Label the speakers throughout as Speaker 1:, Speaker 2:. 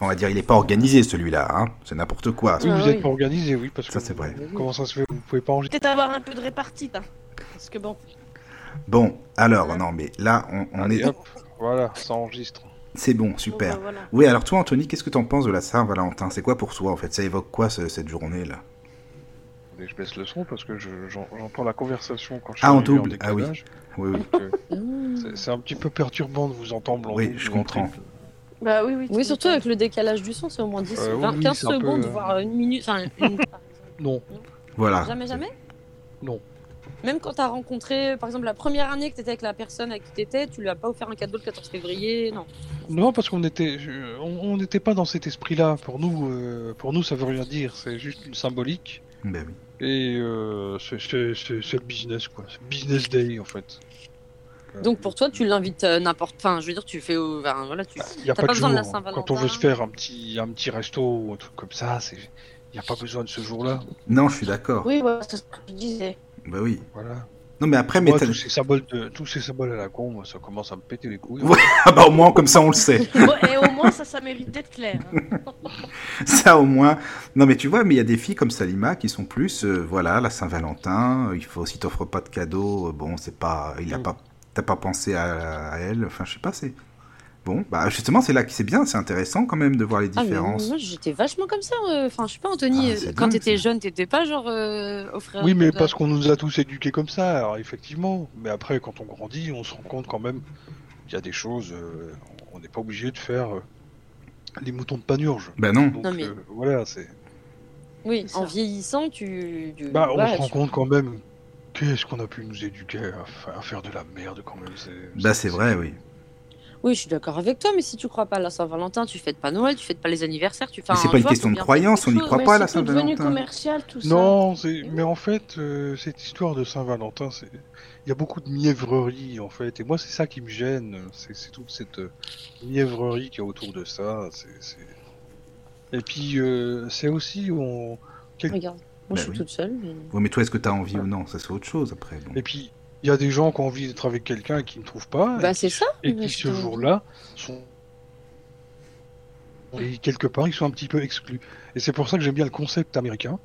Speaker 1: on va dire, il n'est pas organisé celui-là, hein. c'est n'importe quoi.
Speaker 2: Oui,
Speaker 3: Ah,
Speaker 2: vous êtes
Speaker 3: oui.
Speaker 2: pas organisé, oui, parce que.
Speaker 1: Ça, c'est vrai.
Speaker 2: Comment ça se fait Vous pouvez pas enregistrer.
Speaker 3: Peut-être avoir un peu de répartie, là. Parce que bon,
Speaker 1: Bon, alors, non, mais là, on, on
Speaker 2: Allez,
Speaker 1: est.
Speaker 2: hop, voilà, ça enregistre.
Speaker 1: C'est bon,
Speaker 3: bon,
Speaker 1: super.
Speaker 3: bah, voilà.
Speaker 1: Oui, alors toi, Anthony, qu'est-ce que t'en penses de la Saint-Valentin C'est quoi pour toi, en fait Ça évoque quoi, ce- cette journée-là
Speaker 2: Attendez, je baisse le son parce que je- j'en- j'entends la conversation quand je suis
Speaker 1: Ah, en
Speaker 2: arrivé
Speaker 1: double, ah oui.
Speaker 2: décalage.
Speaker 1: Oui, oui.
Speaker 2: Donc, euh,
Speaker 4: Mmh.
Speaker 2: c'est- C'est un petit peu perturbant de vous entendre en
Speaker 1: Oui,
Speaker 2: double
Speaker 1: je
Speaker 2: ou en
Speaker 1: comprends.
Speaker 2: triple.
Speaker 3: Bah oui, oui.
Speaker 4: Oui,
Speaker 3: tu
Speaker 4: surtout
Speaker 3: m'étonnes.
Speaker 4: avec le décalage du son, c'est au moins 10,
Speaker 2: Euh, oui,
Speaker 4: 20,
Speaker 2: oui,
Speaker 4: 15
Speaker 2: c'est un peu,
Speaker 4: secondes,
Speaker 2: euh,
Speaker 4: voire une minute. Enfin, une, par exemple.
Speaker 2: Non,
Speaker 1: Voilà.
Speaker 4: Jamais, jamais
Speaker 2: Non.
Speaker 4: Même quand t'as rencontré, par exemple, la première année que t'étais avec la personne à qui t'étais, tu lui as pas offert un cadeau le 14 février, non.
Speaker 2: non, parce qu'on était, je- on on n'était pas dans cet esprit-là. Pour nous, euh, pour nous, ça veut rien dire. C'est juste une symbolique.
Speaker 1: Ben oui.
Speaker 2: Et euh, c'est c'est- c'est- c'est le business, quoi. C'est business day, en fait.
Speaker 4: Donc pour toi, tu l'invites euh, n'importe. Enfin, je veux dire, tu fais. euh, ben, voilà, tu...
Speaker 2: Il n'y a
Speaker 4: T'as
Speaker 2: pas,
Speaker 4: pas
Speaker 2: de
Speaker 4: besoin
Speaker 2: jour.
Speaker 4: de la
Speaker 2: hein. Quand on veut se
Speaker 4: Saint-Valentin.
Speaker 2: faire un petit, un petit resto ou un truc comme ça, c'est. Il n'y a pas besoin de ce jour-là.
Speaker 1: Non, je suis d'accord.
Speaker 3: Oui, voilà, c'est ce que je disais.
Speaker 1: Ben oui.
Speaker 2: Voilà.
Speaker 1: Non, mais après, mais
Speaker 2: Moi,
Speaker 1: t'as-
Speaker 2: tous ces symboles de, tous ces symboles à la con, moi, ça commence à me péter les couilles.
Speaker 1: Ouais. ah bah au moins comme ça on le sait.
Speaker 3: Bon, et au moins, ça, ça mérite d'être clair. hein.
Speaker 1: Ça au moins. Non mais tu vois, mais il y a des filles comme Salima qui sont plus, euh, voilà, la Saint-Valentin. euh, Il faut si t'offres pas de cadeau, euh, bon c'est pas, il a
Speaker 2: Mm.
Speaker 1: pas, t'as pas pensé à, à elle. Enfin je sais pas, c'est bon. Bah justement c'est là que c'est bien, c'est intéressant quand même de voir les
Speaker 4: Ah, mais
Speaker 1: différences.
Speaker 4: moi, j'étais vachement comme ça. euh. Enfin, je sais pas, Anthony,
Speaker 1: Ah,
Speaker 4: euh,
Speaker 1: c'est
Speaker 4: quand
Speaker 1: dingue,
Speaker 4: t'étais
Speaker 1: ça.
Speaker 4: jeune, t'étais pas genre euh, offrir.
Speaker 2: Oui,
Speaker 4: un
Speaker 2: mais
Speaker 4: cadeau à-
Speaker 2: parce qu'on nous a tous éduqués comme ça, alors effectivement. Mais après, quand on grandit, on se rend compte quand même qu'il y a des choses. euh, on n'est pas obligé de faire euh, les moutons de panurge.
Speaker 1: Bah non.
Speaker 2: Donc
Speaker 4: Non, mais-
Speaker 2: euh, voilà, c'est.
Speaker 4: Oui,
Speaker 3: C'est
Speaker 4: en
Speaker 3: ça.
Speaker 4: vieillissant, tu. tu-
Speaker 2: Bah, on
Speaker 4: voilà,
Speaker 2: se rend
Speaker 4: tu-
Speaker 2: compte quand même. Qu'est-ce qu'on a pu nous éduquer à, fa- à faire de la merde quand même c'est-
Speaker 1: Bah c'est vrai oui.
Speaker 4: Oui, je suis d'accord avec toi, mais si tu crois pas à la Saint-Valentin, tu fêtes pas Noël, tu fêtes pas les anniversaires, tu fais
Speaker 1: Mais c'est pas une question de croyance, on y croit
Speaker 3: Mais
Speaker 1: pas
Speaker 3: c'est
Speaker 1: la
Speaker 3: tout devenu
Speaker 1: Saint-Valentin.
Speaker 3: commercial, tout
Speaker 2: Non, c'est- mais en fait, euh, cette histoire de Saint-Valentin, c'est- il y a beaucoup de mièvrerie en fait, et moi c'est ça qui me gêne, c'est c'est toute cette euh, mièvrerie qu'il y a autour de ça. c'est- c'est- Et puis euh, c'est aussi on...
Speaker 4: Regarde, moi
Speaker 1: Bah
Speaker 4: je suis
Speaker 1: oui.
Speaker 4: toute seule. mais-
Speaker 1: Ouais, mais toi est-ce que t'as envie ou non Ça c'est autre chose après. bon.
Speaker 2: et puis il y a des gens qui ont envie d'être avec quelqu'un et qui ne trouvent pas,
Speaker 4: Bah
Speaker 2: et,
Speaker 4: c'est ça.
Speaker 2: Ah et
Speaker 4: mais
Speaker 2: qui
Speaker 4: je
Speaker 2: ce
Speaker 4: te-
Speaker 2: jour-là sont et quelque part ils sont un petit peu exclus. Et c'est pour ça que j'aime bien le concept américain.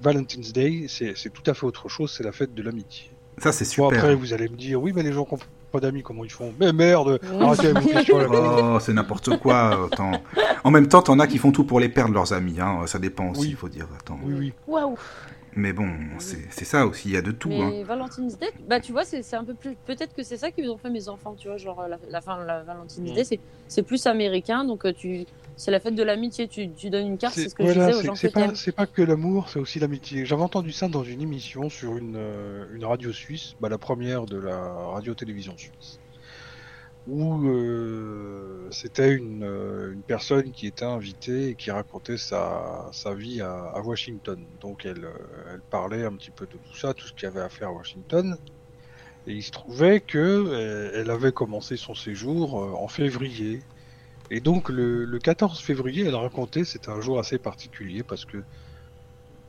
Speaker 2: Valentine's Day, c'est c'est tout à fait autre chose, c'est la fête de l'amitié.
Speaker 1: Ça c'est
Speaker 2: Bon, après,
Speaker 1: super.
Speaker 2: vous allez me dire, oui, mais les gens qui n'ont pas d'amis, comment ils font Mais merde
Speaker 4: Oui.
Speaker 2: Arrêtez avec vos questions à la con.
Speaker 1: Oh, c'est n'importe quoi. Attends. En même temps, t'en as qui font tout pour les perdre, leurs amis. Hein. Ça dépend aussi,
Speaker 2: Oui.
Speaker 1: faut dire. Attends.
Speaker 2: Oui, oui.
Speaker 3: Waouh.
Speaker 1: Mais bon, c'est c'est ça aussi, il y a de tout. hein.
Speaker 4: Mais Valentine's Day, bah tu vois, c'est c'est un peu plus. Peut-être que c'est ça qu'ils ont fait mes enfants, tu vois, genre euh, la, la fin, la Valentine's
Speaker 2: Mm.
Speaker 4: Day, c'est- c'est plus américain, donc euh, tu, c'est la fête de l'amitié, tu, tu donnes une carte, c'est
Speaker 2: C'est
Speaker 4: ce que
Speaker 2: voilà,
Speaker 4: je disais aux
Speaker 2: c'est-
Speaker 4: gens
Speaker 2: c'est
Speaker 4: que
Speaker 2: pas,
Speaker 4: t'aimes.
Speaker 2: c'est pas que l'amour, c'est aussi l'amitié. J'avais entendu ça dans une émission sur une, euh, une radio suisse, bah, la première de la radio-télévision suisse, où euh, c'était une, euh, une personne qui était invitée et qui racontait sa, sa vie à, à Washington. Donc elle, euh, elle parlait un petit peu de tout ça, tout ce qu'il y avait à faire à Washington. Et il se trouvait que euh, elle avait commencé son séjour euh, en février. Et donc le, le 14 février, elle racontait, c'était un jour assez particulier parce que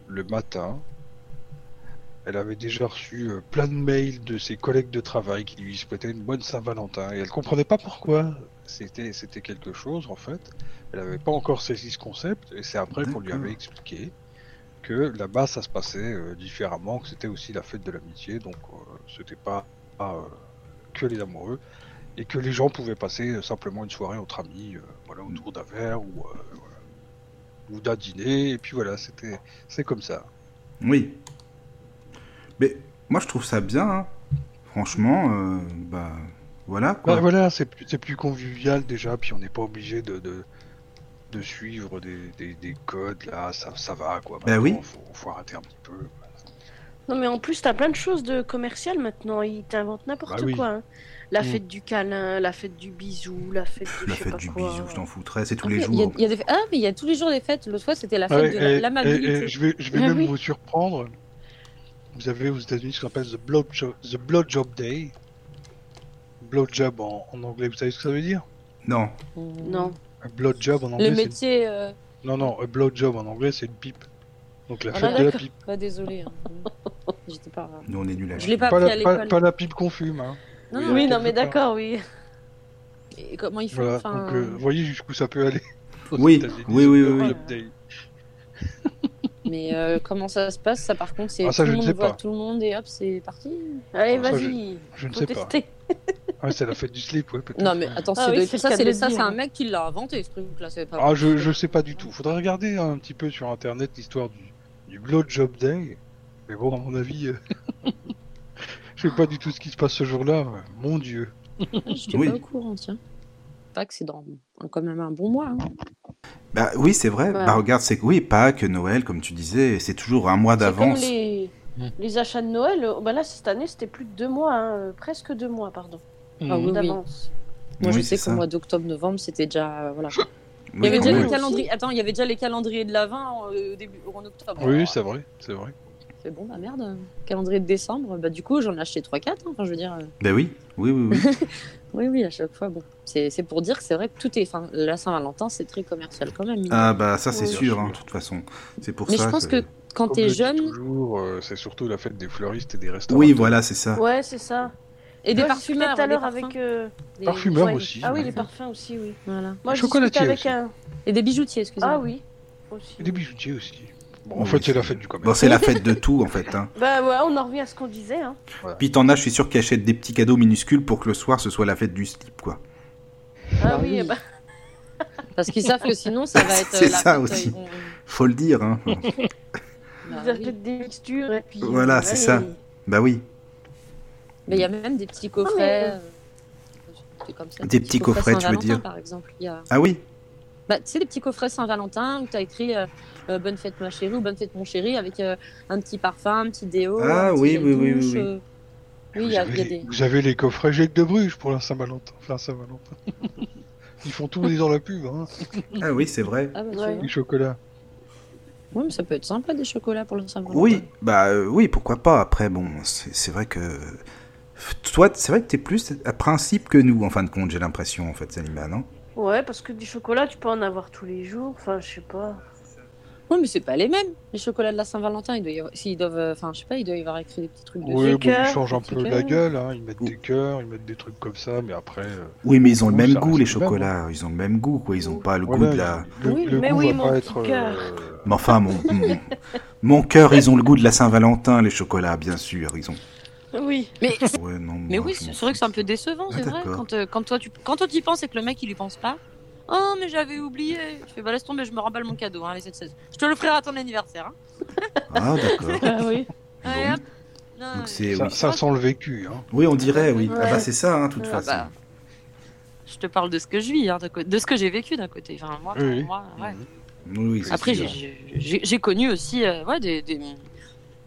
Speaker 2: le matin, elle avait déjà reçu euh, plein de mails de ses collègues de travail qui lui souhaitaient une bonne Saint-Valentin. Et elle comprenait pas pourquoi. C'était c'était quelque chose en fait. Elle n'avait pas encore saisi ce concept. Et c'est après qu'on lui
Speaker 1: D'accord.
Speaker 2: avait expliqué que là-bas ça se passait euh, différemment, que c'était aussi la fête de l'amitié. Donc euh, c'était pas, pas, euh, que les amoureux et que les gens pouvaient passer euh, simplement une soirée entre amis, euh, voilà, autour d'un verre ou, euh, voilà, ou d'un dîner, et puis voilà, c'était c'est comme ça.
Speaker 1: Oui. Mais moi, je trouve ça bien. hein. Franchement, euh, bah voilà quoi.
Speaker 2: Bah, voilà, c'est plus, c'est plus convivial déjà, puis on n'est pas obligé de, de, de suivre des, des, des codes, là, ça, ça va, quoi.
Speaker 1: Bah oui.
Speaker 2: Maintenant, Faut, faut arrêter un petit peu.
Speaker 3: Non, mais en plus, t'as plein de choses de commercial maintenant. Ils t'inventent n'importe
Speaker 2: Bah oui.
Speaker 3: quoi. hein. La
Speaker 2: Mm.
Speaker 3: fête du câlin, la fête du bisou, la fête de
Speaker 1: La
Speaker 3: je sais
Speaker 1: fête
Speaker 3: pas
Speaker 1: du
Speaker 3: quoi.
Speaker 1: bisou, je t'en foutrais, c'est tous
Speaker 4: Ah,
Speaker 1: les
Speaker 4: mais
Speaker 1: jours.
Speaker 4: il y a- il y a des fêtes- Ah, mais il y a tous les jours des fêtes. L'autre fois, c'était la fête
Speaker 2: Ouais,
Speaker 4: de
Speaker 2: et-
Speaker 4: la- Eh
Speaker 2: et- et
Speaker 4: l'amabilité.
Speaker 2: je vais, je vais
Speaker 3: Ah
Speaker 2: même
Speaker 3: oui.
Speaker 2: vous surprendre. Vous avez aux États-Unis ce qu'on appelle the blowjob, the blowjob day. Blowjob en, en anglais, vous savez ce que ça veut dire
Speaker 1: Non.
Speaker 3: Non.
Speaker 2: Un blowjob en
Speaker 4: Mm. Le
Speaker 2: anglais, c'est une-
Speaker 4: métier. euh,
Speaker 2: Non, non, a blowjob en anglais, c'est une pipe. Donc la
Speaker 4: Ah,
Speaker 2: fête de la
Speaker 4: d'accord.
Speaker 2: pipe.
Speaker 4: Bah, désolé. J'étais pas.
Speaker 1: Nous, on est nuls à
Speaker 4: Je
Speaker 1: chier.
Speaker 4: l'ai pas
Speaker 2: Pas
Speaker 4: appris à
Speaker 2: la, pas,
Speaker 4: l'école.
Speaker 2: pas la pipe qu'on fume. Hein.
Speaker 4: Non,
Speaker 2: Oui,
Speaker 4: non,
Speaker 2: euh,
Speaker 3: Oui, non,
Speaker 2: quelque
Speaker 3: mais
Speaker 2: part.
Speaker 3: d'accord, oui.
Speaker 4: Et comment ils font
Speaker 2: Voilà,
Speaker 4: enfin,
Speaker 2: donc euh, vous voyez jusqu'où ça peut aller. aux
Speaker 1: Oui,
Speaker 2: États-Unis,
Speaker 1: oui,
Speaker 2: c'est
Speaker 1: oui,
Speaker 2: le
Speaker 1: oui, oui.
Speaker 2: Hub Day.
Speaker 4: Mais euh, comment ça se passe Ça, par contre, c'est
Speaker 2: Ah, ça,
Speaker 4: tout
Speaker 2: je
Speaker 4: le
Speaker 2: ne
Speaker 4: monde
Speaker 2: sais
Speaker 4: voit
Speaker 2: pas.
Speaker 4: tout le monde et hop, c'est parti.
Speaker 3: Allez,
Speaker 2: Ça,
Speaker 3: vas-y.
Speaker 2: Je ne
Speaker 3: Faut
Speaker 2: sais pas.
Speaker 3: tester.
Speaker 2: Ouais, c'est la fête du slip, ouais, peut-être.
Speaker 4: Non, mais
Speaker 2: ouais.
Speaker 4: attends,
Speaker 3: Ah
Speaker 4: c'est
Speaker 3: oui,
Speaker 4: de-
Speaker 3: c'est le
Speaker 4: ça,
Speaker 3: cas
Speaker 4: c'est
Speaker 3: de
Speaker 4: le-
Speaker 3: le
Speaker 4: ça,
Speaker 3: dire,
Speaker 4: c'est un
Speaker 3: hein.
Speaker 4: mec qui l'a inventé, ce truc-là. C'est pas.
Speaker 2: Ah, je, je sais pas du tout. Faudrait regarder hein, un petit peu sur internet l'histoire du, du Blowjob Day. Mais bon, à mon avis, euh, je sais pas du tout ce qui se passe ce jour-là. Mon dieu.
Speaker 4: Je suis
Speaker 1: Oui.
Speaker 4: pas au courant, tiens. Pas que c'est dans quand même un bon mois. hein.
Speaker 1: Bah oui, c'est vrai.
Speaker 3: Voilà.
Speaker 1: Bah regarde, c'est que oui, Pâques, Noël, comme tu disais, c'est toujours un mois
Speaker 3: C'est comme
Speaker 1: d'avance.
Speaker 3: les...
Speaker 2: Mm.
Speaker 3: les achats de Noël. euh, Bah là, cette année, c'était plus de deux mois, hein, euh, presque deux mois, pardon,
Speaker 4: Ah oui.
Speaker 3: d'avance.
Speaker 4: Moi,
Speaker 1: Oui,
Speaker 4: je sais
Speaker 1: c'est
Speaker 4: qu'au
Speaker 1: ça.
Speaker 4: mois d'octobre-novembre, c'était déjà. euh, voilà.
Speaker 2: Ah,
Speaker 4: Il
Speaker 1: Oui,
Speaker 4: y avait
Speaker 1: quand
Speaker 4: déjà
Speaker 1: même.
Speaker 4: les calendriers. Attends, il y avait déjà les calendriers de l'avant euh, au début en octobre.
Speaker 2: Oui, c'est vrai, c'est vrai.
Speaker 4: C'est bon, bah merde. Calendrier de décembre, bah du coup, j'en ai acheté 3-4. hein. Enfin, je veux dire. euh,
Speaker 1: Bah oui, oui, oui, oui.
Speaker 4: Oui, oui, à chaque fois. Bon, c'est c'est pour dire que c'est vrai que tout est. Enfin, la Saint-Valentin, c'est très commercial quand même.
Speaker 1: ah bah ça c'est
Speaker 3: Oui.
Speaker 1: sûr, hein, de toute façon. C'est pour
Speaker 4: Mais
Speaker 1: ça.
Speaker 4: je pense que quand
Speaker 2: Comme
Speaker 4: t'es
Speaker 2: je dis
Speaker 4: jeune
Speaker 2: toujours, euh, c'est surtout la fête des fleuristes et des restaurants.
Speaker 1: Oui, voilà, c'est ça.
Speaker 3: Ouais, c'est ça.
Speaker 4: et des
Speaker 3: Moi, je discutais
Speaker 4: parfumeurs,
Speaker 3: tout à
Speaker 4: des
Speaker 3: l'heure
Speaker 4: parfums,
Speaker 3: avec. euh,
Speaker 4: des-
Speaker 2: Parfumeurs
Speaker 3: ouais.
Speaker 2: aussi.
Speaker 3: Ah oui,
Speaker 2: ouais.
Speaker 3: les parfums aussi, oui.
Speaker 4: Voilà.
Speaker 3: Moi, je
Speaker 2: Chocolatier
Speaker 3: discutais avec
Speaker 2: aussi.
Speaker 3: un.
Speaker 4: Et des bijoutiers, excusez-moi.
Speaker 3: Ah oui. Aussi.
Speaker 2: Et des bijoutiers aussi. Bon, en
Speaker 1: Oui,
Speaker 2: fait, c'est la
Speaker 1: c'est-
Speaker 2: fête du
Speaker 1: Bon,
Speaker 2: commerce.
Speaker 1: c'est la fête de tout en fait. Hein.
Speaker 3: Bah ouais, on en revient à ce qu'on disait. Hein.
Speaker 1: Puis t'en as, je suis sûr qu'ils achètent des petits cadeaux minuscules pour que le soir ce soit la fête du slip, quoi.
Speaker 3: Ah
Speaker 4: Bah
Speaker 3: oui,
Speaker 4: oui.
Speaker 3: bah,
Speaker 4: Parce qu'ils savent que sinon, ça va être. euh,
Speaker 1: C'est
Speaker 4: la
Speaker 1: ça
Speaker 4: fête,
Speaker 1: aussi.
Speaker 4: ils vont-
Speaker 1: Faut le dire, hein.
Speaker 4: Bah
Speaker 3: ils
Speaker 4: oui.
Speaker 3: achètent des mixtures et puis.
Speaker 1: Voilà, c'est ça.
Speaker 3: Ouais.
Speaker 1: bah oui.
Speaker 4: Mais il y a même des petits coffrets. euh, des- comme ça,
Speaker 1: Des petits coffrets, tu veux
Speaker 4: Saint-Valentin,
Speaker 1: dire
Speaker 4: Par exemple, il y a.
Speaker 1: Ah oui
Speaker 4: Bah, tu sais, des petits coffrets Saint-Valentin où t'as écrit euh, euh, Bonne fête, ma chérie, ou Bonne fête, mon chéri, avec euh, un petit parfum, un petit déo.
Speaker 1: Ah,
Speaker 4: un petit
Speaker 1: oui,
Speaker 4: gel
Speaker 1: oui, oui,
Speaker 4: douche,
Speaker 1: oui, oui.
Speaker 4: euh. Oui,
Speaker 2: vous,
Speaker 1: Bah,
Speaker 4: il y a, il
Speaker 2: avez,
Speaker 4: y a des.
Speaker 2: vous avez les coffrets Jacques de Bruges pour la Saint-Valentin. enfin, la Saint-Valentin. Ils font tous les ans la pub, hein.
Speaker 1: Ah oui, c'est vrai.
Speaker 4: Ah, bah, tu
Speaker 3: Ouais.
Speaker 4: vois.
Speaker 2: Les chocolats.
Speaker 4: Oui, mais ça peut être sympa des chocolats pour le Saint-Valentin.
Speaker 1: Oui, bah euh, oui, pourquoi pas. Après, bon, c'est c'est vrai que. Toi, c'est vrai que t'es plus à principe que nous, en fin de compte, j'ai l'impression, en fait, Salima, non
Speaker 3: Ouais, parce que du chocolat, tu peux en avoir tous les jours. Enfin, je sais pas.
Speaker 4: Oui, mais c'est pas les mêmes. Les chocolats de la Saint-Valentin, ils doivent, y avoir- s'ils doivent, euh, enfin, je sais pas, ils doivent y avoir écrit des petits trucs dessus.
Speaker 2: Oui, bon,
Speaker 3: cœurs,
Speaker 2: ils changent un
Speaker 4: des
Speaker 2: peu la
Speaker 4: cœurs.
Speaker 2: gueule, hein. ils mettent
Speaker 1: Ouh.
Speaker 2: des cœurs, ils mettent des trucs comme ça, mais après. euh,
Speaker 1: Oui, mais ils ont le
Speaker 2: Ouh,
Speaker 1: même
Speaker 2: ça
Speaker 1: goût,
Speaker 2: reste
Speaker 1: les
Speaker 2: le même, hein.
Speaker 1: chocolats. Ils ont le même goût, quoi. Ils ont pas le
Speaker 2: voilà,
Speaker 1: goût de la.
Speaker 2: Le,
Speaker 4: Oui,
Speaker 2: le
Speaker 3: mais
Speaker 2: goût
Speaker 3: oui,
Speaker 2: va
Speaker 3: mon
Speaker 2: pas
Speaker 3: petit
Speaker 2: être.
Speaker 3: cœur.
Speaker 2: euh,
Speaker 1: Mais enfin, mon, mon, mon cœur, ils ont le goût de la Saint-Valentin, les chocolats, bien sûr. Ils ont.
Speaker 3: Oui.
Speaker 4: Mais,
Speaker 1: Ouais, non,
Speaker 4: mais
Speaker 1: moi,
Speaker 4: oui,
Speaker 1: je
Speaker 4: c'est
Speaker 1: m'en
Speaker 4: c'est vrai que c'est un
Speaker 1: fous.
Speaker 4: peu décevant, c'est
Speaker 1: Ah,
Speaker 4: vrai.
Speaker 1: d'accord.
Speaker 4: Quand, euh, quand toi, tu, quand toi, t'y penses et que le mec, il lui pense pas. Oh, mais j'avais oublié. Je fais, bah laisse tomber, je me remballe mon cadeau, hein, les 7 16. Je te le ferai à ton anniversaire. Hein.
Speaker 1: Ah, d'accord.
Speaker 3: Ah oui.
Speaker 4: Allez,
Speaker 1: Bon.
Speaker 4: hop. Non,
Speaker 1: Donc c'est
Speaker 2: ça,
Speaker 1: oui.
Speaker 2: ça sent le vécu. Hein.
Speaker 1: Oui, on dirait, oui. Ah
Speaker 3: Ouais.
Speaker 1: bah c'est ça, hein, de toute
Speaker 3: Ah
Speaker 1: façon.
Speaker 4: bah. Je te parle de ce que je vis, hein, de, co- de ce que j'ai vécu d'un côté. Enfin, moi,
Speaker 2: Oui, oui.
Speaker 4: moi, ouais.
Speaker 1: Oui, oui, c'est
Speaker 4: Après,
Speaker 1: sûr.
Speaker 4: j'ai- j'ai j'ai- j'ai connu aussi euh, ouais, des, des,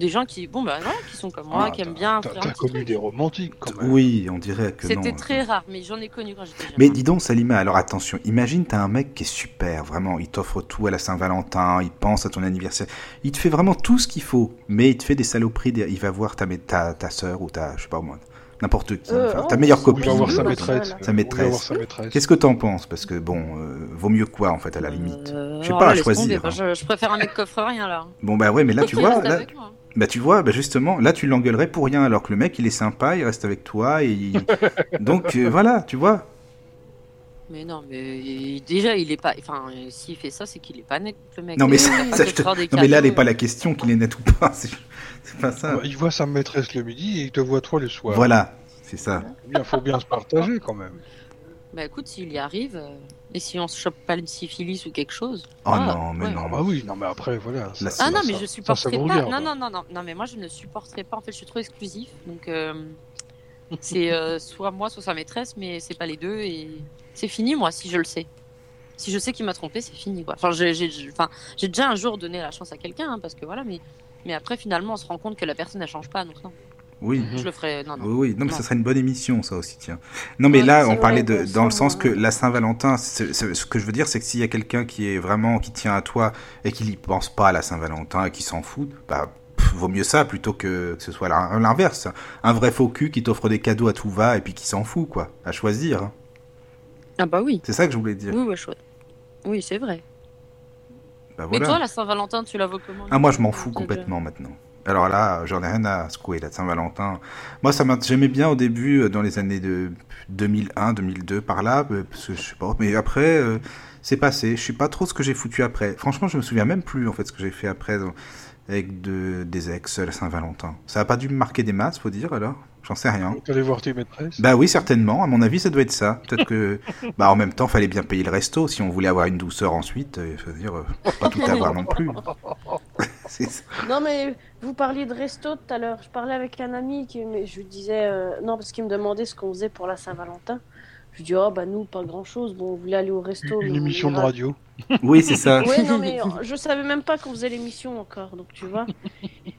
Speaker 4: des gens qui, bon, bah, voilà, qui sont comme moi,
Speaker 2: Ah,
Speaker 4: qui aiment
Speaker 2: t'as-
Speaker 4: bien.
Speaker 2: T'as
Speaker 4: faire un
Speaker 2: t'as
Speaker 4: petit
Speaker 2: connu
Speaker 4: truc.
Speaker 2: des romantiques quand même.
Speaker 1: Oui, on dirait que non.
Speaker 4: C'était très rare, mais j'en ai connu quand j'étais jeune.
Speaker 1: Mais dis donc, Salima, alors attention, imagine t'as un mec qui est super, vraiment, il t'offre tout à la Saint-Valentin, il pense à ton anniversaire, il te fait vraiment tout ce qu'il faut, mais il te fait des saloperies, des- il va voir ta, mé- ta, ta soeur ou ta, je sais pas moi, n'importe qui,
Speaker 3: Euh,
Speaker 1: enfin,
Speaker 3: oh,
Speaker 1: ta meilleure
Speaker 3: oui,
Speaker 2: Ou il
Speaker 1: copine.
Speaker 2: va voir
Speaker 3: Oui,
Speaker 2: sa
Speaker 4: hein.
Speaker 3: bah, voilà.
Speaker 2: maîtresse.
Speaker 1: Sa
Speaker 2: euh, ou il va
Speaker 1: maîtresse.
Speaker 2: voir sa maîtresse.
Speaker 1: Qu'est-ce que t'en penses Parce que bon, euh, vaut mieux quoi en fait à la limite
Speaker 4: Euh,
Speaker 1: Je sais
Speaker 4: alors
Speaker 1: pas,
Speaker 4: là,
Speaker 1: à
Speaker 4: laisse
Speaker 1: choisir,
Speaker 4: tomber,
Speaker 1: hein.
Speaker 4: bah, je, je préfère un mec coffre rien là. hein.
Speaker 1: Bon bah ouais, mais là tu
Speaker 4: Il
Speaker 1: vois,
Speaker 4: reste
Speaker 1: là,
Speaker 4: avec moi.
Speaker 1: bah tu vois, bah justement, là tu l'engueulerais pour rien, alors que le mec il est sympa, il reste avec toi, et il- donc euh, voilà, tu vois.
Speaker 4: Mais non, mais il- déjà, il est pas. Enfin, euh, s'il fait ça, c'est qu'il est pas net, le mec.
Speaker 1: Non mais,
Speaker 4: Il
Speaker 1: ça,
Speaker 4: va pas
Speaker 1: ça,
Speaker 4: te
Speaker 1: je te-
Speaker 4: faire des
Speaker 1: non, mais là elle
Speaker 4: cadeaux.
Speaker 1: est pas la question qu'il est net ou pas, c'est c'est pas ça.
Speaker 2: Ah, Il voit sa maîtresse le midi et il te voit toi le soir.
Speaker 1: Voilà, c'est ça.
Speaker 2: Il faut bien se partager quand même.
Speaker 4: Bah écoute, s'il y arrive, euh, et si on se chope pas le syphilis ou quelque chose.
Speaker 1: Oh
Speaker 4: ah,
Speaker 1: non, mais
Speaker 4: ouais.
Speaker 1: non.
Speaker 2: Ah bah oui, non mais après voilà. ça-
Speaker 1: Là, c'est-
Speaker 4: Ah non,
Speaker 2: ça-
Speaker 4: mais je supporterai
Speaker 2: ça vous
Speaker 4: pas.
Speaker 2: regarde.
Speaker 4: Non, non, non, non, non, mais moi je ne supporterai pas. En fait, je suis trop exclusif. Donc, euh, c'est euh, soit moi, soit sa maîtresse, mais c'est pas les deux. Et c'est fini, moi, si je le sais. Si je sais qu'il m'a trompé, c'est fini, quoi. Enfin, j'ai j'ai- j'ai- enfin, j'ai déjà un jour donné la chance à quelqu'un, hein, parce que voilà, mais. Mais après, finalement, on se rend compte que la personne, elle change pas, donc non.
Speaker 1: Oui.
Speaker 4: Je le ferai. Non, non.
Speaker 1: Oui, oui. non, mais ça
Speaker 4: Ah Non.
Speaker 1: serait une bonne émission, ça aussi, tiens. Non, mais
Speaker 3: Ouais,
Speaker 1: là,
Speaker 3: c'est
Speaker 1: on
Speaker 3: vrai,
Speaker 1: parlait de,
Speaker 3: bon
Speaker 1: dans le
Speaker 3: sang,
Speaker 1: sens que
Speaker 3: hein.
Speaker 1: la Saint-Valentin, c'est- c'est- ce que je veux dire, c'est que s'il y a quelqu'un qui est vraiment, qui tient à toi et qui n'y pense pas à la Saint-Valentin et qui s'en fout, bah, pff, vaut mieux ça plutôt que, que ce soit l'in- l'inverse. Un vrai faux cul qui t'offre des cadeaux à tout va et puis qui s'en fout, quoi. À choisir. hein.
Speaker 4: Ah bah oui.
Speaker 1: C'est ça que je voulais dire.
Speaker 4: Oui, ouais, chouette. Oui, c'est vrai.
Speaker 1: Bah
Speaker 4: Mais toi,
Speaker 1: voilà.
Speaker 4: la Saint-Valentin, tu la vois comment
Speaker 1: Ah, moi, je m'en fous
Speaker 4: Déjà.
Speaker 1: complètement maintenant. Alors là, j'en ai rien à secouer, la Saint-Valentin. Moi, ça m'a- j'aimais bien au début, euh, dans les années de 2001, 2002, par là, euh, parce que je sais pas. Mais après, euh, c'est passé. Je sais pas trop ce que j'ai foutu après. Franchement, je me souviens même plus, en fait, ce que j'ai fait après dans- avec de- des ex, euh, la Saint-Valentin. Ça a pas dû me marquer des masses, faut dire, alors J'en sais rien.
Speaker 2: Donc, allez voir tes maîtresses.
Speaker 1: Bah oui, certainement. À mon avis, ça doit être ça. Peut-être que, bah, en même temps, fallait bien payer le resto si on voulait avoir une douceur ensuite. euh, faut dire, euh, pas tout avoir non plus. C'est ça.
Speaker 3: Non, mais vous parliez de resto tout à l'heure. Je parlais avec un ami, qui, mais je lui disais. euh, non, parce qu'il me demandait ce qu'on faisait pour la Saint-Valentin. Je lui dis, oh, bah nous, pas grand chose. Bon, on voulait aller au resto.
Speaker 2: Une
Speaker 3: mais on
Speaker 2: émission de
Speaker 3: ira-
Speaker 2: radio.
Speaker 1: Oui, c'est ça.
Speaker 3: Ouais, non, mais euh, je savais même pas qu'on faisait l'émission encore, donc tu vois.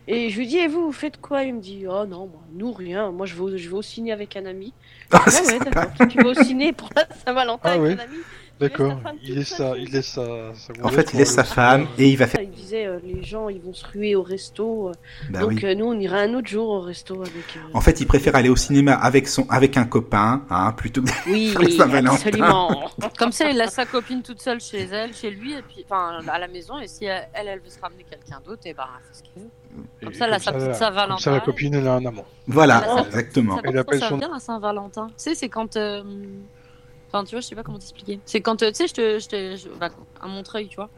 Speaker 3: Et je lui dis, et vous, vous faites quoi Il me dit, oh non, moi, nous, rien. Moi, je vais, au- je vais au ciné avec un ami.
Speaker 1: Ah,
Speaker 3: Ah
Speaker 1: c'est
Speaker 3: ouais,
Speaker 1: sympa.
Speaker 3: d'accord. Tu vas au ciné pour la Saint-Valentin
Speaker 2: Ah
Speaker 3: avec
Speaker 2: ouais.
Speaker 3: un ami
Speaker 2: D'accord.
Speaker 3: femme
Speaker 2: Il
Speaker 3: toute
Speaker 2: laisse ça.
Speaker 3: seule.
Speaker 2: Il laisse ça. ça
Speaker 1: En fait, il laisse sa femme et il va faire.
Speaker 3: Il disait, euh, les gens, ils vont se ruer au resto. euh,
Speaker 1: Bah
Speaker 3: donc,
Speaker 1: oui. Oh,
Speaker 3: euh, nous, on ira un autre jour au resto avec. euh,
Speaker 1: En fait, il préfère aller au cinéma avec son, avec un copain, hein, plutôt que.
Speaker 3: Oui,
Speaker 1: Pour les Saint-Valentin.
Speaker 3: absolument.
Speaker 4: Comme ça, il laisse sa copine toute seule chez elle, chez lui, et puis, enfin, à la maison. Et si elle, elle veut se ramener quelqu'un d'autre, et bah, c'est ce qu'elle veut. Comme ça, elle a sa petite Saint-Valentin.
Speaker 2: Comme ça, la copine, elle a un amant.
Speaker 3: Ah,
Speaker 1: Voilà,
Speaker 4: Voilà.
Speaker 1: exactement.
Speaker 4: Ça, par
Speaker 2: Elle
Speaker 4: contre,
Speaker 2: appelle
Speaker 4: ça
Speaker 2: son-
Speaker 4: vient à Saint-Valentin. Tu sais, c'est quand. euh, Enfin, tu vois, je sais pas comment t'expliquer. C'est quand, euh, tu sais, je te. Je te je- bah, à Montreuil, tu vois.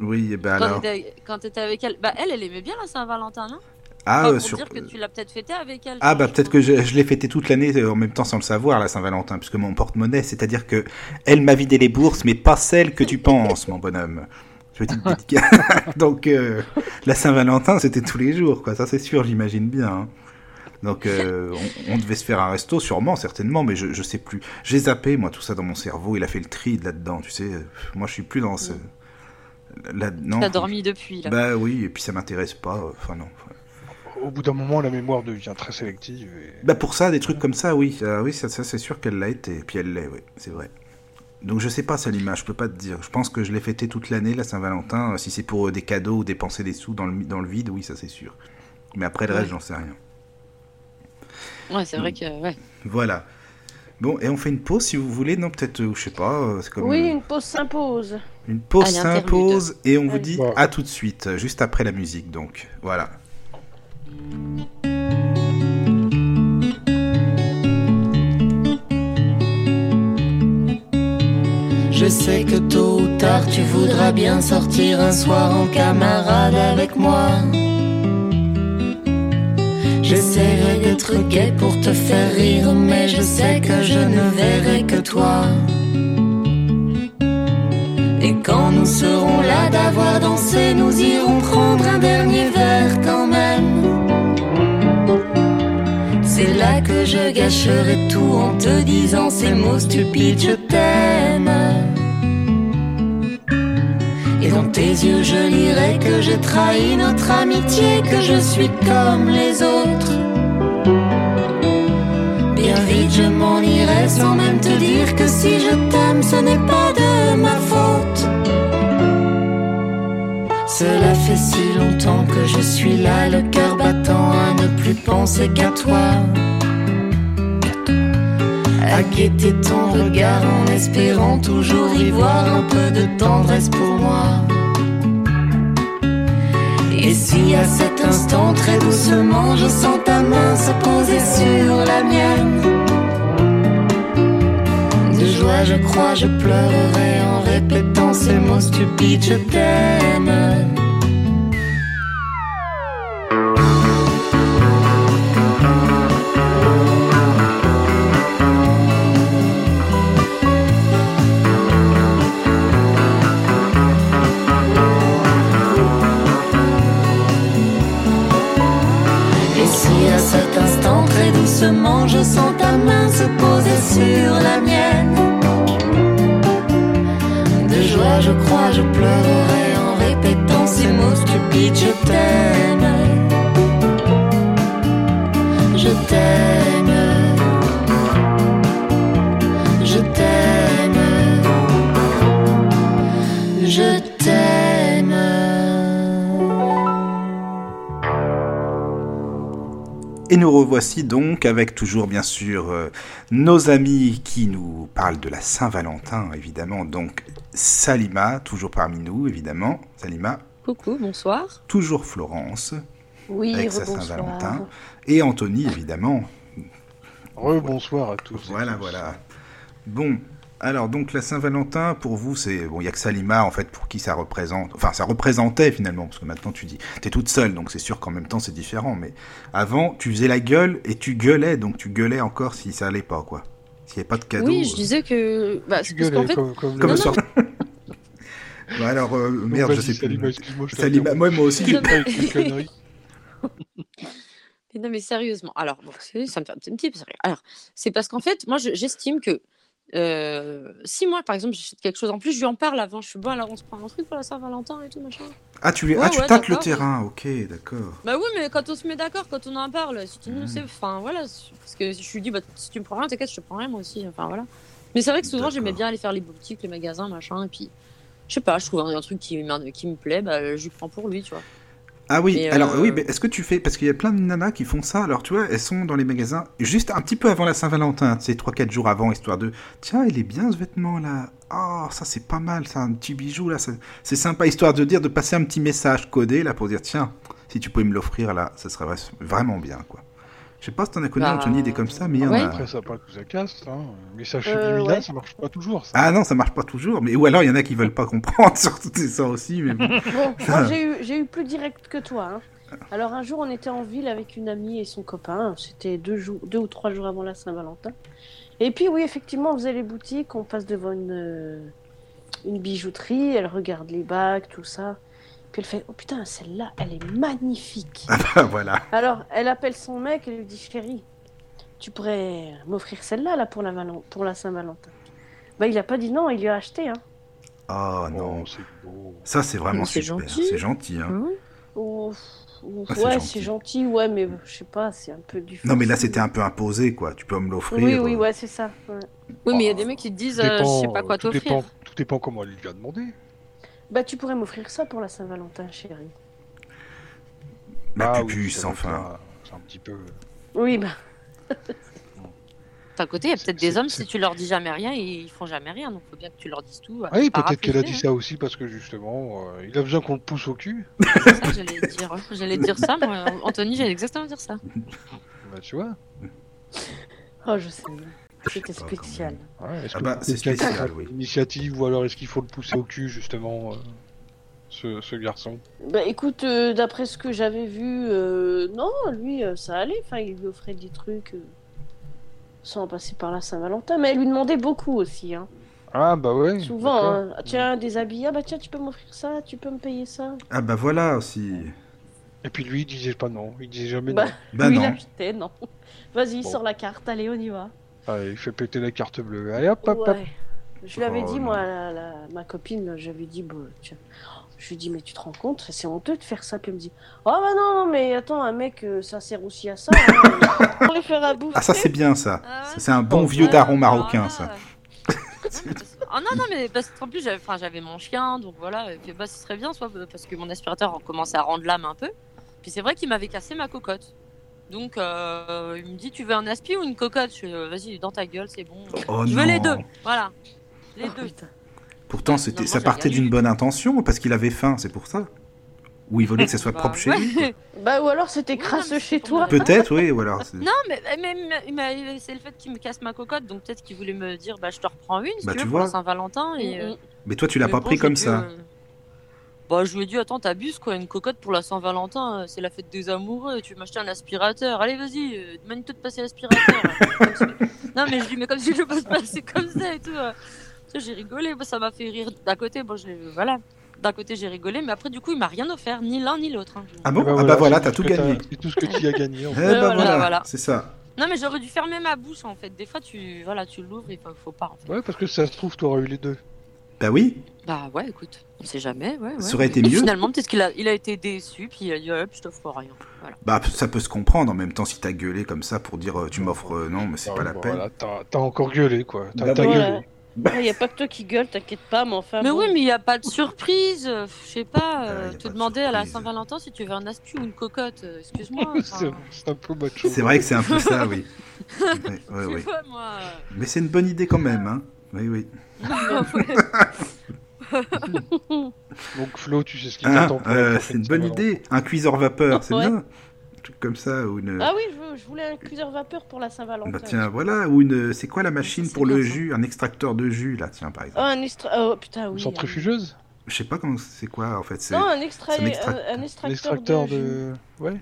Speaker 1: Oui, et ben
Speaker 4: Quand
Speaker 1: alors.
Speaker 4: t'étais- Quand t'étais avec elle. Bah, elle, elle aimait bien la Saint-Valentin, non
Speaker 1: Ah,
Speaker 4: Enfin,
Speaker 1: euh,
Speaker 4: Pour
Speaker 1: sur-
Speaker 4: dire que tu l'as peut-être fêté avec elle.
Speaker 1: Ah
Speaker 4: genre,
Speaker 1: bah
Speaker 4: je
Speaker 1: peut-être
Speaker 4: sais
Speaker 1: que je, je l'ai fêté toute l'année euh, en même temps sans le savoir la Saint-Valentin puisque mon porte-monnaie c'est-à-dire que elle m'a vidé les bourses mais pas celle que tu penses mon bonhomme. Petite dédicace. Donc euh, la Saint-Valentin c'était tous les jours quoi ça c'est sûr j'imagine bien. hein. Donc euh, on, on devait se faire un resto sûrement certainement mais je, je sais plus j'ai zappé moi tout ça dans mon cerveau il a fait le tri là-dedans tu sais euh, moi je suis plus dans ce là non.
Speaker 4: pas. T'as dormi depuis, là.
Speaker 1: Bah oui et puis ça m'intéresse pas euh, enfin non.
Speaker 2: Au bout d'un moment, la mémoire devient très sélective. et-
Speaker 1: Bah pour ça, des trucs comme ça, oui. Ah oui, ça, ça, c'est sûr qu'elle l'a été. Et puis elle l'est, oui, c'est vrai. Donc je sais pas ça l'image, je peux pas te dire. Je pense que je l'ai fêté toute l'année, la Saint-Valentin. Euh, Si c'est pour euh, des cadeaux ou dépenser des sous dans le, dans le vide, oui, ça c'est sûr. Mais après le reste,
Speaker 4: Ouais.
Speaker 1: j'en sais rien.
Speaker 4: Ouais, c'est
Speaker 1: mm.
Speaker 4: vrai que. Ouais.
Speaker 1: Voilà. Bon, et on fait une pause si vous voulez. Non, peut-être, euh, je sais pas, euh, c'est comme...
Speaker 3: Oui,
Speaker 1: euh,
Speaker 3: une pause s'impose.
Speaker 1: Une pause
Speaker 4: Allez, interlude.
Speaker 1: s'impose et on vous
Speaker 3: Allez.
Speaker 1: dit
Speaker 2: Ouais.
Speaker 1: à tout de suite, euh, juste après la musique donc. Voilà.
Speaker 5: Je sais que tôt ou tard tu voudras bien sortir un soir en camarade avec moi. J'essaierai d'être gai pour te faire rire, mais je sais que je ne verrai que toi. Et quand nous serons là d'avoir dansé, nous irons prendre un dernier verre quand même. C'est là que je gâcherai tout en te disant ces mots stupides, je t'aime. Et dans tes yeux, je lirai que j'ai trahi notre amitié, que je suis comme les autres. Bien vite, je m'en irai sans même te dire que si je t'aime, ce n'est pas de ma faute. Cela fait si longtemps que je suis là, le cœur battant à ne plus penser qu'à toi. À guetter ton regard en espérant toujours y voir un peu de tendresse pour moi. Et si à cet instant, très doucement, je sens ta main se poser sur la mienne. De joie, je crois, je pleurerai en répétant ces mots stupides, je t'aime. Et si à cet instant, très doucement, je sens ta main se poser sur la mienne. De joie, je crois, je pleurerai en répétant ces mots stupides, je t'aime. Je t'aime. Je t'aime. Je t'aime.
Speaker 1: Et nous revoici donc avec toujours bien sûr euh, nos amis qui nous parlent de la Saint-Valentin évidemment. Donc Salima toujours parmi nous évidemment. Salima,
Speaker 4: Coucou, bonsoir.
Speaker 1: toujours Florence.
Speaker 3: Oui,
Speaker 1: avec sa
Speaker 3: rebonsoir.
Speaker 1: Saint-Valentin. Et Anthony, évidemment.
Speaker 2: Rebonsoir à tous. et
Speaker 1: Voilà,
Speaker 2: tous.
Speaker 1: voilà. Bon, alors donc la Saint-Valentin, pour vous, c'est. Bon, il n'y a que Salima, en fait, pour qui ça représente. Enfin, ça représentait finalement, parce que maintenant tu dis. T'es toute seule, donc c'est sûr qu'en même temps c'est différent. Mais avant, tu faisais la gueule et tu gueulais, donc tu gueulais encore si ça allait pas, quoi. S'il n'y avait pas de cadeau. euh,
Speaker 4: Oui, je disais que. Bah,
Speaker 2: Tu
Speaker 4: c'est parce qu'en
Speaker 2: gueules
Speaker 4: fait,
Speaker 2: comme, comme,
Speaker 1: Comme
Speaker 2: le-
Speaker 4: Non,
Speaker 1: ça. Bah alors, euh,
Speaker 2: Donc,
Speaker 1: merde, je
Speaker 2: vas-y,
Speaker 1: sais plus.
Speaker 2: Salima, excuse-moi, je t'ai
Speaker 1: Salima, moi, moi aussi.
Speaker 2: interrompu. Avec une connerie.
Speaker 4: Mais Non, mais sérieusement. Alors, bon, c'est- ça me fait un petit- un petit peu rire. Alors, c'est parce qu'en fait, moi, je- j'estime que euh, si moi, par exemple, j'achète quelque chose en plus, je lui en parle avant. Je suis bon, alors on se prend un truc pour la Saint-Valentin et tout, machin.
Speaker 1: Ah, tu, lui-
Speaker 4: Ouais,
Speaker 1: ah, tu
Speaker 4: ouais,
Speaker 1: tâtes le
Speaker 4: d'accord.
Speaker 1: terrain, ok, d'accord.
Speaker 4: Bah oui, mais quand on se met d'accord, quand on en parle, si tu
Speaker 1: Mm.
Speaker 2: Mmh.
Speaker 4: nous sais, enfin voilà, c'est- parce que je lui dis, bah, si tu me prends rien, t'inquiète, je te prends rien moi aussi, enfin voilà. Mais c'est vrai que souvent
Speaker 1: D'accord.
Speaker 4: j'aimais bien aller faire les boutiques, les magasins, machin, et puis je sais pas, je trouve un, un truc qui, m'in- qui me plaît, bah je lui prends pour lui, tu vois.
Speaker 1: Ah oui,
Speaker 4: Mais,
Speaker 1: alors
Speaker 4: euh,
Speaker 1: oui, mais est-ce que tu fais. Parce qu'il y a plein de nanas qui font ça, alors tu vois, elles sont dans les magasins juste un petit peu avant la Saint-Valentin, tu sais, 3-4 jours avant, histoire de. Tiens, il est bien ce vêtement là. Oh, ça c'est pas mal, ça, un petit bijou là, ça- c'est sympa, histoire de dire, de passer un petit message codé là pour dire, tiens, si tu pouvais me l'offrir là, ça serait vra- vraiment bien, quoi. Je sais pas si t'en as connu,
Speaker 4: Bah,
Speaker 1: Anthony, des comme ça, mais il y en
Speaker 4: ouais.
Speaker 1: a.
Speaker 2: Après, ça parle que ça casse. Hein. Mais ça, chez
Speaker 3: Euh,
Speaker 2: lui,
Speaker 3: ouais.
Speaker 2: là, ça marche pas toujours. Ça.
Speaker 1: Ah non, ça marche pas toujours, mais ou alors il y en a qui veulent pas comprendre, surtout c'est ça aussi, mais bon.
Speaker 3: Bon, moi j'ai eu, j'ai eu plus direct que toi. hein. Alors un jour on était en ville avec une amie et son copain, c'était deux, jours, deux ou trois jours avant la Saint-Valentin. Et puis oui, effectivement, on faisait les boutiques, on passe devant une, euh, une bijouterie, elle regarde les bagues, tout ça. Puis elle fait, oh putain, celle-là, elle est magnifique.
Speaker 1: voilà.
Speaker 3: Alors elle appelle son mec et lui dit, chérie, tu pourrais m'offrir celle-là là, pour, la Valen- pour la Saint-Valentin. Bah il a pas dit non, il lui a acheté. Hein.
Speaker 1: Oh non,
Speaker 2: Oh, c'est beau.
Speaker 4: Euh,
Speaker 1: ça c'est vraiment
Speaker 4: Mais c'est
Speaker 1: super,
Speaker 4: gentil.
Speaker 1: c'est gentil. hein.
Speaker 3: Ouf, ouf,
Speaker 1: Ah, c'est
Speaker 3: ouais,
Speaker 1: gentil.
Speaker 3: c'est gentil, ouais, mais je sais pas, c'est un peu du.
Speaker 1: Non mais là c'était un euh, peu imposé quoi, tu peux me l'offrir.
Speaker 3: Oui, oui, ouais, c'est ça. ouais.
Speaker 4: Oui, mais il y a
Speaker 1: Oh.
Speaker 4: des mecs qui te disent,
Speaker 2: Bah, Tout
Speaker 4: euh, je sais
Speaker 2: dépend,
Speaker 4: pas quoi
Speaker 2: tout
Speaker 4: t'offrir.
Speaker 2: dépend- Tout dépend comment elle lui a demandé.
Speaker 3: Bah, tu pourrais m'offrir ça pour la Saint-Valentin, chérie.
Speaker 1: La
Speaker 2: Ah oui,
Speaker 1: pupusse
Speaker 2: ça doit
Speaker 1: enfin.
Speaker 2: être un- C'est un petit peu. euh,
Speaker 3: Oui, bah,
Speaker 4: D'un côté, il y a
Speaker 2: C'est-
Speaker 4: peut-être des
Speaker 2: c'est-
Speaker 4: hommes,
Speaker 2: c'est-
Speaker 4: si tu leur dis jamais rien, ils font jamais rien, donc faut bien que tu leur dises tout. euh, hein,
Speaker 2: Oui,
Speaker 4: par
Speaker 2: peut-être qu'elle a dit
Speaker 3: hein.
Speaker 4: rapidité,
Speaker 2: ça aussi parce que justement, euh, il a besoin qu'on le pousse au cul.
Speaker 4: hein. C'est ça, J'allais dire, j'allais dire ça, moi. euh, Anthony, j'allais exactement dire ça.
Speaker 2: Bah, tu vois.
Speaker 3: oh, je sais. C'était
Speaker 1: sais pas, quand
Speaker 3: spécial.
Speaker 2: Ouais, est-ce
Speaker 1: Ah
Speaker 2: que
Speaker 1: bah, c'est
Speaker 2: quelqu'un qui
Speaker 1: spécial,
Speaker 2: a
Speaker 1: oui.
Speaker 2: L'initiative ou alors est-ce qu'il faut le pousser au cul justement, euh, ce, ce garçon
Speaker 3: Bah, écoute, euh, d'après ce que j'avais vu, euh, non, lui, euh, ça allait. Enfin, il lui offrait des trucs euh, sans passer par la Saint-Valentin, mais elle lui demandait beaucoup aussi. Hein.
Speaker 2: Ah bah ouais.
Speaker 3: Souvent,
Speaker 2: d'accord.
Speaker 3: hein. Ah, tiens, des habits. Ah, bah, tiens, tu peux m'offrir ça, tu peux me payer ça.
Speaker 1: Ah bah voilà aussi.
Speaker 2: Et puis lui, il disait pas non. Il disait jamais
Speaker 3: Bah,
Speaker 2: non.
Speaker 1: Bah
Speaker 3: lui, il
Speaker 1: non.
Speaker 3: achetait, non. Vas-y,
Speaker 2: Bon.
Speaker 3: sors la carte, allez, on y va.
Speaker 2: Ah, il fait péter la carte bleue. Allez hop, hop, hop.
Speaker 3: Ouais. Je lui avais
Speaker 1: Oh,
Speaker 3: dit,
Speaker 1: non.
Speaker 3: moi, à la- la- ma copine, j'avais dit, bon, tiens. je lui ai dit, mais tu te rends compte, c'est honteux de faire ça. Puis elle me dit, oh bah non, non, mais attends, un mec, euh, ça sert aussi à ça. hein. On les fera bouffer.
Speaker 1: Ah ça c'est bien ça.
Speaker 4: Ah ouais.
Speaker 1: Ça, C'est un bon vieux
Speaker 4: Ah,
Speaker 1: daron
Speaker 4: bah,
Speaker 1: marocain
Speaker 4: ah.
Speaker 1: ça.
Speaker 4: Non, mais parce- Ah non, non, mais parce qu'en plus, j'avais enfin, j'avais mon chien, donc voilà, et puis, bah, ce serait bien, soit parce que mon aspirateur commençait à rendre l'âme un peu. Puis c'est vrai qu'il m'avait cassé ma cocotte. Donc euh, il me dit Tu veux un aspi ou une cocotte Je fais, euh, Vas-y, dans ta gueule, c'est bon.
Speaker 1: Oh
Speaker 4: je
Speaker 1: non.
Speaker 4: veux les deux, voilà. Les
Speaker 3: Oh,
Speaker 4: deux.
Speaker 3: putain.
Speaker 1: Pourtant c'était
Speaker 4: Non,
Speaker 1: ça
Speaker 4: moi,
Speaker 1: partait
Speaker 4: j'ai rien
Speaker 1: d'une bonne intention parce qu'il avait faim, c'est pour ça. Ou il voulait que ça soit
Speaker 4: Bah,
Speaker 1: propre chez
Speaker 4: ouais.
Speaker 1: lui. quoi.
Speaker 3: Bah, ou alors c'était
Speaker 4: Oui, non,
Speaker 3: crasseux
Speaker 4: mais c'est
Speaker 3: chez
Speaker 4: pour
Speaker 3: toi.
Speaker 4: me-
Speaker 1: Peut-être oui ou alors. c'est-
Speaker 4: Non, mais, mais- mais- mais c'est le fait qu'il me casse ma cocotte, donc peut-être qu'il voulait me dire Bah, je te reprends une, si
Speaker 1: Bah,
Speaker 4: tu
Speaker 1: tu
Speaker 4: veux, pour la
Speaker 1: vois.
Speaker 4: Saint-Valentin. Et, euh,
Speaker 3: Mm, mm.
Speaker 1: Mais toi tu l'as
Speaker 4: Mais
Speaker 1: pas
Speaker 4: bon,
Speaker 1: pris
Speaker 4: j'ai
Speaker 1: comme
Speaker 4: dit,
Speaker 1: ça.
Speaker 4: euh, Bah, je lui ai dit, attends, t'abuses quoi, une cocotte pour la Saint-Valentin, euh, c'est la fête des amoureux, tu veux m'acheter un aspirateur, allez vas-y, euh, demande-toi de passer l'aspirateur. hein. Comme si- non, mais je lui dis, mais comme si je passe passer comme ça et tout. euh. Tu sais, J'ai rigolé, bah, ça m'a fait rire d'un côté, bon, je l'ai- voilà. D'un côté, j'ai rigolé, mais après, du coup, il m'a rien offert, ni l'un ni l'autre. hein.
Speaker 1: Ah bon
Speaker 2: Eh ben
Speaker 1: Ah bah voilà,
Speaker 2: c'est
Speaker 1: t'as
Speaker 2: tout
Speaker 1: tout
Speaker 2: ce que
Speaker 1: gagné.
Speaker 2: t'as- C'est tout ce que tu as gagné. en
Speaker 1: Eh
Speaker 2: fait.
Speaker 3: Ouais,
Speaker 1: bah
Speaker 3: voilà,
Speaker 1: voilà,
Speaker 4: voilà.
Speaker 1: c'est ça.
Speaker 4: Non, mais j'aurais dû fermer ma bouche, en fait. Des fois, tu voilà, tu l'ouvres et faut, faut pas. en fait.
Speaker 2: Ouais, parce que ça se trouve, t'auras eu les deux.
Speaker 1: Bah oui,
Speaker 4: Bah ouais, écoute, on sait jamais, ouais. ouais.
Speaker 1: ça aurait été
Speaker 4: Et
Speaker 1: mieux.
Speaker 4: finalement, peut-être qu'il a, il a été déçu, puis il a dit, hop, je t'offre rien. Voilà.
Speaker 1: Bah ça peut se comprendre en même temps si t'as gueulé comme ça pour dire euh, tu m'offres euh, non mais c'est
Speaker 2: Ah,
Speaker 1: pas la
Speaker 2: bah,
Speaker 1: peine.
Speaker 2: voilà, t'as t'as encore gueulé quoi. T'as
Speaker 1: Bah,
Speaker 2: t'as
Speaker 1: bah,
Speaker 2: gueulé.
Speaker 3: ouais. Il Ah, y a pas que toi qui gueule, t'inquiète pas, mais enfin.
Speaker 4: Mais
Speaker 3: bon.
Speaker 4: oui, mais il n'y a pas de surprise. euh, Je sais pas,
Speaker 1: Ah,
Speaker 4: euh,
Speaker 1: y a pas
Speaker 4: te
Speaker 1: de
Speaker 4: demander à la
Speaker 1: surprise.
Speaker 4: Saint-Valentin si tu veux un aspi ou une cocotte. euh, Excuse-moi.
Speaker 2: C'est
Speaker 4: enfin,
Speaker 2: c'est un peu macho.
Speaker 1: C'est vrai que c'est un peu ça, oui. Oui, oui,
Speaker 4: tu
Speaker 1: oui.
Speaker 4: vois, moi. Ah,
Speaker 1: Mais c'est une bonne idée quand même, hein. Oui, oui.
Speaker 4: euh, ouais.
Speaker 2: Donc Flo, tu sais ce qui
Speaker 1: Hein,
Speaker 2: t'attend. pour la
Speaker 1: euh,
Speaker 2: prochaine
Speaker 1: c'est une bonne
Speaker 2: Saint-Valentin.
Speaker 1: idée. Un cuiseur vapeur, c'est
Speaker 3: Ouais.
Speaker 1: bien. Un truc comme ça. Ou une...
Speaker 3: Ah oui, je, veux- je voulais un cuiseur vapeur pour la Saint-Valentin.
Speaker 1: bah tiens, voilà. Ou une. C'est quoi la machine
Speaker 4: c'est
Speaker 1: pour le
Speaker 4: bien, ça.
Speaker 1: jus Un extracteur de jus, là, tiens, par
Speaker 3: Oh,
Speaker 1: exemple.
Speaker 3: un extra... oh, putain,
Speaker 2: Une
Speaker 3: oui. hein.
Speaker 2: centrifugeuse
Speaker 1: Je sais pas comment c'est quoi, en fait. c'est-
Speaker 3: Non, un, extra...
Speaker 1: c'est un extract-
Speaker 3: un- un
Speaker 2: Un
Speaker 3: extracteur,
Speaker 2: extracteur
Speaker 3: de... jus.
Speaker 2: de. Ouais.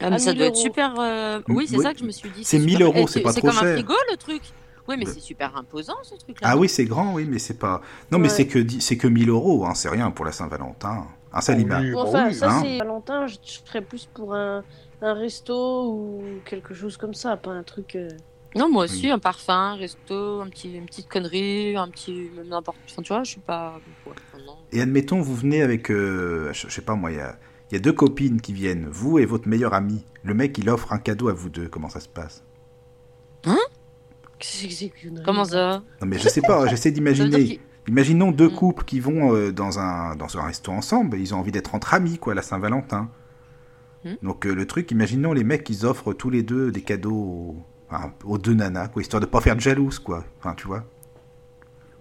Speaker 4: Ah, mais ça
Speaker 3: 1000
Speaker 4: doit être
Speaker 3: euros.
Speaker 4: super. euh, Oui, c'est
Speaker 1: Oui.
Speaker 4: ça que je me suis dit.
Speaker 1: C'est 1000
Speaker 4: super-
Speaker 1: euros,
Speaker 4: Eh,
Speaker 1: c'est pas
Speaker 4: C'est
Speaker 1: trop
Speaker 4: comme
Speaker 1: cher.
Speaker 4: un frigo le truc. Oui, mais
Speaker 1: Bah.
Speaker 4: c'est super imposant ce truc-là.
Speaker 1: Ah oui, c'est grand, oui, mais c'est pas. Non, mais
Speaker 3: Ouais.
Speaker 1: c'est que di- c'est que 1000 euros, hein, c'est rien pour la Saint-Valentin. Un
Speaker 2: Oui,
Speaker 1: salima.
Speaker 2: bah
Speaker 3: Bon, enfin,
Speaker 2: oui.
Speaker 3: ça
Speaker 1: hein.
Speaker 3: c'est Valentin, je je serais plus pour un, un resto ou quelque chose comme ça, pas un truc. euh,
Speaker 4: Non, moi aussi, un parfum, un resto, un petit, une petite connerie, un petit. même n'importe. Enfin, tu vois, je suis pas. ouais, enfin, non.
Speaker 1: Et admettons, vous venez avec, euh, je, je sais pas moi, il y a, il y a deux copines qui viennent, vous et votre meilleur ami. Le mec, il offre un cadeau à vous deux. Comment ça se passe
Speaker 3: Qu'est-ce que c'est qu'une
Speaker 4: Comment
Speaker 3: règle
Speaker 4: ça
Speaker 1: Non, mais je sais pas. J'essaie
Speaker 4: Ça veut dire
Speaker 1: d'imaginer.
Speaker 4: qu'il-
Speaker 1: Imaginons deux
Speaker 4: Mm.
Speaker 1: couples qui vont euh, dans un dans un resto ensemble. Ils ont envie d'être entre amis, quoi, la Saint-Valentin.
Speaker 4: Mm.
Speaker 1: Donc euh, le truc, imaginons les mecs, ils offrent tous les deux des cadeaux aux, enfin, aux deux nanas, quoi, histoire de pas faire de jalouse, quoi. Enfin, tu vois.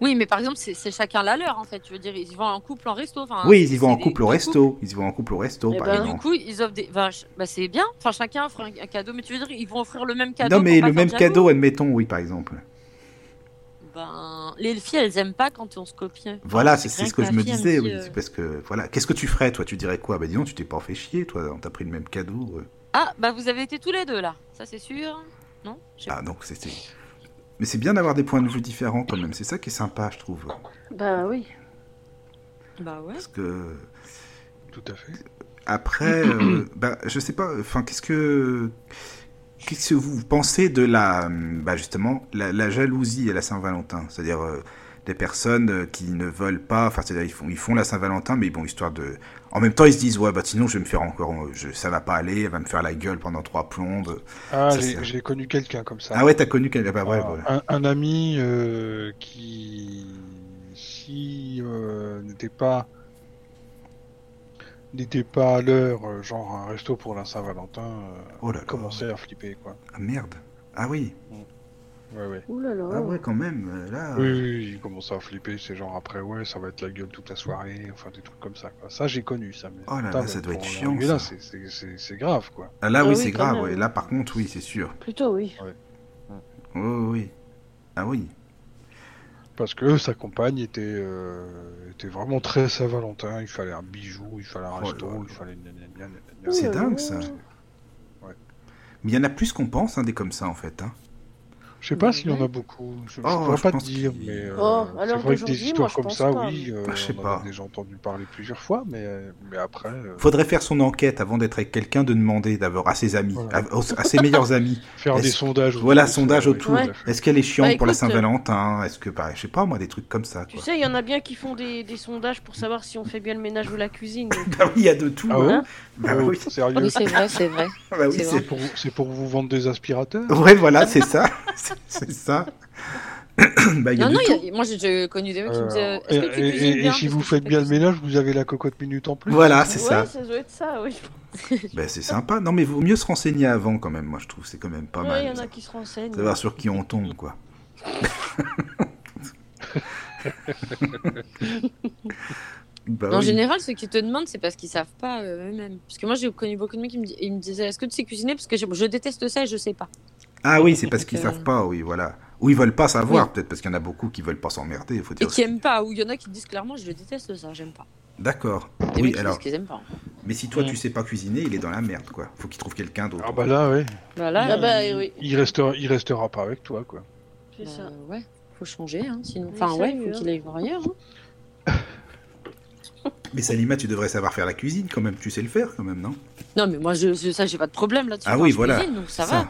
Speaker 4: Oui, mais par exemple, c'est c'est chacun la leur en fait. Je veux dire, ils vont en couple en resto. Enfin,
Speaker 1: Oui, ils y vont
Speaker 4: Ah, c'est
Speaker 1: en
Speaker 4: des-
Speaker 1: couple au
Speaker 4: des
Speaker 1: resto. Ils y vont en couple au resto,
Speaker 3: Eh
Speaker 1: par
Speaker 3: ben,
Speaker 4: Du
Speaker 1: exemple.
Speaker 4: coup, ils offrent des. Enfin, ch- bah, c'est bien. Enfin, chacun offre un, un cadeau, mais tu veux dire, ils vont offrir le même cadeau.
Speaker 1: Non, mais
Speaker 4: pour pas
Speaker 1: le
Speaker 4: faire Ah,
Speaker 1: même
Speaker 4: jaloux
Speaker 1: cadeau, admettons, oui, par exemple.
Speaker 4: Ben, les filles, elles aiment pas quand on se copie.
Speaker 1: Voilà,
Speaker 4: c'est
Speaker 1: c'est
Speaker 4: vrai
Speaker 1: c'est ce que
Speaker 4: que
Speaker 1: je
Speaker 4: la
Speaker 1: me
Speaker 4: fille, elle me
Speaker 1: disais,
Speaker 4: dit,
Speaker 1: oui.
Speaker 4: euh,
Speaker 1: c'est Parce que, voilà. Qu'est-ce que tu ferais, toi Tu dirais quoi Bah, disons, tu t'es pas fait chier, toi. On t'a pris le même cadeau. euh.
Speaker 4: Ah, bah, vous avez été tous les deux là. Ça, c'est sûr. Non Je sais
Speaker 1: Ah, donc, c'était. Mais c'est bien d'avoir des points de vue différents, quand même. C'est ça qui est sympa, je trouve.
Speaker 3: Bah oui.
Speaker 4: pas. Bah, ouais.
Speaker 1: Parce que.
Speaker 2: Tout à fait.
Speaker 1: Après, euh, bah, je sais pas, enfin, qu'est-ce que. Qu'est-ce que vous pensez de la. hum, Bah, justement, la, la jalousie à la Saint-Valentin C'est-à-dire euh, des personnes euh, qui ne veulent pas. Enfin, c'est-à-dire, ils font, ils font la Saint-Valentin, mais bon, histoire de. En même temps, ils se disent, ouais, bah, sinon, je vais me faire encore. euh, Je, ça va pas aller, elle va me faire la gueule pendant trois plombes.
Speaker 2: Ah,
Speaker 1: Ça,
Speaker 2: j'ai
Speaker 1: c'est-
Speaker 2: j'ai connu quelqu'un comme ça.
Speaker 1: Ah ouais, t'as connu qu'elle. Bah, ouais,
Speaker 2: Ah,
Speaker 1: voilà.
Speaker 2: un, un ami euh, qui, si euh, n'était pas n'était pas à l'heure, euh, genre un resto pour la Saint-Valentin, euh,
Speaker 1: Oh là là.
Speaker 2: commençait à flipper quoi.
Speaker 1: Ah, merde. Ah oui.
Speaker 2: Ouais, ouais.
Speaker 3: Ouh là là.
Speaker 1: Ah ouais, quand même. euh, Là.
Speaker 2: Oh. Oui, oui, oui, il commençait à flipper, c'est genre après ouais, ça va être la gueule toute la soirée, enfin des trucs comme ça. Quoi. Ça j'ai connu ça. Mais
Speaker 1: Oh là
Speaker 2: putain,
Speaker 1: là, ça
Speaker 2: mais
Speaker 1: doit être
Speaker 2: pour en
Speaker 1: chiant,
Speaker 2: arriver là,
Speaker 1: ça.
Speaker 2: c'est- c'est- c'est c'est grave quoi.
Speaker 1: Ah, là,
Speaker 3: Ah
Speaker 1: oui,
Speaker 3: oui,
Speaker 1: c'est
Speaker 3: quand
Speaker 1: grave.
Speaker 3: même.
Speaker 1: ouais. Là, par contre, oui, c'est sûr.
Speaker 3: Plutôt oui.
Speaker 1: Oui, oui, oui. Ah oui.
Speaker 2: Parce que sa compagne était, euh, était vraiment très Saint-Valentin, il fallait un bijou, il fallait un
Speaker 1: Oh là
Speaker 2: resto,
Speaker 1: là.
Speaker 2: il fallait... gna, gna, gna, gna, gna.
Speaker 1: Ah, C'est
Speaker 3: Ouh là
Speaker 1: dingue,
Speaker 3: là.
Speaker 1: ça.
Speaker 2: Ouais.
Speaker 1: Mais il y en a plus qu'on pense, hein, des comme ça, en fait. hein.
Speaker 2: Je sais pas
Speaker 4: Ouais.
Speaker 2: s'il y en a beaucoup. Je, je
Speaker 1: Oh,
Speaker 2: pourrais
Speaker 1: je
Speaker 2: pas te
Speaker 1: pense
Speaker 2: dire,
Speaker 1: qu'il-
Speaker 2: mais euh,
Speaker 3: Oh, à
Speaker 2: c'est
Speaker 3: l'heure
Speaker 2: vrai que
Speaker 3: d'aujourd'hui,
Speaker 2: des
Speaker 3: moi,
Speaker 2: histoires
Speaker 3: je
Speaker 2: comme
Speaker 3: pense
Speaker 2: ça,
Speaker 3: pas,
Speaker 2: oui, euh,
Speaker 1: Ah, je sais
Speaker 2: on en
Speaker 1: pas.
Speaker 2: a déjà entendu parler plusieurs fois, mais, euh, mais après, euh,
Speaker 1: Faudrait faire son enquête avant d'être avec quelqu'un, de demander d'abord à ses amis,
Speaker 2: Voilà.
Speaker 1: à, aux- à ses meilleurs amis.
Speaker 2: faire des
Speaker 1: Est-ce-
Speaker 2: sondages autour. euh,
Speaker 1: Voilà,
Speaker 2: de ça,
Speaker 1: sondage
Speaker 2: oui,
Speaker 1: autour.
Speaker 2: tout à fait.
Speaker 1: Est-ce qu'elle est chiante
Speaker 3: Bah,
Speaker 1: pour la
Speaker 3: écoute, euh,
Speaker 1: Saint-Valentin Est-ce que, bah, je sais pas, moi, des trucs comme ça.
Speaker 3: Tu
Speaker 1: Quoi.
Speaker 3: sais, il y en a bien qui font des, des sondages pour savoir si on fait bien le ménage ou la cuisine. donc.
Speaker 1: Bah oui, il y a de tout.
Speaker 2: Ah ouais
Speaker 1: hein. Bah
Speaker 2: Oh,
Speaker 1: oui,
Speaker 2: Sérieux
Speaker 4: Oui, c'est vrai, c'est vrai.
Speaker 3: Oh.
Speaker 1: bah oui,
Speaker 4: C'est
Speaker 2: C'est
Speaker 1: c'est.
Speaker 2: pour, c'est pour vous vendre des aspirateurs
Speaker 1: Ouais, voilà, c'est ça. C'est- c'est ça. bah, il y a
Speaker 4: Non,
Speaker 1: de
Speaker 4: non,
Speaker 1: tout.
Speaker 4: il y a- moi j'ai déjà connu des mecs qui me disaient euh,
Speaker 2: Euh,
Speaker 4: Est-ce que tu
Speaker 2: et-
Speaker 4: cuisines
Speaker 2: et- Et
Speaker 4: bien
Speaker 2: si
Speaker 4: Parce
Speaker 2: vous
Speaker 4: que je sais
Speaker 2: faites bien
Speaker 4: pas
Speaker 2: le ménage, vous avez la cocotte minute en plus.
Speaker 1: Voilà, c'est
Speaker 3: ouais,
Speaker 1: ça.
Speaker 3: ça doit être ça, oui.
Speaker 1: Bah, c'est sympa. Non, mais vaut mieux se renseigner avant, quand même, moi, je trouve. C'est quand même pas
Speaker 3: Ouais,
Speaker 1: mal.
Speaker 3: il y en
Speaker 1: ça.
Speaker 3: a qui se renseignent.
Speaker 1: Savoir sur qui on tombe, quoi. Bah
Speaker 4: En
Speaker 1: oui.
Speaker 4: général, ceux qui te demandent, c'est parce qu'ils savent pas euh, eux-mêmes. Parce que moi, j'ai connu beaucoup de mecs qui me, dis- ils me disaient Est-ce que tu sais cuisiner Parce que je, je déteste ça et je sais pas.
Speaker 1: Ah oui, c'est parce qu'ils
Speaker 4: Euh.
Speaker 1: savent pas, oui, voilà. Ou ils veulent pas savoir, peut-être parce qu'il y en a beaucoup qui veulent pas s'emmerder, il faut
Speaker 4: Et
Speaker 1: dire.
Speaker 4: qui aiment pas. Ou il y en a qui disent clairement Je déteste ça, j'aime pas.
Speaker 1: D'accord.
Speaker 4: Des mecs
Speaker 1: Oui,
Speaker 4: qui
Speaker 1: alors.
Speaker 4: disent qu'ils aiment pas.
Speaker 1: Mais si toi
Speaker 4: Mm.
Speaker 1: tu sais pas cuisiner, il est dans la merde, quoi. Faut qu'il trouve quelqu'un d'autre.
Speaker 2: Ah bah là, ouais.
Speaker 4: Voilà.
Speaker 3: Ah
Speaker 4: euh,
Speaker 3: bah oui,
Speaker 2: Il restera, il restera pas avec toi, quoi.
Speaker 3: c'est
Speaker 4: bah,
Speaker 3: ça.
Speaker 4: ouais, faut changer, hein, sinon.
Speaker 3: Oui,
Speaker 4: Enfin, ouais,
Speaker 3: sérieux,
Speaker 4: faut qu'il aille voir ailleurs. hein.
Speaker 1: Mais Salima, tu devrais savoir faire la cuisine quand même. Tu sais le faire quand même, non
Speaker 4: Non, mais moi, je, je- ça, j'ai pas de problème là-dessus.
Speaker 1: Ah
Speaker 4: Enfin,
Speaker 1: oui,
Speaker 4: je
Speaker 1: voilà.
Speaker 4: cuisine, donc ça, va.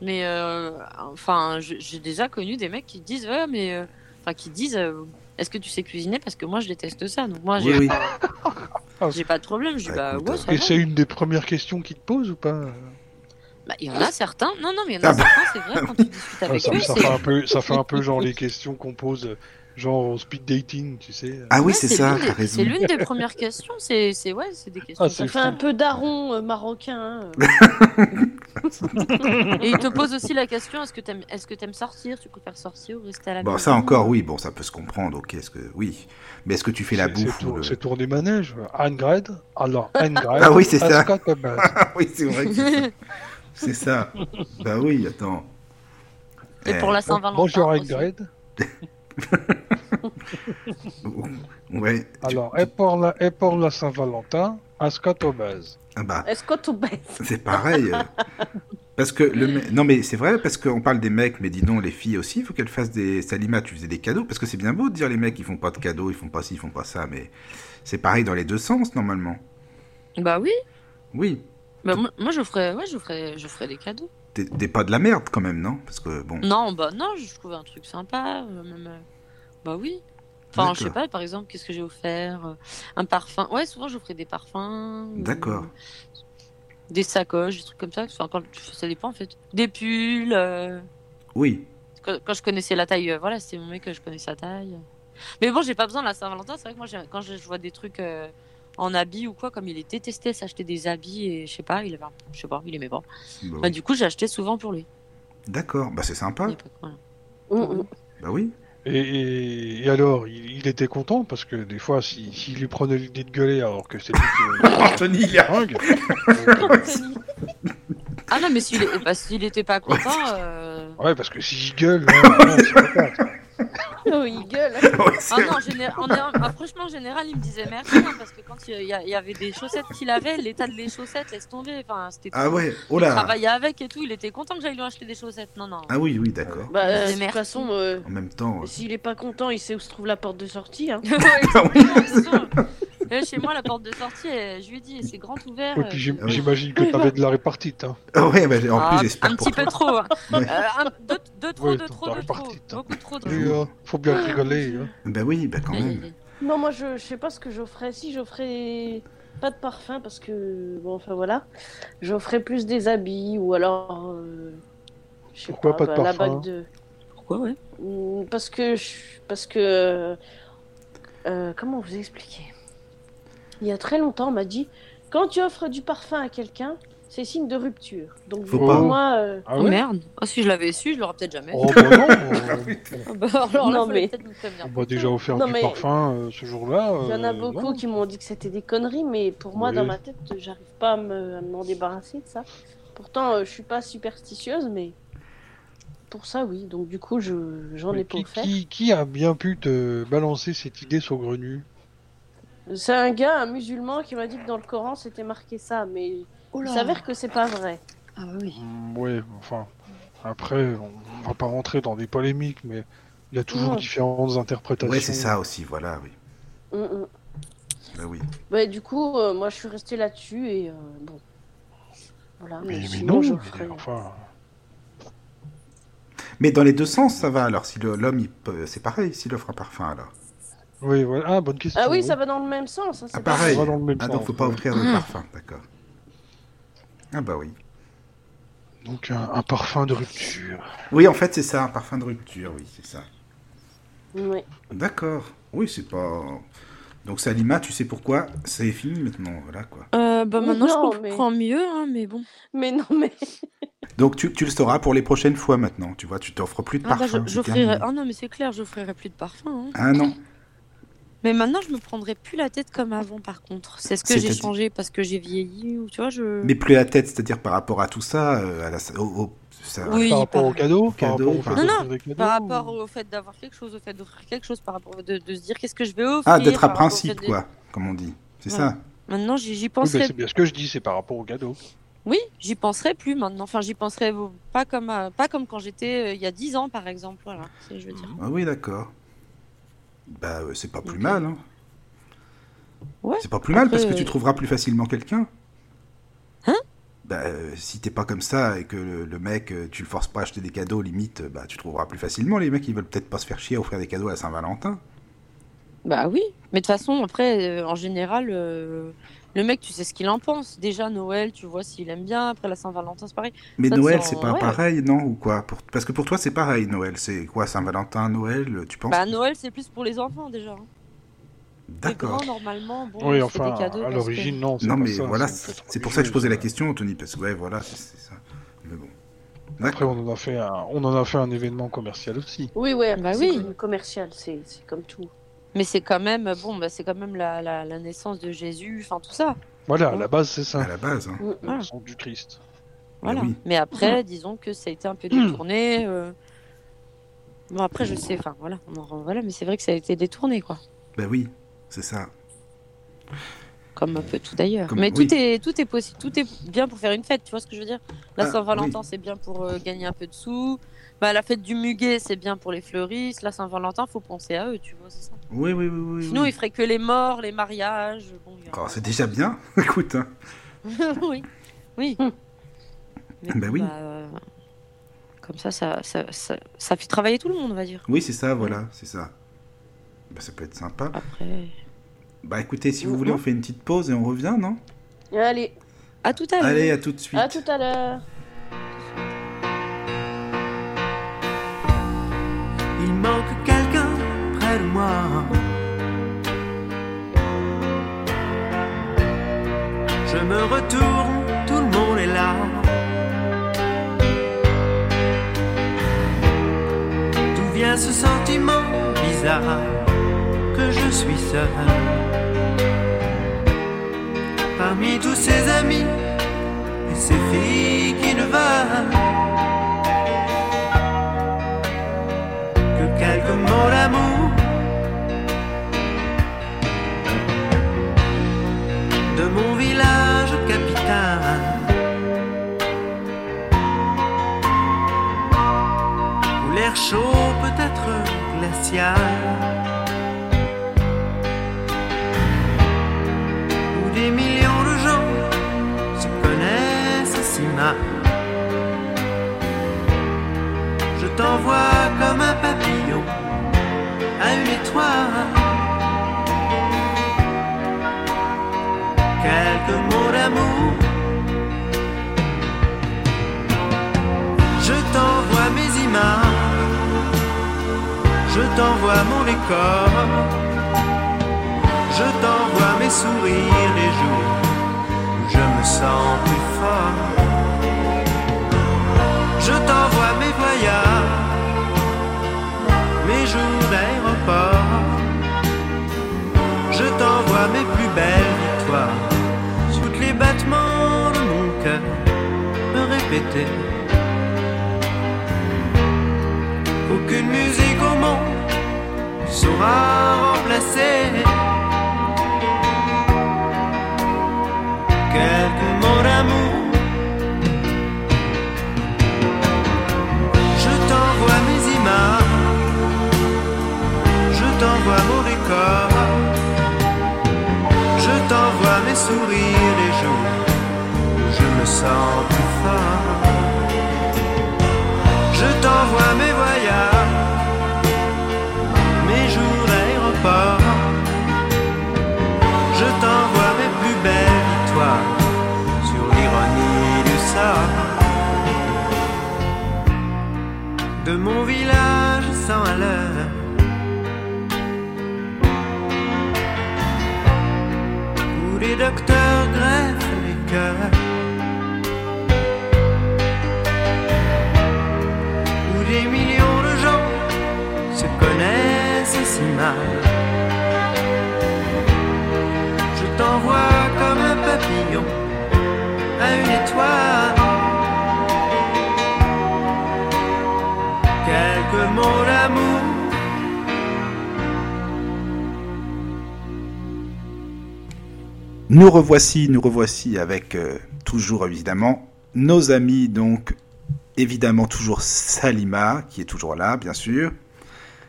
Speaker 4: Mais euh, enfin, je- j'ai déjà connu des mecs qui disent Ouais, mais. euh, Enfin, qui disent euh, Est-ce que tu sais cuisiner Parce que moi, je déteste ça. Donc moi, j'ai
Speaker 1: Oui, oui.
Speaker 4: j'ai pas de problème. Je dis
Speaker 1: Bah,
Speaker 4: Bah,
Speaker 1: écoute,
Speaker 4: ouais,
Speaker 1: hein.
Speaker 4: ça
Speaker 2: Et
Speaker 4: va.
Speaker 2: c'est une des premières questions qu'il te pose ou pas
Speaker 4: Bah, il y en a certains. Non, non, mais il y en
Speaker 1: Ah
Speaker 4: a
Speaker 1: bah.
Speaker 4: certains, c'est vrai, quand tu discutes
Speaker 2: Ouais,
Speaker 4: avec
Speaker 2: ça,
Speaker 4: eux,
Speaker 2: ça
Speaker 4: c'est-
Speaker 2: fait un peu, ça fait un peu genre les questions qu'on pose Genre speed dating, tu sais.
Speaker 1: Ah oui,
Speaker 4: Ouais,
Speaker 1: c'est ça,
Speaker 4: l'une
Speaker 1: t'as
Speaker 4: des-
Speaker 1: raison.
Speaker 4: C'est l'une des premières questions. C'est c'est- ouais, c'est des questions.
Speaker 2: Ah,
Speaker 4: comme
Speaker 2: c'est
Speaker 3: Ça fait un peu daron euh, marocain. hein.
Speaker 4: ça. Et il te pose aussi la question est-ce que t'aimes est-ce que t'aimes sortir Tu préfères sortir ou rester à la
Speaker 1: Bon,
Speaker 4: maison
Speaker 1: ça encore, oui, bon, ça peut se comprendre, ok, est-ce que... Oui, mais est-ce que tu fais la
Speaker 2: C'est- c'est
Speaker 1: bouffe ou
Speaker 2: tour-
Speaker 1: le...
Speaker 2: C'est tourner manège. Angrad Alors, Angrad.
Speaker 1: Ah oui, c'est ça.
Speaker 2: Asuka Kobayashi.
Speaker 1: Ah oui, c'est vrai que c'est ça. c'est ça. Bah oui, attends.
Speaker 4: Et pour la Saint-Valentin.
Speaker 2: Bonjour
Speaker 4: aussi.
Speaker 2: Angrad.
Speaker 1: Euh, Ouais. tu-
Speaker 2: Alors, et pour la, et pour la Saint-Valentin, Asuka Tobaz.
Speaker 1: Ah bah,
Speaker 3: Est-ce que tu baisses
Speaker 1: c'est pareil. euh. Parce que le me- non mais c'est vrai parce qu'on parle des mecs mais dis donc les filles aussi il faut qu'elles fassent des Salima tu faisais des cadeaux parce que c'est bien beau de dire les mecs ils font pas de cadeaux ils font pas ci ils font pas ça mais c'est pareil dans les deux sens normalement
Speaker 4: Bah oui.
Speaker 1: oui
Speaker 4: Bah, moi, moi, je ferais ouais, je ferais je ferais des cadeaux.
Speaker 1: t'es- t'es pas de la merde quand même non parce que bon
Speaker 4: Non, bah non, je trouvais un truc sympa. euh, même, euh, bah oui. Enfin, je sais
Speaker 1: D'accord.
Speaker 4: pas, par exemple, qu'est-ce que j'ai offert euh, Un parfum. Ouais, souvent j'offrais des parfums. ou
Speaker 1: D'accord.
Speaker 4: Des sacoches, des trucs comme ça. Enfin, quand, ça dépend en fait. Des pulls. euh,
Speaker 1: oui
Speaker 4: quand, quand je connaissais la taille, euh, voilà, c'était mon mec que je connaissais la taille. Mais bon, j'ai pas besoin de la Saint-Valentin. C'est vrai que moi, j'ai- quand je, je vois des trucs euh, en habits ou quoi, comme il est détesté s'acheter des habits et je sais pas, il avait, un- je sais pas, il aimait pas.
Speaker 1: Bah
Speaker 4: Bah,
Speaker 1: oui.
Speaker 4: du coup, j'ai acheté souvent pour lui.
Speaker 1: d'accord bah c'est sympa
Speaker 4: Il y a pas de problème.
Speaker 3: Mm, mm.
Speaker 1: bah oui
Speaker 2: Et, et- et alors, il, il était content parce que des fois, s'il si, s'il lui prenait l'idée de gueuler alors que c'était lui qui
Speaker 1: Anthony il est
Speaker 2: dingue. euh,
Speaker 4: Ah non, mais s'il est- bah, s'il était pas content, euh,
Speaker 2: Ouais, parce que si je gueule, là, non, c'est pas grave.
Speaker 3: Oh, il gueule.
Speaker 1: Ouais, c'est
Speaker 4: Ah non, en géné- en- en- ah, franchement, en général, il me disait merci, hein, parce que quand il y, a- il y avait des chaussettes qu'il avait, l'état de les chaussettes, laisse tomber, enfin, c'était
Speaker 1: Ah
Speaker 4: tout.
Speaker 1: ouais, oh
Speaker 4: Il
Speaker 1: là
Speaker 4: travaillait avec et tout, il était content que j'aille lui acheter des chaussettes, non, non.
Speaker 1: Ah oui, oui, d'accord.
Speaker 3: Bah, euh,
Speaker 4: Mais
Speaker 3: de toute
Speaker 4: merci.
Speaker 3: façon, euh,
Speaker 1: En même temps, euh,
Speaker 3: s'il est pas content, il sait où se trouve la porte de sortie. Hein.
Speaker 4: Ouais,
Speaker 1: Ah
Speaker 4: exactement, c'est sûr. Euh, Chez moi, la porte de sortie, euh, je lui ai dit, c'est grand ouvert.
Speaker 2: Et puis
Speaker 4: euh,
Speaker 2: j'im-
Speaker 1: Ah oui.
Speaker 2: j'imagine que t'avais de la répartite. Hein.
Speaker 1: ah ouais, bah, en
Speaker 4: ah,
Speaker 1: plus
Speaker 4: un
Speaker 1: j'espère pour
Speaker 4: petit
Speaker 1: toi.
Speaker 4: peu trop. hein.
Speaker 1: Ouais. Ah
Speaker 4: Euh, un- deux, deux trop,
Speaker 2: Ouais,
Speaker 4: deux
Speaker 2: t'en
Speaker 4: trop, deux
Speaker 2: as
Speaker 4: trop.
Speaker 2: réparti, t'as-
Speaker 4: Beaucoup trop de
Speaker 1: Oui,
Speaker 2: Et, euh, faut bien rigoler. Hein.
Speaker 1: Bah oui, bah quand
Speaker 4: Aïe, aïe,
Speaker 1: même.
Speaker 4: aïe.
Speaker 3: Non, moi, je, je sais pas ce que j'offrais. Si j'offrais pas de parfum, parce que bon, enfin voilà, j'offrais plus des habits ou alors. euh, je sais bah,
Speaker 2: Pourquoi pas de
Speaker 3: la
Speaker 2: parfum
Speaker 3: bague de.
Speaker 4: Pourquoi, ouais
Speaker 3: Mm, Parce que. je- Parce que. euh, comment vous expliquer Il y a très longtemps, on m'a dit quand tu offres du parfum à quelqu'un, c'est signe de rupture. Donc,
Speaker 1: Faut
Speaker 3: pour
Speaker 1: pas.
Speaker 3: moi. euh,
Speaker 2: Ah
Speaker 4: Oh
Speaker 2: ouais
Speaker 4: merde. Oh, si je l'avais su, je l'aurais peut-être jamais.
Speaker 2: Oh bah non euh,
Speaker 4: Ah bah, alors là,
Speaker 3: Non,
Speaker 4: fallait
Speaker 3: mais-
Speaker 4: peut-être nous prévenir.
Speaker 2: On m'a déjà offert
Speaker 3: Non,
Speaker 2: du
Speaker 3: mais-
Speaker 2: parfum euh, ce jour-là.
Speaker 3: Il y en a
Speaker 2: euh,
Speaker 3: beaucoup
Speaker 2: non.
Speaker 3: qui m'ont dit que c'était des conneries, mais pour moi,
Speaker 2: Oui.
Speaker 3: dans ma tête, euh, j'arrive pas à me- à m'en débarrasser de ça. Pourtant, euh, je suis pas superstitieuse, mais pour ça, oui. Donc, du coup, je- j'en ai
Speaker 2: Mais
Speaker 3: pas
Speaker 2: qui,
Speaker 3: fait.
Speaker 2: qui, qui a bien pu te balancer cette idée saugrenue
Speaker 3: C'est un gars, un musulman, qui m'a dit que dans le Coran, c'était marqué ça, mais il s'avère que c'est pas vrai.
Speaker 4: Ah bah oui.
Speaker 2: Mm, Ouais, enfin. Après, on on va pas rentrer dans des polémiques, mais il y a toujours
Speaker 3: Non.
Speaker 2: différentes interprétations.
Speaker 1: Ouais, c'est ça aussi, voilà, oui.
Speaker 3: Mm, mm.
Speaker 1: Bah oui.
Speaker 3: Ouais, du coup, euh, moi, je suis restée là-dessus et euh, bon. Voilà,
Speaker 2: Mais, mais
Speaker 3: sinon,
Speaker 2: non,
Speaker 3: j'offrais-
Speaker 2: mais enfin.
Speaker 1: Mais dans les deux sens, ça va alors. Si le- l'homme, il peut- c'est pareil, s'il offre un parfum alors.
Speaker 2: Oui, voilà. Ah, bonne question.
Speaker 3: Ah oui,
Speaker 2: ouais.
Speaker 3: ça va dans le même sens. hein, c'est
Speaker 1: Ah
Speaker 3: pas-
Speaker 1: pareil.
Speaker 2: On va dans le même
Speaker 1: Ah
Speaker 2: sens,
Speaker 1: donc faut pas
Speaker 2: ouais.
Speaker 1: offrir de
Speaker 4: Mm.
Speaker 1: parfum, d'accord. Ah bah oui.
Speaker 2: Donc un, un parfum de rupture.
Speaker 1: Oui, en fait, c'est ça, un parfum de rupture, oui, c'est ça.
Speaker 3: Ouais.
Speaker 1: D'accord. Oui, c'est pas. Donc Salima, tu sais pourquoi C'est fini maintenant, voilà quoi.
Speaker 4: bah
Speaker 3: maintenant,
Speaker 4: maintenant,
Speaker 3: je
Speaker 4: je
Speaker 3: comprends
Speaker 4: comprends mieux, hein, mais bon.
Speaker 3: Mais non, mais.
Speaker 1: Donc tu, tu le sauras pour les prochaines fois maintenant, tu vois, tu t'offres plus de
Speaker 4: Ah bah,
Speaker 1: parfum.
Speaker 4: je-
Speaker 1: c'est
Speaker 4: j'offrirais.
Speaker 1: terminé.
Speaker 4: Ah non, mais c'est clair, j'offrirais plus de parfum. hein.
Speaker 1: Ah non.
Speaker 4: Mais maintenant, je me prendrais plus la tête comme avant, par contre. C'est ce que j'ai
Speaker 1: C'est-à-dire-
Speaker 4: changé parce que j'ai vieilli ou tu vois, je.
Speaker 1: Mais plus la tête, c'est-à-dire par rapport à tout ça, euh, à la, au, au- ça-
Speaker 4: Oui,
Speaker 2: par rapport
Speaker 4: par-
Speaker 2: au cadeau, par
Speaker 1: Cadeau,
Speaker 2: rapport au
Speaker 1: par-
Speaker 2: fait
Speaker 4: Non,
Speaker 2: d'offrir des cadeaux.
Speaker 4: Par rapport au fait d'avoir quelque chose, au fait d'offrir quelque chose, par rapport de, de se dire qu'est-ce que je vais offrir.
Speaker 1: Ah, d'être à
Speaker 4: par rapport au fait
Speaker 1: principe,
Speaker 4: de-
Speaker 1: quoi, comme on dit. C'est
Speaker 4: Ouais.
Speaker 1: ça
Speaker 4: Maintenant, j'y j'y
Speaker 2: Oui,
Speaker 4: penserais.
Speaker 2: ben, c'est bien ce que je dis, c'est par rapport au cadeau.
Speaker 4: Oui, j'y penserais plus maintenant. Enfin, j'y penserais pas comme à- pas comme quand j'étais euh, il y a 10 ans, par exemple. Voilà, c'est- je veux dire.
Speaker 1: Ah oui, d'accord. Bah, euh, c'est pas plus
Speaker 4: Ok.
Speaker 1: mal, hein.
Speaker 4: Ouais,
Speaker 1: C'est pas plus mal
Speaker 4: après,
Speaker 1: parce que tu
Speaker 4: euh,
Speaker 1: trouveras plus facilement quelqu'un.
Speaker 4: Hein
Speaker 1: Bah, euh, si t'es pas comme ça et que le, le mec, euh, tu le forces pas à acheter des cadeaux, limite, euh, bah, tu trouveras plus facilement. Les mecs, ils veulent peut-être pas se faire chier à offrir des cadeaux à Saint-Valentin.
Speaker 4: Bah oui, mais de toute façon, après, euh, en général, euh, Le mec, tu sais ce qu'il en pense. Déjà, Noël, tu vois s'il aime bien. Après la Saint-Valentin, c'est pareil.
Speaker 1: Mais
Speaker 4: Ça,
Speaker 1: Noël,
Speaker 4: c'est
Speaker 1: c'est
Speaker 4: en-
Speaker 1: pas
Speaker 4: ouais.
Speaker 1: pareil, non Ou quoi Pour- Parce que pour toi, c'est pareil, Noël. C'est quoi, Saint-Valentin, Noël Tu penses
Speaker 4: Bah, Noël, c'est plus pour les enfants déjà. hein. Les
Speaker 1: D'accord.
Speaker 4: grands, normalement, bon,
Speaker 2: Oui,
Speaker 4: c'est
Speaker 2: enfin,
Speaker 4: des cadeaux.
Speaker 2: à
Speaker 4: parce que-
Speaker 2: l'origine, non. c'est
Speaker 1: Non,
Speaker 2: pas
Speaker 1: mais
Speaker 2: ça,
Speaker 1: voilà,
Speaker 2: une euh, fête
Speaker 1: c'est c'est pour ça que je posais la
Speaker 2: religieuse.
Speaker 1: question, Anthony, parce que, ouais, voilà, c'est c'est ça. Mais bon.
Speaker 2: Après,
Speaker 1: D'accord.
Speaker 2: on en a fait un, on en a fait un événement commercial aussi.
Speaker 3: Oui, ouais,
Speaker 4: Bah
Speaker 3: c'est
Speaker 4: oui.
Speaker 3: comme commercial, c'est c'est comme tout.
Speaker 4: Mais c'est quand même, bon, bah, c'est quand même la, la, la naissance de Jésus, enfin tout ça.
Speaker 2: Voilà, à la base, c'est
Speaker 1: À
Speaker 2: ça.
Speaker 1: la base, hein.
Speaker 3: Mm.
Speaker 4: Ah.
Speaker 2: La leçon du Christ.
Speaker 4: Voilà.
Speaker 1: Bah oui.
Speaker 4: Mais après, disons que ça a été un peu détourné. euh. Bon, après, je sais, enfin voilà, on en rend- voilà, mais c'est vrai que ça a été détourné, quoi.
Speaker 1: Bah oui, c'est ça.
Speaker 4: Comme un peu tout d'ailleurs.
Speaker 1: Comme-
Speaker 4: Mais
Speaker 1: oui.
Speaker 4: tout est, tout est possible, tout est bien pour faire une fête, tu vois ce que je veux dire La
Speaker 1: Ah,
Speaker 4: Saint-Valentin, c'est bien pour euh, gagner un peu de sous. Bah, la fête du muguet, c'est bien pour les fleuristes. La Saint-Valentin, faut penser à eux, tu vois, c'est ça.
Speaker 1: Oui, oui, oui, oui.
Speaker 4: Sinon,
Speaker 1: oui.
Speaker 4: ils feraient que les morts, les mariages. Bon, il y a-
Speaker 1: Oh, c'est déjà bien, écoute. hein.
Speaker 4: oui. Oui.
Speaker 3: Hmm.
Speaker 4: Mais
Speaker 1: Bah
Speaker 4: bon,
Speaker 1: oui.
Speaker 4: euh, comme ça ça, ça, ça, ça fait travailler tout le monde, on va dire.
Speaker 1: Oui, c'est ça, voilà, c'est ça. Bah, ça peut être sympa.
Speaker 4: Après.
Speaker 1: Bah écoutez, si vous
Speaker 4: Mhm.
Speaker 1: voulez, on fait une petite pause et on revient, non
Speaker 3: mm. Allez,
Speaker 4: À tout Ah à l'heure.
Speaker 1: Allez, à tout de suite.
Speaker 3: à tout à l'heure.
Speaker 6: Il manque quelqu'un près de moi. Je me retourne, tout le monde est là. D'où vient ce sentiment bizarre que je suis seul Parmi tous ces amis et ces filles qui ne veulent que quelques mots d'amour. De mon village capital. Où l'air chaud peut être glacial. Où des millions de gens se connaissent si mal. Je t'envoie comme un papillon à une étoile. Quelques mots d'amour. Je t'envoie mes images. Je t'envoie mon décor. Je t'envoie mes sourires les jours où je me sens plus fort. Je t'envoie mes voyages, mes jours d'aéroport. Je t'envoie mes plus belles victoires, toutes les battements de mon cœur me répéter. Aucune musique au monde ne saura remplacer. Quelques mots d'amour Je t'envoie mes images, je t'envoie mon décor, je t'envoie mes sourires les jours où je me sens plus fort. Je t'envoie mes voyages, mes jours d'aéroport, je t'envoie mes plus belles victoires sur l'ironie du sort. de mon village sans à l'heure. Où les docteurs greffent les cœurs. Où des millions de gens se connaissent si mal. Je t'envoie comme un papillon à une étoile. quelques mots d'amour.
Speaker 1: Nous revoici, nous revoici avec euh, toujours évidemment nos amis, donc évidemment toujours Salima qui est toujours là, bien sûr.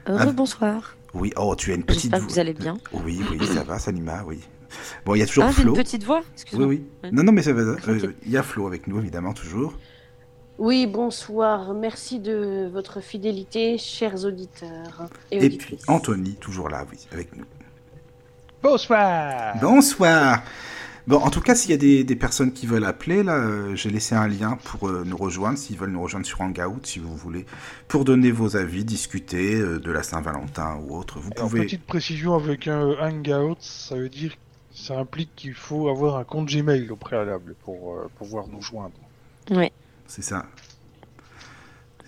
Speaker 1: Ah.
Speaker 4: bonsoir.
Speaker 1: Oui, oh, tu as une petite
Speaker 4: J'espère que
Speaker 1: voix.
Speaker 4: vous allez bien.
Speaker 1: Oui, oui, ça va, Salima, oui. Bon, il y a toujours
Speaker 4: Ah, j'ai une
Speaker 1: Flo.
Speaker 4: petite voix
Speaker 1: Oui,
Speaker 4: Excuse-moi.
Speaker 1: oui.
Speaker 4: Ouais.
Speaker 1: Non, non, mais ça va. euh,
Speaker 4: Tranquille.
Speaker 1: Il y a Flo avec nous, évidemment, toujours.
Speaker 3: Oui, bonsoir. Merci de votre fidélité, chers auditeurs et,
Speaker 1: Et puis
Speaker 3: auditrices.
Speaker 1: Anthony, toujours là, oui, avec nous.
Speaker 2: Bonsoir.
Speaker 1: Bonsoir. Bon, en tout cas, s'il y a des, des personnes qui veulent appeler, là, euh, j'ai laissé un lien pour euh, nous rejoindre, s'ils veulent nous rejoindre sur Hangout, si vous voulez, pour donner vos avis, discuter euh, de la Saint-Valentin ou autre. Vous
Speaker 2: Alors,
Speaker 1: pouvez...
Speaker 2: petite précision avec un E, Hangout, ça veut dire ça implique qu'il faut avoir un compte Gmail au préalable pour euh, pouvoir nous joindre.
Speaker 1: C'est ça.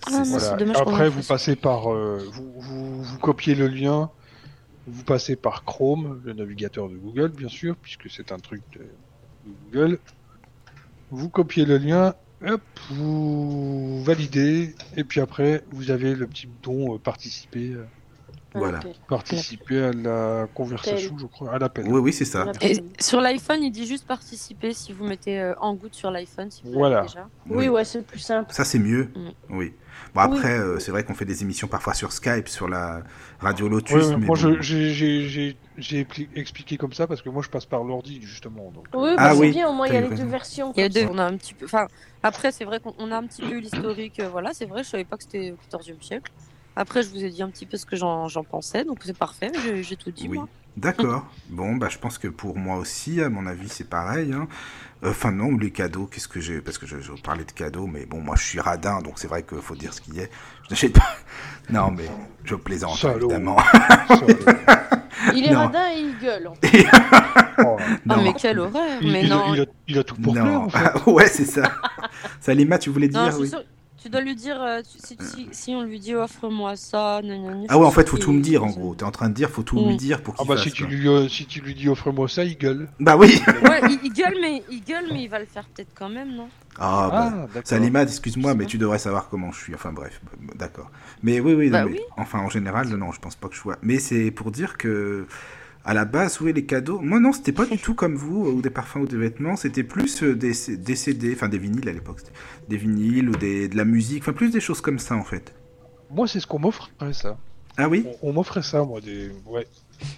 Speaker 4: Ah,
Speaker 1: C'est
Speaker 4: mince.
Speaker 1: ça.
Speaker 2: Voilà.
Speaker 4: dommage qu'on
Speaker 2: Après,
Speaker 4: ait
Speaker 2: vous
Speaker 4: fait ça.
Speaker 2: passez par, euh, vous, vous, vous copiez le lien, vous passez par Chrome, le navigateur de Google, bien sûr, puisque c'est un truc de, de Google. Vous copiez le lien, hop, vous validez, et puis après, vous avez le petit bouton euh, participer, euh,
Speaker 3: Ah,
Speaker 1: Voilà.
Speaker 3: ok.
Speaker 2: participer à la conversation, je crois, à l'appel.
Speaker 1: Oui, oui, c'est ça.
Speaker 3: Voilà.
Speaker 4: Et sur l'iPhone, il dit juste participer si vous mettez euh, en goutte sur l'iPhone. Si vous l'avez
Speaker 2: Voilà.
Speaker 4: Déjà.
Speaker 3: Oui, ouais, c'est plus simple.
Speaker 1: Ça, c'est mieux.
Speaker 4: Mm.
Speaker 1: Oui. Bon, après,
Speaker 3: Oui.
Speaker 1: euh, c'est vrai qu'on fait des émissions parfois sur Skype, sur la radio
Speaker 2: Ouais,
Speaker 1: Lotus.
Speaker 2: ouais,
Speaker 1: mais
Speaker 2: moi,
Speaker 1: bon.
Speaker 2: je- j'ai- j'ai j'ai- j'ai expli- expliqué comme ça parce que moi, je passe par l'ordi, justement. Donc, euh,
Speaker 3: Oui, bah,
Speaker 1: Ah
Speaker 3: c'est
Speaker 1: oui,
Speaker 3: bien, au moins il y
Speaker 1: t'as
Speaker 3: a
Speaker 1: eu
Speaker 3: les
Speaker 1: raison.
Speaker 3: deux versions.
Speaker 4: Il y a
Speaker 3: comme
Speaker 4: deux,
Speaker 3: ça.
Speaker 4: on a un petit peu. Enfin, après, c'est vrai qu'on on a un petit peu l'historique. euh, voilà, c'est vrai, je savais pas que c'était au XIVe siècle. Après, je vous ai dit un petit peu ce que j'en j'en pensais, donc c'est parfait. j'ai- J'ai tout dit.
Speaker 1: Oui.
Speaker 4: Moi.
Speaker 1: D'accord. Bon, bah, je pense que pour moi aussi, à mon avis, c'est pareil. hein. Euh, Enfin, non, ou les cadeaux, qu'est-ce que j'ai Parce que je, je parlais de cadeaux, mais bon, moi, je suis radin, donc c'est vrai qu'il faut dire ce qu'il y a. Je n'achète pas. Non, mais je plaisante,
Speaker 2: Salaud.
Speaker 1: évidemment.
Speaker 4: Ah,
Speaker 2: ça, euh,
Speaker 3: Il est
Speaker 1: Non.
Speaker 3: radin et il gueule. en fait.
Speaker 2: oh,
Speaker 4: Ah,
Speaker 1: Non.
Speaker 4: mais quelle horreur
Speaker 2: il,
Speaker 4: Mais
Speaker 2: il a-
Speaker 4: non,
Speaker 2: il a, il a tout pour plaire,
Speaker 1: non.
Speaker 2: en fait.
Speaker 1: ouais, c'est ça. Salima, tu voulais
Speaker 4: non,
Speaker 1: dire
Speaker 4: je suis
Speaker 1: oui.
Speaker 4: sûre- Tu dois lui dire, euh, tu- si, si- si on lui dit offre-moi ça, gna, gna, gna, je
Speaker 1: Ah ouais,
Speaker 4: suis
Speaker 1: en fait,
Speaker 4: sûre
Speaker 1: faut tout
Speaker 4: qu'il-
Speaker 1: me dire, en
Speaker 4: qu'il-
Speaker 1: gros. T'es en train de dire, faut tout
Speaker 4: Mm.
Speaker 1: lui dire pour
Speaker 2: Ah
Speaker 1: qu'il
Speaker 2: bah
Speaker 1: fasse,
Speaker 2: si tu,
Speaker 1: quoi.
Speaker 2: lui, euh, si tu lui dis offre-moi ça, il gueule.
Speaker 1: Bah oui
Speaker 4: Ouais, il, il gueule, mais il gueule, mais il va le faire peut-être quand même, non
Speaker 1: Ah, bah,
Speaker 2: d'accord.
Speaker 1: Salima,
Speaker 4: Je
Speaker 1: excuse-moi,
Speaker 4: sais
Speaker 1: mais
Speaker 4: pas.
Speaker 1: tu devrais savoir comment je suis. Enfin bref, b- d'accord. Mais oui, oui, non,
Speaker 4: Bah
Speaker 1: mais-
Speaker 4: oui.
Speaker 1: enfin en général, non, je pense pas que je sois. Mais c'est pour dire que à la base, oui, les cadeaux. Moi, non, c'était pas du tout comme vous, euh, ou des parfums ou des vêtements. C'était plus euh, des, C- des CD, enfin des vinyles à l'époque, c'était des vinyles ou des, de la musique, enfin plus des choses comme ça en fait.
Speaker 2: Moi, c'est ce qu'on m'offrait, ça.
Speaker 1: Ah oui.
Speaker 2: On, on m'offrait ça, moi, des... Ouais.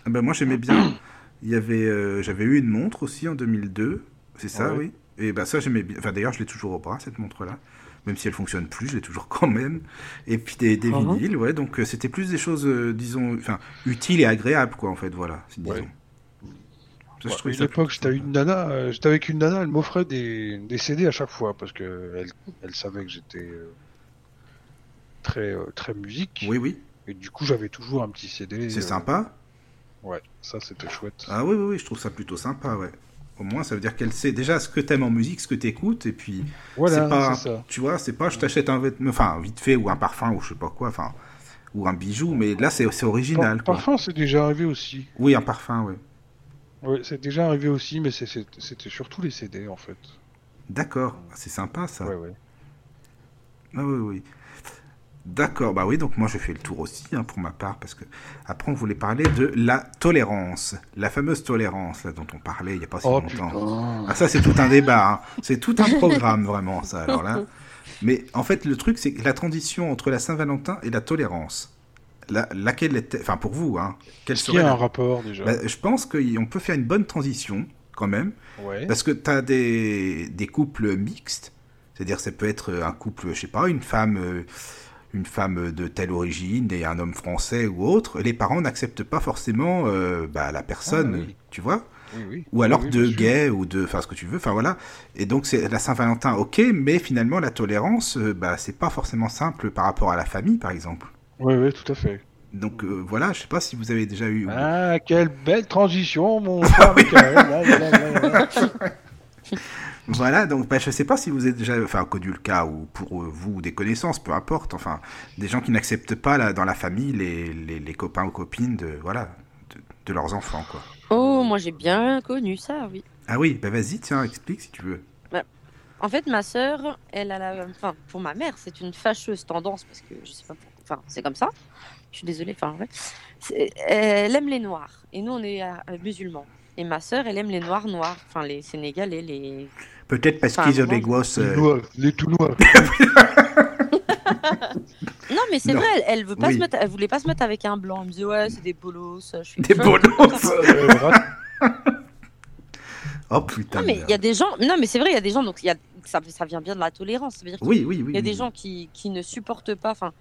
Speaker 1: Ah ben moi j'aimais bien. Il y avait, euh, j'avais eu une montre aussi en 2002, c'est ça,
Speaker 2: Ouais.
Speaker 1: oui. Et ben ça j'aimais bien. Enfin d'ailleurs je l'ai toujours au bras cette montre là, même si elle fonctionne plus, je l'ai toujours quand même. Et puis des,
Speaker 2: Ah
Speaker 1: des
Speaker 4: Mhm.
Speaker 1: vinyles, ouais. Donc euh, c'était plus des choses, euh, disons, enfin utiles et agréables quoi en fait, voilà. c'est- Disons.
Speaker 2: Ouais.
Speaker 1: Ça, je
Speaker 2: Ouais,
Speaker 1: trouvais
Speaker 2: une
Speaker 1: ça
Speaker 2: époque,
Speaker 1: plutôt
Speaker 2: j'étais avec
Speaker 1: sympa.
Speaker 2: une nana, euh, j'étais avec une nana, elle m'offrait des, des CD à chaque fois, parce que elle, elle savait que j'étais euh, très, euh, très musique.
Speaker 1: Oui oui,
Speaker 2: Et du coup, j'avais toujours un petit CD.
Speaker 1: c'est
Speaker 2: euh,
Speaker 1: sympa.
Speaker 2: Ouais, ça, c'était chouette.
Speaker 1: Ah oui oui oui, je trouve ça plutôt sympa, ouais. Au moins ça veut dire qu'elle sait déjà ce que t'aimes en musique, ce que t'écoutes, et puis
Speaker 2: voilà,
Speaker 1: c'est pas,
Speaker 2: c'est ça.
Speaker 1: tu vois, c'est pas je t'achète un vêtement, enfin vite fait ou un parfum ou je sais pas quoi, enfin ou un bijou, mais là c'est c'est original.
Speaker 2: Par-
Speaker 1: quoi.
Speaker 2: parfois, c'est déjà arrivé aussi.
Speaker 1: Oui, un parfum, oui.
Speaker 2: Ouais, c'est déjà arrivé aussi, mais c'est- c'est- c'était surtout les CD, en fait.
Speaker 1: D'accord, c'est sympa ça.
Speaker 2: Ouais, ouais.
Speaker 1: Ah oui, oui. D'accord, bah oui, donc moi j'ai fait le tour aussi hein, pour ma part, parce que après on voulait parler de la tolérance, la fameuse tolérance là, dont on parlait il n'y a pas si
Speaker 2: Oh,
Speaker 1: longtemps.
Speaker 2: putain.
Speaker 1: Ah ça c'est tout un débat, hein. c'est tout un programme vraiment ça alors là. Mais en fait le truc c'est que la transition entre la Saint-Valentin et la tolérance, la- laquelle était, enfin pour vous, hein, quelle
Speaker 2: Est-ce qu'il y
Speaker 1: serait
Speaker 2: a
Speaker 1: la
Speaker 2: un hein. rapport, déjà
Speaker 1: Bah, je pense qu'on peut faire une bonne transition quand même,
Speaker 2: Ouais.
Speaker 1: parce que tu as des, des couples mixtes, c'est-à-dire ça peut être un couple, je sais pas, une femme, euh, une femme de telle origine et un homme français ou autre, les parents n'acceptent pas forcément euh, bah, la personne,
Speaker 2: Ah, oui.
Speaker 1: tu vois,
Speaker 2: Oui, oui.
Speaker 1: ou alors
Speaker 2: Oui, oui,
Speaker 1: de
Speaker 2: bien sûr.
Speaker 1: gay ou de, enfin ce que tu veux, enfin voilà. Et donc c'est la Saint-Valentin, ok, mais finalement la tolérance, euh, bah, c'est pas forcément simple par rapport à la famille, par exemple.
Speaker 2: Oui, oui, tout à fait.
Speaker 1: Donc euh, voilà, je sais pas si vous avez déjà eu.
Speaker 2: Mmh. Ah, quelle belle transition, mon
Speaker 1: Ah
Speaker 2: cher Michael. Là, là, là, là.
Speaker 1: Voilà, donc bah, je sais pas si vous avez déjà enfin, connu le cas, ou pour euh, vous, des connaissances, peu importe, enfin, des gens qui n'acceptent pas là, dans la famille les, les, les copains ou copines de, voilà, de, de leurs enfants, quoi.
Speaker 4: Oh, moi j'ai bien connu ça, oui.
Speaker 1: Ah oui, bah vas-y, tiens, explique si tu veux.
Speaker 4: En fait, ma sœur, elle a la. Enfin, pour ma mère, c'est une fâcheuse tendance parce que je sais pas. pourquoi- Enfin, c'est comme ça. Je suis désolée. Enfin, ouais. C'est- Elle aime les noirs et nous on est euh, musulmans. Et ma sœur, elle aime les noirs noirs. Enfin, les Sénégalais, les.
Speaker 1: Peut-être parce
Speaker 4: Enfin,
Speaker 1: qu'ils ont
Speaker 4: moi,
Speaker 1: des gosses.
Speaker 2: Les
Speaker 1: euh,
Speaker 2: noirs, les tout noirs.
Speaker 4: Non, mais c'est
Speaker 1: Non.
Speaker 4: vrai. Elle, elle veut pas
Speaker 1: Oui.
Speaker 4: se mettre. Elle voulait pas se mettre avec un blanc. Elle me disait ouais, c'est des bolos. Je suis
Speaker 1: Des
Speaker 4: chaude.
Speaker 1: bolos
Speaker 2: Euh, rat-
Speaker 1: Oh putain.
Speaker 4: Non, mais
Speaker 1: merde.
Speaker 4: il y a des gens. Non, mais c'est vrai, il y a des gens. Donc, il y a... ça, ça vient bien de la tolérance. Ça veut dire qu'il
Speaker 1: Oui, oui, oui.
Speaker 4: Il y a
Speaker 1: oui.
Speaker 4: des gens qui, qui ne supportent pas, enfin,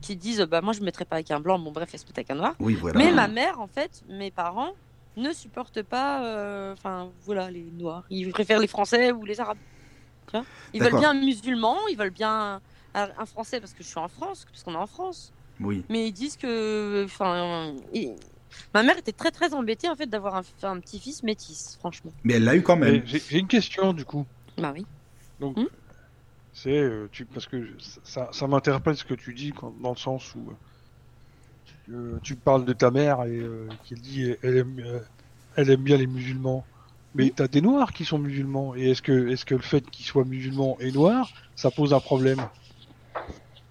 Speaker 4: qui disent bah moi je ne mettrai pas avec un blanc, bon bref, elle se met avec un noir.
Speaker 1: Oui, voilà.
Speaker 4: Mais ma mère, en fait, mes parents, ne supportent pas, euh, enfin voilà, les Noirs. Ils préfèrent les Français ou les Arabes. Tu vois ils veulent
Speaker 1: D'accord.
Speaker 4: bien un musulman, ils veulent bien un, un Français parce que je suis en France, parce qu'on est en France.
Speaker 1: Oui.
Speaker 4: Mais ils disent que, enfin, ils- ma mère était très très embêtée en fait d'avoir un, un petit-fils métis, franchement.
Speaker 1: Mais elle l'a eu quand même.
Speaker 2: Mais J'ai j'ai une question du coup.
Speaker 4: Bah oui.
Speaker 2: C'est euh, tu parce que je- ça, ça m'interpelle ce que tu dis quand- dans le sens où euh, tu parles de ta mère et euh, qu'elle dit euh, elle aime euh, elle aime bien les musulmans. Mais t'as des noirs qui sont musulmans et est-ce que est-ce que le fait qu'ils soient musulmans et noirs ça pose un problème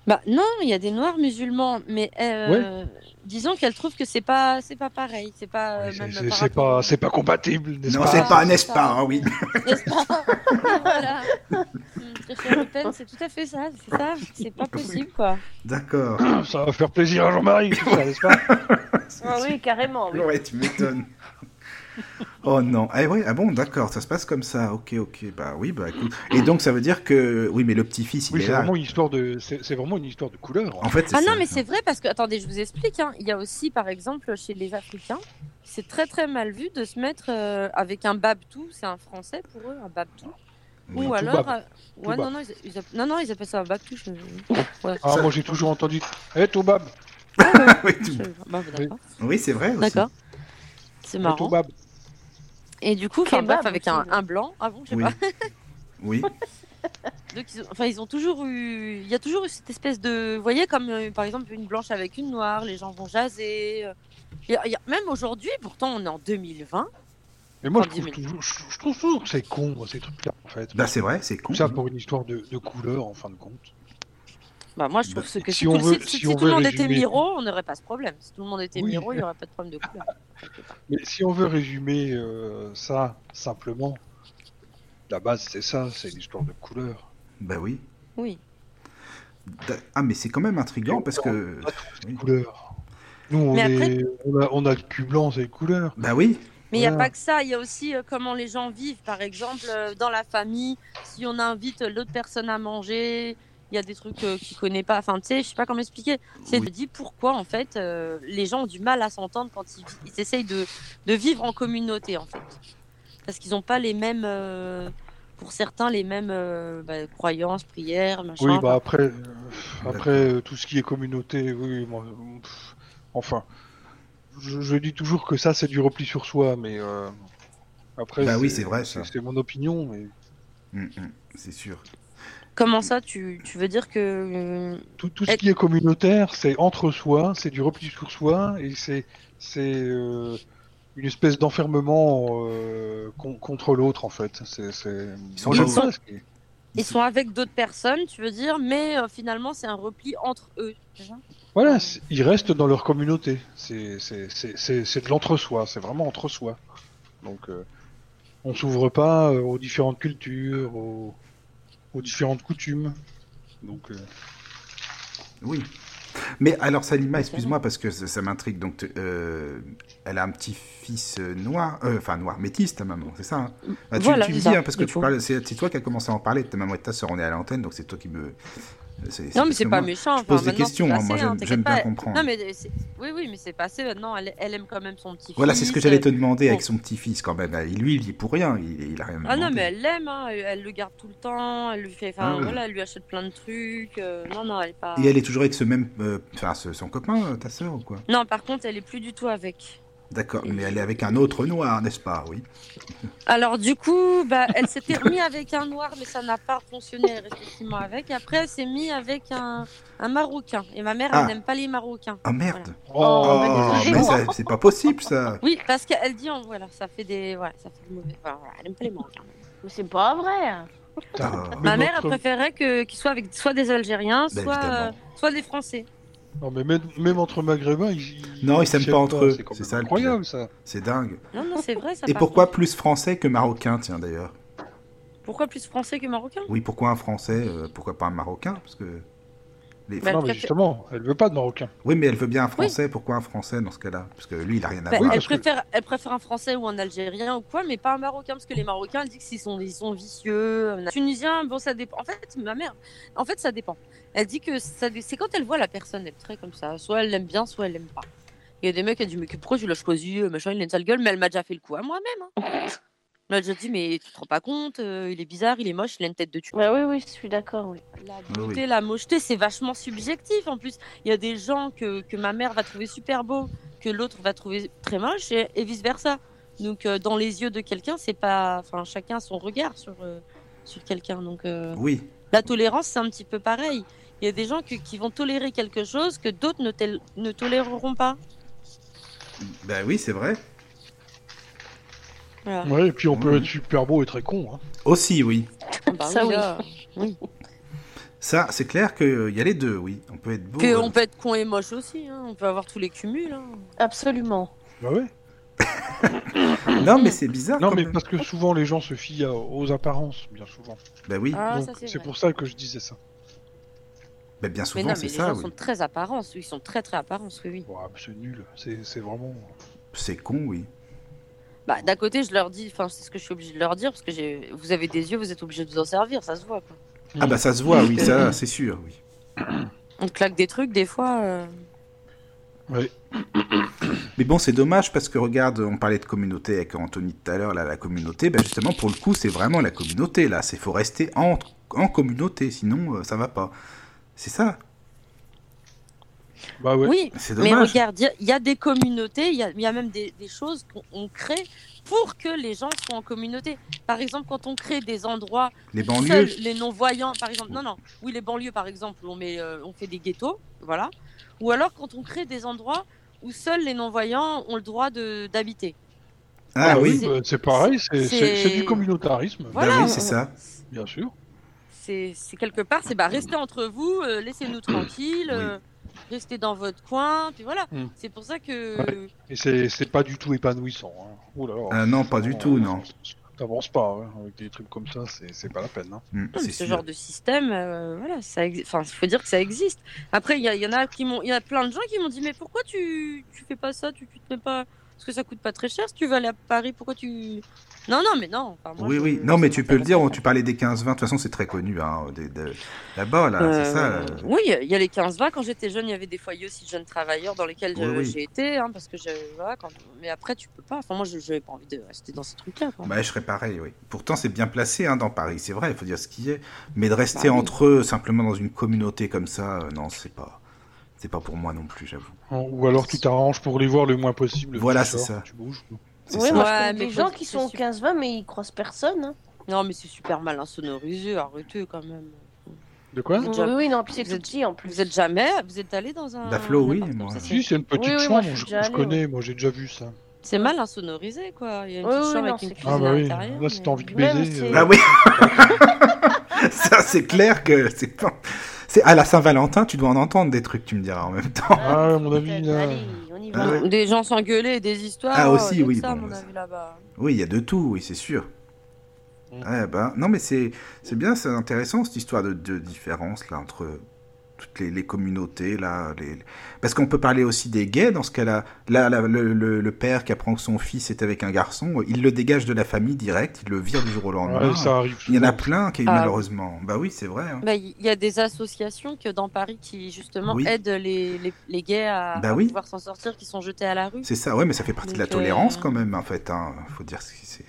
Speaker 4: Bah non, il y a des Noirs musulmans, mais euh, disons qu'elle trouve que c'est pas c'est pas pareil, c'est pas euh,
Speaker 2: C'est-
Speaker 4: même
Speaker 2: C'est
Speaker 4: par
Speaker 2: c'est
Speaker 4: rapport-
Speaker 2: pas c'est pas compatible n'est-ce
Speaker 1: Non,
Speaker 2: pas
Speaker 1: c'est pas,
Speaker 4: c'est
Speaker 1: n'est-ce
Speaker 4: ça.
Speaker 1: pas hein, Oui.
Speaker 4: N'est-ce pas Voilà. Hum, Christian Le Pen, c'est tout à fait ça, c'est ça, c'est pas possible quoi.
Speaker 1: D'accord.
Speaker 2: Ça va faire plaisir à Jean-Marie tout ça n'est-ce pas
Speaker 3: Ah oui, carrément. oui.
Speaker 1: Ouais, tu m'étonnes. oh non. Ah, ouais, ah bon, d'accord, ça se passe comme ça. Ok, ok. Bah oui, bah écoute. Et donc ça veut dire que. Oui, mais le petit-fils, il
Speaker 2: Oui
Speaker 1: est
Speaker 2: c'est
Speaker 1: là.
Speaker 2: vraiment une histoire de c'est c'est vraiment une histoire de couleur. hein.
Speaker 1: En fait, c'est
Speaker 4: Ah non,
Speaker 1: ça.
Speaker 4: mais c'est vrai parce que attendez, je vous explique. hein, Il y a aussi, par exemple, chez les Africains, c'est très très mal vu de se mettre euh, avec un babtou. C'est un français pour eux, un babtou.
Speaker 1: Oui.
Speaker 4: Ou
Speaker 2: tout
Speaker 4: alors,
Speaker 2: bab.
Speaker 4: euh, ouais,
Speaker 2: Tout
Speaker 4: non, non, ils, ils app- non, non, ils appellent ça un babtou. je-
Speaker 2: Ah
Speaker 1: Ça-
Speaker 2: moi j'ai toujours entendu. Eh Toubab,
Speaker 1: oui,
Speaker 4: je-
Speaker 1: tout-
Speaker 4: bah, d'accord.
Speaker 1: oui, c'est vrai. aussi.
Speaker 4: D'accord. C'est marrant.
Speaker 2: eh, Toubab.
Speaker 4: Et du coup, enfin,
Speaker 3: Kebab
Speaker 4: bref, avec
Speaker 3: aussi,
Speaker 4: un,
Speaker 3: oui.
Speaker 4: un blanc. Ah bon, je sais
Speaker 1: Oui.
Speaker 4: pas.
Speaker 1: Oui.
Speaker 4: Donc, ils ont, enfin, ils ont toujours eu. Il y a toujours eu cette espèce de. Vous voyez, comme euh, par exemple une blanche avec une noire, les gens vont jaser. euh. Il y a- il y a- même aujourd'hui, pourtant, on est en 2020.
Speaker 2: Mais moi, je
Speaker 4: Enfin,
Speaker 2: trouve,
Speaker 4: dix
Speaker 2: toujours, je, je trouve toujours que c'est con, moi, ces trucs-là, en fait.
Speaker 1: Bah c'est vrai, c'est con.
Speaker 2: Tout ça pour une histoire de, de couleur, en fin de compte.
Speaker 4: Bah, moi, je
Speaker 1: Bah,
Speaker 4: trouve ce que
Speaker 2: si
Speaker 4: si,
Speaker 2: on
Speaker 4: tout, le
Speaker 2: veut-
Speaker 4: site- si
Speaker 2: si
Speaker 4: tout
Speaker 2: on
Speaker 4: le
Speaker 2: veut
Speaker 4: monde était
Speaker 2: résumer-
Speaker 4: Miro, on n'aurait pas ce problème. Si tout le monde était
Speaker 2: Oui.
Speaker 4: Miro, il n'y aurait pas de problème de couleur.
Speaker 2: Mais si on veut résumer euh, ça simplement, la base, c'est ça, c'est l'histoire de couleur.
Speaker 1: Bah oui.
Speaker 4: Oui.
Speaker 1: Da- Ah mais c'est quand même intriguant parce que. Oui.
Speaker 2: Couleur. Nous, on,
Speaker 4: Mais après-
Speaker 2: est- on, a, on a le cul blanc, c'est les couleurs.
Speaker 1: Bah oui.
Speaker 4: Mais il n'y a
Speaker 2: Voilà.
Speaker 4: pas que ça. Il y a aussi euh, comment les gens vivent. Par exemple, euh, dans la famille, si on invite euh, l'autre personne à manger, il y a des trucs euh, qu'il ne connaît pas. Enfin, tu sais, je sais pas comment expliquer. C'est
Speaker 1: Oui.
Speaker 4: de dire pourquoi, en fait, euh, les gens ont du mal à s'entendre quand ils, ils essayent de, de vivre en communauté, en fait. Parce qu'ils n'ont pas les mêmes, euh, pour certains, les mêmes euh, bah, croyances, prières, machin.
Speaker 2: Oui, bah après, euh,
Speaker 1: D'accord.
Speaker 2: après euh, tout ce qui est communauté, oui, moi, pff, enfin, je, je dis toujours que ça, c'est du repli sur soi, mais euh, après,
Speaker 1: Bah oui, c'est vrai, ça.
Speaker 2: C'est mon opinion, mais
Speaker 1: Mm, mm, c'est sûr.
Speaker 4: Comment ça, tu, tu veux dire que. euh,
Speaker 2: Tout, tout ce
Speaker 4: Et-
Speaker 2: qui est communautaire, c'est entre soi, c'est du repli sur soi, et c'est c'est euh, une espèce d'enfermement euh, con- contre l'autre en fait. C'est c'est.
Speaker 1: sont
Speaker 2: Moi, j'aime
Speaker 4: là-
Speaker 2: pas ce qui est-
Speaker 4: Ils sont avec d'autres personnes, tu veux dire, mais euh, finalement, c'est un repli entre eux. c'est ça
Speaker 2: Voilà, c'est- ils restent dans leur communauté. C'est c'est- c'est- c'est- c'est de l'entre soi, c'est vraiment entre soi. Donc euh, on s'ouvre pas euh, aux différentes cultures, aux, aux différentes coutumes. Donc euh,
Speaker 1: Oui. Mais alors Salima, excuse-moi parce que ça, ça m'intrigue. Donc tu- euh, elle a un petit fils euh, noir, euh, enfin noir métis ta maman, c'est ça. hein Ah, tu,
Speaker 4: Mm. Voilà,
Speaker 1: tu me
Speaker 4: c'est
Speaker 1: dis
Speaker 4: ça,
Speaker 1: hein, parce que
Speaker 4: du
Speaker 1: tu
Speaker 4: coup.
Speaker 1: parles, c'est c'est toi qui as commencé à en parler. Ta maman et ta sœur, on est à l'antenne, donc c'est toi qui me. c'est-
Speaker 4: Non, mais
Speaker 1: parce
Speaker 4: c'est
Speaker 1: que
Speaker 4: pas
Speaker 1: moi,
Speaker 4: méchant.
Speaker 1: Je pose
Speaker 4: enfin,
Speaker 1: des
Speaker 4: maintenant,
Speaker 1: questions,
Speaker 4: c'est
Speaker 1: hein,
Speaker 4: passé,
Speaker 1: moi
Speaker 4: hein,
Speaker 1: j'aime-
Speaker 4: t'inquiète
Speaker 1: j'aime bien
Speaker 4: pas.
Speaker 1: comprendre.
Speaker 4: Non, mais euh, c'est- oui, oui, mais c'est passé maintenant. Elle, elle aime quand même son petit
Speaker 1: Voilà, c'est ce que j'allais te demander avec
Speaker 4: euh, Bon.
Speaker 1: son petit-fils quand même. Il- Lui, il est pour rien, il, il a rien
Speaker 4: Ah non,
Speaker 1: demandé.
Speaker 4: mais elle l'aime. hein, Elle, elle le garde tout le temps. Elle lui fait. Enfin,
Speaker 1: Ah oui.
Speaker 4: voilà, elle lui achète plein de trucs. euh, non, non, elle est pas.
Speaker 1: Et elle est toujours avec ce même. euh, Enfin, ce- son copain, euh, ta sœur ou quoi
Speaker 4: Non, par contre, elle est plus du tout avec.
Speaker 1: D'accord, mais elle est avec un autre noir, n'est-ce pas Oui.
Speaker 4: Alors du coup, bah, elle s'était remise avec un noir, mais ça n'a pas fonctionné respectivement avec. Après, elle s'est mise avec un, un marocain. Et ma mère,
Speaker 1: Ah.
Speaker 4: elle n'aime pas les marocains.
Speaker 1: Ah merde
Speaker 3: Oh,
Speaker 1: Oh,
Speaker 3: mais
Speaker 1: mais
Speaker 3: excusez-moi.
Speaker 1: ça- c'est pas possible ça
Speaker 4: Oui, parce qu'elle dit, oh, voilà, ça fait des, voilà, ça fait des mauvais. Voilà, voilà, elle aime pas les marocains.
Speaker 3: Mais c'est pas vrai.
Speaker 2: putain,
Speaker 1: Ah.
Speaker 2: mais Ben,
Speaker 4: Ma mère, elle
Speaker 2: notre-
Speaker 4: préférait que- qu'il soit avec soit des Algériens,
Speaker 1: Bah,
Speaker 4: soit,
Speaker 1: évidemment.
Speaker 4: euh, soit des Français.
Speaker 2: Non, mais même, même entre maghrébins, ils.
Speaker 1: Non, ils s'aiment pas entre eux.
Speaker 2: C'est quand
Speaker 1: C'est
Speaker 2: même
Speaker 1: ça, le
Speaker 2: incroyable ça.
Speaker 1: C'est dingue.
Speaker 4: Non, non, c'est vrai, ça.
Speaker 1: Et
Speaker 4: par
Speaker 1: pourquoi
Speaker 4: contre.
Speaker 1: plus français que marocain, tiens d'ailleurs
Speaker 4: Pourquoi plus français que
Speaker 2: Ah
Speaker 4: marocain
Speaker 1: Oui, pourquoi un français euh, Pourquoi pas un marocain Parce que. les-
Speaker 4: Bah,
Speaker 2: non, mais
Speaker 4: elle préfère-
Speaker 2: justement, elle veut pas de Marocain.
Speaker 1: Oui, mais elle veut bien un français, pourquoi un français dans ce cas-là Parce que lui, il a rien à
Speaker 4: Bah,
Speaker 1: voir.
Speaker 4: elle,
Speaker 2: parce que-
Speaker 4: préfère, elle préfère un Français ou un Algérien ou quoi, mais pas un Marocain, parce que les Marocains, elle dit qu'ils sont, ils sont vicieux. Tunisien, bon, ça dépend. En fait, ma mère, en fait, ça dépend. Elle dit que ça dé- c'est quand elle voit la personne, elle est très comme ça. Soit elle l'aime bien, soit elle l'aime pas. Il y a des mecs qui ont dit, mais que- pourquoi je l'ai choisi euh, Machin, il a une sale gueule, mais elle m'a déjà fait le coup à moi-même. hein. Elle m'a déjà dit, mais tu te rends pas compte, euh, il est bizarre, il est moche, il a une tête de tu.
Speaker 3: Bah oui, oui, je suis d'accord, oui.
Speaker 4: La
Speaker 1: Ah oui.
Speaker 4: beauté, la mocheté, c'est vachement subjectif en plus. Il y a des gens que, que ma mère va trouver super beaux, que l'autre va trouver très moche et, vice versa. Donc euh, dans les yeux de quelqu'un, c'est pas, enfin chacun a son regard sur euh, sur quelqu'un. Donc euh,
Speaker 1: Oui,
Speaker 4: la tolérance, c'est un petit peu pareil. Il y a des gens que- qui vont tolérer quelque chose que d'autres ne, tel- ne toléreront pas.
Speaker 1: bah oui, c'est vrai.
Speaker 4: Voilà.
Speaker 2: Ouais, et puis on peut
Speaker 1: Mhm.
Speaker 2: être super beau et très con. Hein.
Speaker 1: Aussi, oui.
Speaker 4: Bah
Speaker 3: Ça, oui.
Speaker 4: là.
Speaker 1: Ça, c'est clair qu'il y a les deux, oui. On peut être beau.
Speaker 4: Que
Speaker 1: euh,
Speaker 4: on peut être con et moche aussi. hein. On peut avoir tous les cumuls. hein.
Speaker 3: Absolument.
Speaker 2: Bah ouais.
Speaker 1: Non, mais c'est bizarre.
Speaker 2: Non,
Speaker 1: Ah, quand
Speaker 2: mais
Speaker 1: même.
Speaker 2: parce que souvent les gens se fient à- aux apparences, bien souvent.
Speaker 1: Bah oui,
Speaker 4: Ah,
Speaker 2: Donc,
Speaker 4: ça c'est
Speaker 2: c'est
Speaker 4: vrai.
Speaker 2: pour ça que je disais ça.
Speaker 1: bah bien
Speaker 4: Mais
Speaker 1: souvent,
Speaker 4: non, mais
Speaker 1: c'est
Speaker 4: les
Speaker 1: ça,
Speaker 4: gens
Speaker 1: oui.
Speaker 4: sont très apparents. Ils sont très très apparents. Oui, oui.
Speaker 2: Ouais, mais c'est nul. C'est c'est vraiment.
Speaker 1: C'est con, oui.
Speaker 4: Bah, d'un côté, je leur dis, enfin, c'est ce que je suis obligée de leur dire, parce que j'ai- vous avez des yeux, vous êtes obligé de vous en servir, ça se voit. Quoi.
Speaker 1: Ah bah ça se voit, oui, ça, c'est sûr, oui.
Speaker 4: On te claque des trucs, des fois. euh,
Speaker 1: Mais bon, c'est dommage parce que regarde, on parlait de communauté avec Anthony tout à l'heure, là, la communauté, ben justement, pour le coup, c'est vraiment la communauté, là. C'est faut rester en, en communauté, sinon euh, ça va pas. C'est ça,
Speaker 2: Bah ouais.
Speaker 4: Oui,
Speaker 1: c'est
Speaker 4: mais
Speaker 1: dommage.
Speaker 4: regarde, il y a- il y, a des communautés, il y a, il y a même des, des choses qu'on on crée pour que les gens soient en communauté. Par exemple, quand on crée des endroits
Speaker 1: Les
Speaker 4: Seuls
Speaker 1: banlieues,
Speaker 4: les non-voyants, par exemple. Non, non. Oui, les banlieues, par exemple, où on, met, euh, on fait des ghettos, voilà. Ou alors quand on crée des endroits où seuls les non-voyants ont le droit de- d'habiter.
Speaker 1: ah
Speaker 4: bah
Speaker 1: oui,
Speaker 4: c'est-
Speaker 2: bah, c'est pareil, c'est- c'est
Speaker 4: c'est-
Speaker 2: c'est du communautarisme,
Speaker 1: bah
Speaker 4: Voilà.
Speaker 1: oui, c'est ça.
Speaker 2: bien sûr.
Speaker 4: C'est c'est quelque part, c'est bah, restez entre vous, euh, laissez-nous tranquilles, euh, restez dans votre coin, puis voilà.
Speaker 2: Mm.
Speaker 4: C'est pour ça que...
Speaker 2: Et c'est c'est pas du tout épanouissant. Hein. Oh là là.
Speaker 1: Ah non, pas du tout, non.
Speaker 2: T'avances pas, hein. avec des trucs comme ça, c'est c'est pas la peine. hein.
Speaker 1: Hmm,
Speaker 4: Non, mais
Speaker 1: c'est
Speaker 4: ce
Speaker 1: sûr.
Speaker 4: genre de système, euh, voilà, ça exi- enfin, faut dire que ça existe. Après, il y, a- il y en a qui m'ont, il y a plein de gens qui m'ont dit, mais pourquoi tu, tu fais pas ça, tu, tu te mets pas, parce que ça coûte pas très cher. Si tu veux aller à Paris, pourquoi tu, non, non, mais non. enfin, moi,
Speaker 1: Oui,
Speaker 4: je-
Speaker 1: oui. Non, mais
Speaker 4: ça
Speaker 1: tu peux le dire, hein,
Speaker 4: m'intéresse
Speaker 1: tu parlais des 15-20, de toute façon, c'est très connu, hein, des- de- là-bas, là,
Speaker 4: pas.
Speaker 1: c'est ça.
Speaker 4: Euh,
Speaker 1: euh,
Speaker 4: Oui, il y a les 15-20. Quand j'étais jeune, il y avait des foyers aussi de jeunes travailleurs dans lesquels je-
Speaker 1: Oui, oui.
Speaker 4: j'ai été, hein, parce que je, voilà, quand- mais après, tu peux pas. Enfin, moi, je j'avais pas envie de rester dans ces trucs-là. quoi.
Speaker 1: Bah, je serais pareil, oui. Pourtant, c'est bien placé hein, dans Paris, c'est vrai, il faut dire ce qu'il y est. Mais de rester
Speaker 4: Bah oui.
Speaker 1: entre eux, simplement dans une communauté comme ça, euh, non, c'est pas, c'est pas pour moi non plus, j'avoue.
Speaker 2: Ou alors tu t'arranges pour les voir le moins possible.
Speaker 1: Voilà,
Speaker 2: tu
Speaker 1: c'est
Speaker 2: sors,
Speaker 1: ça.
Speaker 2: Tu bouges.
Speaker 1: C'est
Speaker 3: Oui,
Speaker 1: ça.
Speaker 3: moi,
Speaker 4: Ouais,
Speaker 3: je connais
Speaker 4: mais
Speaker 3: des gens
Speaker 4: faut-
Speaker 3: qui
Speaker 4: c'est
Speaker 3: sont au
Speaker 4: sûr.
Speaker 3: 15-20, mais ils croisent personne. hein.
Speaker 4: Non, mais c'est super mal insonorisé, arrêtez quand même.
Speaker 2: De quoi
Speaker 4: Vous êtes
Speaker 3: Oui,
Speaker 4: jamais-
Speaker 3: oui, non, puis c'est
Speaker 4: vous
Speaker 3: tout
Speaker 4: êtes-
Speaker 3: petit, en plus.
Speaker 4: Vous êtes jamais, vous êtes allé dans un.
Speaker 1: La Flo, oui,
Speaker 4: un appart
Speaker 1: moi.
Speaker 4: comme ça
Speaker 2: Si, c'est une petite
Speaker 3: Oui, oui, moi,
Speaker 2: chambre,
Speaker 3: je suis
Speaker 2: je,
Speaker 3: déjà
Speaker 2: je
Speaker 3: allée,
Speaker 2: connais, moi j'ai déjà vu ça.
Speaker 4: C'est mal insonorisé, quoi. Il y a une
Speaker 3: Oui,
Speaker 4: petite
Speaker 3: oui,
Speaker 4: chambre
Speaker 3: non,
Speaker 4: avec une
Speaker 3: c'est
Speaker 4: cuisine
Speaker 2: Ah
Speaker 4: à
Speaker 2: bah oui,
Speaker 4: l'intérieur.
Speaker 2: là si
Speaker 4: mais-
Speaker 2: t'as envie de
Speaker 3: Même
Speaker 2: baiser.
Speaker 3: si-
Speaker 2: euh,
Speaker 1: Ah oui Ça, c'est clair que c'est pas... C'est à la Saint-Valentin, tu dois en entendre des trucs, tu me diras en même temps.
Speaker 2: Ah,
Speaker 3: ouais,
Speaker 2: à mon avis, là.
Speaker 3: Allez, on y va.
Speaker 1: Ah ouais.
Speaker 4: Des gens s'engueuler, des histoires.
Speaker 1: Ah, aussi,
Speaker 4: tout
Speaker 1: oui,
Speaker 4: Ça, à
Speaker 1: bon,
Speaker 4: mon
Speaker 1: bah,
Speaker 4: avis, là-bas.
Speaker 1: Oui, il y a de tout, oui, c'est sûr.
Speaker 2: Mm.
Speaker 1: Ouais, ben, non, mais c'est c'est bien, c'est intéressant cette histoire de, de différence là entre toutes les, les communautés là. Les... Parce qu'on peut parler aussi des gays dans ce cas-là. Là, là, le, le- le père qui apprend que son fils est avec un garçon, il le dégage de la famille direct, il le vire du jour au lendemain.
Speaker 2: ouais, ça arrive.
Speaker 1: Ah Il y en a
Speaker 2: souvent.
Speaker 1: plein qui
Speaker 4: Ah.
Speaker 1: malheureusement. Bah oui, c'est vrai. hein.
Speaker 4: Bah, Il y a des associations que dans Paris qui, justement,
Speaker 1: Oui.
Speaker 4: aident les, les, les gays à,
Speaker 1: Bah
Speaker 4: à
Speaker 1: oui.
Speaker 4: pouvoir s'en sortir, qui sont jetés à la rue.
Speaker 1: C'est ça, ouais, mais ça fait partie de la
Speaker 4: Donc, euh,
Speaker 1: tolérance quand même en fait. Hein. Faut dire ce que c'est.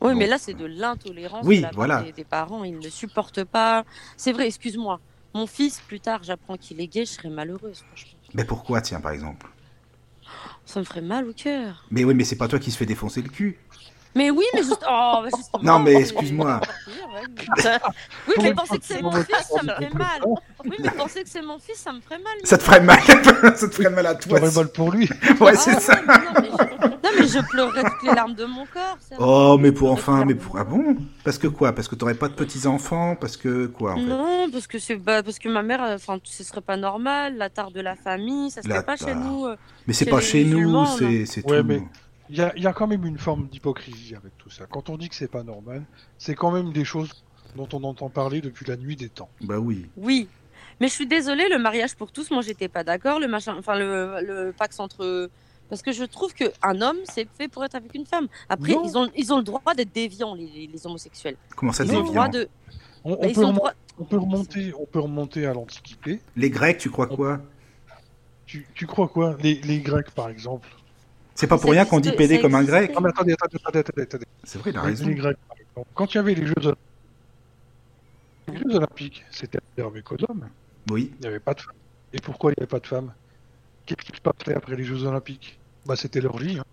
Speaker 4: Oui,
Speaker 1: Bon.
Speaker 4: mais là, c'est de l'intolérance
Speaker 1: Oui,
Speaker 4: de la part
Speaker 1: voilà.
Speaker 4: des, des parents. Ils ne supportent pas. C'est vrai, excuse-moi. Mon fils, plus tard, j'apprends qu'il est gay, je serais malheureuse, franchement.
Speaker 1: Mais pourquoi tiens par exemple
Speaker 4: Ça me ferait mal au cœur.
Speaker 1: Mais oui, mais c'est pas toi qui se fait défoncer le cul.
Speaker 4: Mais oui, mais juste. Oh, bah, justement.
Speaker 1: Non, mais
Speaker 4: c'est-
Speaker 1: excuse-moi.
Speaker 4: c'est encore pire, ouais, mais- Oui, mais penser que c'est mon fils, ça me fait mal. Oui, mais penser que c'est mon fils, ça me ferait mal.
Speaker 1: Ça te ferait mal, ça te ferait mal à toi.
Speaker 2: T'aurais mal pour lui.
Speaker 1: Ouais,
Speaker 4: Ah,
Speaker 1: c'est
Speaker 4: ouais,
Speaker 1: ça.
Speaker 4: mais Non mais, je... non, mais je pleurerais toutes les larmes de mon corps. ça.
Speaker 1: Oh, mais pour
Speaker 4: Faudrait
Speaker 1: enfin,
Speaker 4: faire
Speaker 1: mais
Speaker 4: de
Speaker 1: pour
Speaker 4: moi.
Speaker 1: ah bon Parce que quoi Parce que t'aurais pas de petits enfants Parce que quoi en fait
Speaker 4: Non, parce que c'est bah, parce que ma mère, euh, enfin, ce serait pas normal, la tare de la famille, ça se
Speaker 1: La
Speaker 4: fait pas chez
Speaker 1: tare.
Speaker 4: nous. euh.
Speaker 1: Mais c'est
Speaker 4: Chez
Speaker 1: pas
Speaker 4: les
Speaker 1: chez nous,
Speaker 4: musulmans,
Speaker 1: c'est c'est
Speaker 2: Ouais,
Speaker 1: tout.
Speaker 2: mais- Il y a, il y a quand même une forme d'hypocrisie avec tout ça. Quand on dit que c'est pas normal, c'est quand même des choses dont on entend parler depuis la nuit des temps.
Speaker 1: Bah oui.
Speaker 4: Oui, mais je suis désolée, le mariage pour tous, moi j'étais pas d'accord, le machin, enfin le, le Pax entre parce que je trouve que un homme c'est fait pour être avec une femme. Après,
Speaker 2: Non.
Speaker 4: ils ont ils ont le droit d'être déviants les, les- les homosexuels.
Speaker 1: Comment ça
Speaker 4: Ils ont le
Speaker 1: déviant
Speaker 4: droit de.
Speaker 2: On, on
Speaker 4: Bah, ils
Speaker 2: peut,
Speaker 4: ont le
Speaker 2: remon-
Speaker 4: droit-
Speaker 2: on peut remonter, on peut remonter à l'Antiquité.
Speaker 1: Les Grecs, tu crois quoi
Speaker 2: tu, tu crois quoi les, les Grecs, par exemple.
Speaker 1: C'est pas pour rien qu'on dit
Speaker 3: Ça
Speaker 1: PD comme un
Speaker 3: existait.
Speaker 1: grec.
Speaker 2: Non, Ah, mais attendez, attendez, attendez, attendez. attendez.
Speaker 1: C'est vrai, il a
Speaker 2: Les
Speaker 1: raison.
Speaker 2: Grecs, par exemple. Quand il y avait les Jeux Olympiques, les Jeux Olympiques, c'était réservé qu'aux hommes.
Speaker 1: Oui.
Speaker 2: Il n'y avait pas de femmes. Et pourquoi il n'y avait pas de femmes Qu'est-ce qui se passait après les Jeux Olympiques Bah, c'était l'orgie. hein.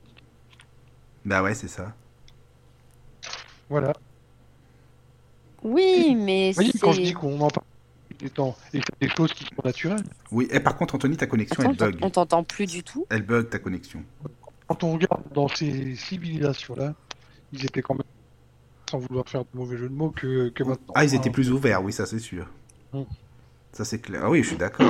Speaker 1: Bah ouais, c'est ça.
Speaker 2: Voilà.
Speaker 4: Oui, mais
Speaker 2: Vous voyez, quand je
Speaker 4: c'est.
Speaker 2: dis qu'on en parle des temps et que c'est des choses qui sont naturelles,
Speaker 1: Oui. Et par contre, Anthony, ta connexion,
Speaker 4: Attends,
Speaker 1: elle bug.
Speaker 4: on t'entend plus du tout.
Speaker 1: Elle bug ta connexion.
Speaker 2: quand on regarde dans ces civilisations-là, ils étaient quand même, sans vouloir faire de mauvais jeu de mots, que, que maintenant.
Speaker 1: Ah, ils étaient
Speaker 2: Hein.
Speaker 1: plus ouverts, oui, ça c'est sûr.
Speaker 2: Mm.
Speaker 1: Ça c'est clair. Ah oui, je suis d'accord.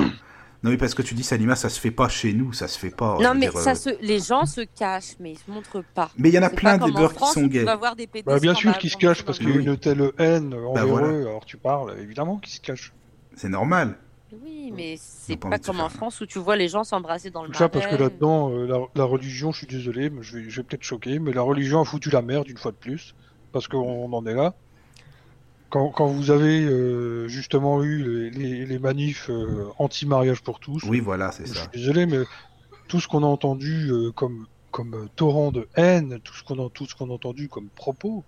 Speaker 1: Non, mais parce que tu dis, Salima, ça se fait pas chez nous, ça se fait pas. je
Speaker 4: non,
Speaker 1: veux
Speaker 4: mais
Speaker 1: dire, euh,
Speaker 4: ça se... les gens se cachent, mais ils se montrent pas.
Speaker 1: Mais il y en a
Speaker 4: C'est
Speaker 1: plein
Speaker 4: pas
Speaker 1: des
Speaker 4: comme en
Speaker 1: beurs qui
Speaker 4: France
Speaker 1: sont
Speaker 4: où
Speaker 1: gays.
Speaker 4: Tu vas voir des pédos
Speaker 2: Bah, bien
Speaker 4: qu'on
Speaker 2: sûr
Speaker 4: va-
Speaker 2: qu'ils se
Speaker 4: qu'on-
Speaker 2: cachent parce qu'il y a
Speaker 1: Oui.
Speaker 2: une telle haine envers
Speaker 1: Bah, voilà.
Speaker 2: eux. Alors tu parles, évidemment qu'ils se cachent.
Speaker 1: C'est normal.
Speaker 4: Oui, mais c'est
Speaker 1: Ils ont pas
Speaker 4: pas
Speaker 1: envie de se
Speaker 4: comme en
Speaker 1: faire.
Speaker 4: France où tu vois les gens s'embrasser dans le
Speaker 2: Tout ça parce que
Speaker 4: marais.
Speaker 2: là-dedans, euh, la, la religion, je suis désolé, mais je vais, je vais peut-être choquer, mais la religion a foutu la merde une fois de plus, parce qu'on en est là. Quand, quand vous avez euh, justement eu les, les- les manifs euh, anti-mariage pour tous,
Speaker 1: Oui, voilà, c'est
Speaker 2: je
Speaker 1: ça.
Speaker 2: suis désolé, mais tout ce qu'on a entendu euh, comme, comme euh, torrent de haine, tout ce qu'on a, tout ce qu'on a entendu comme propos,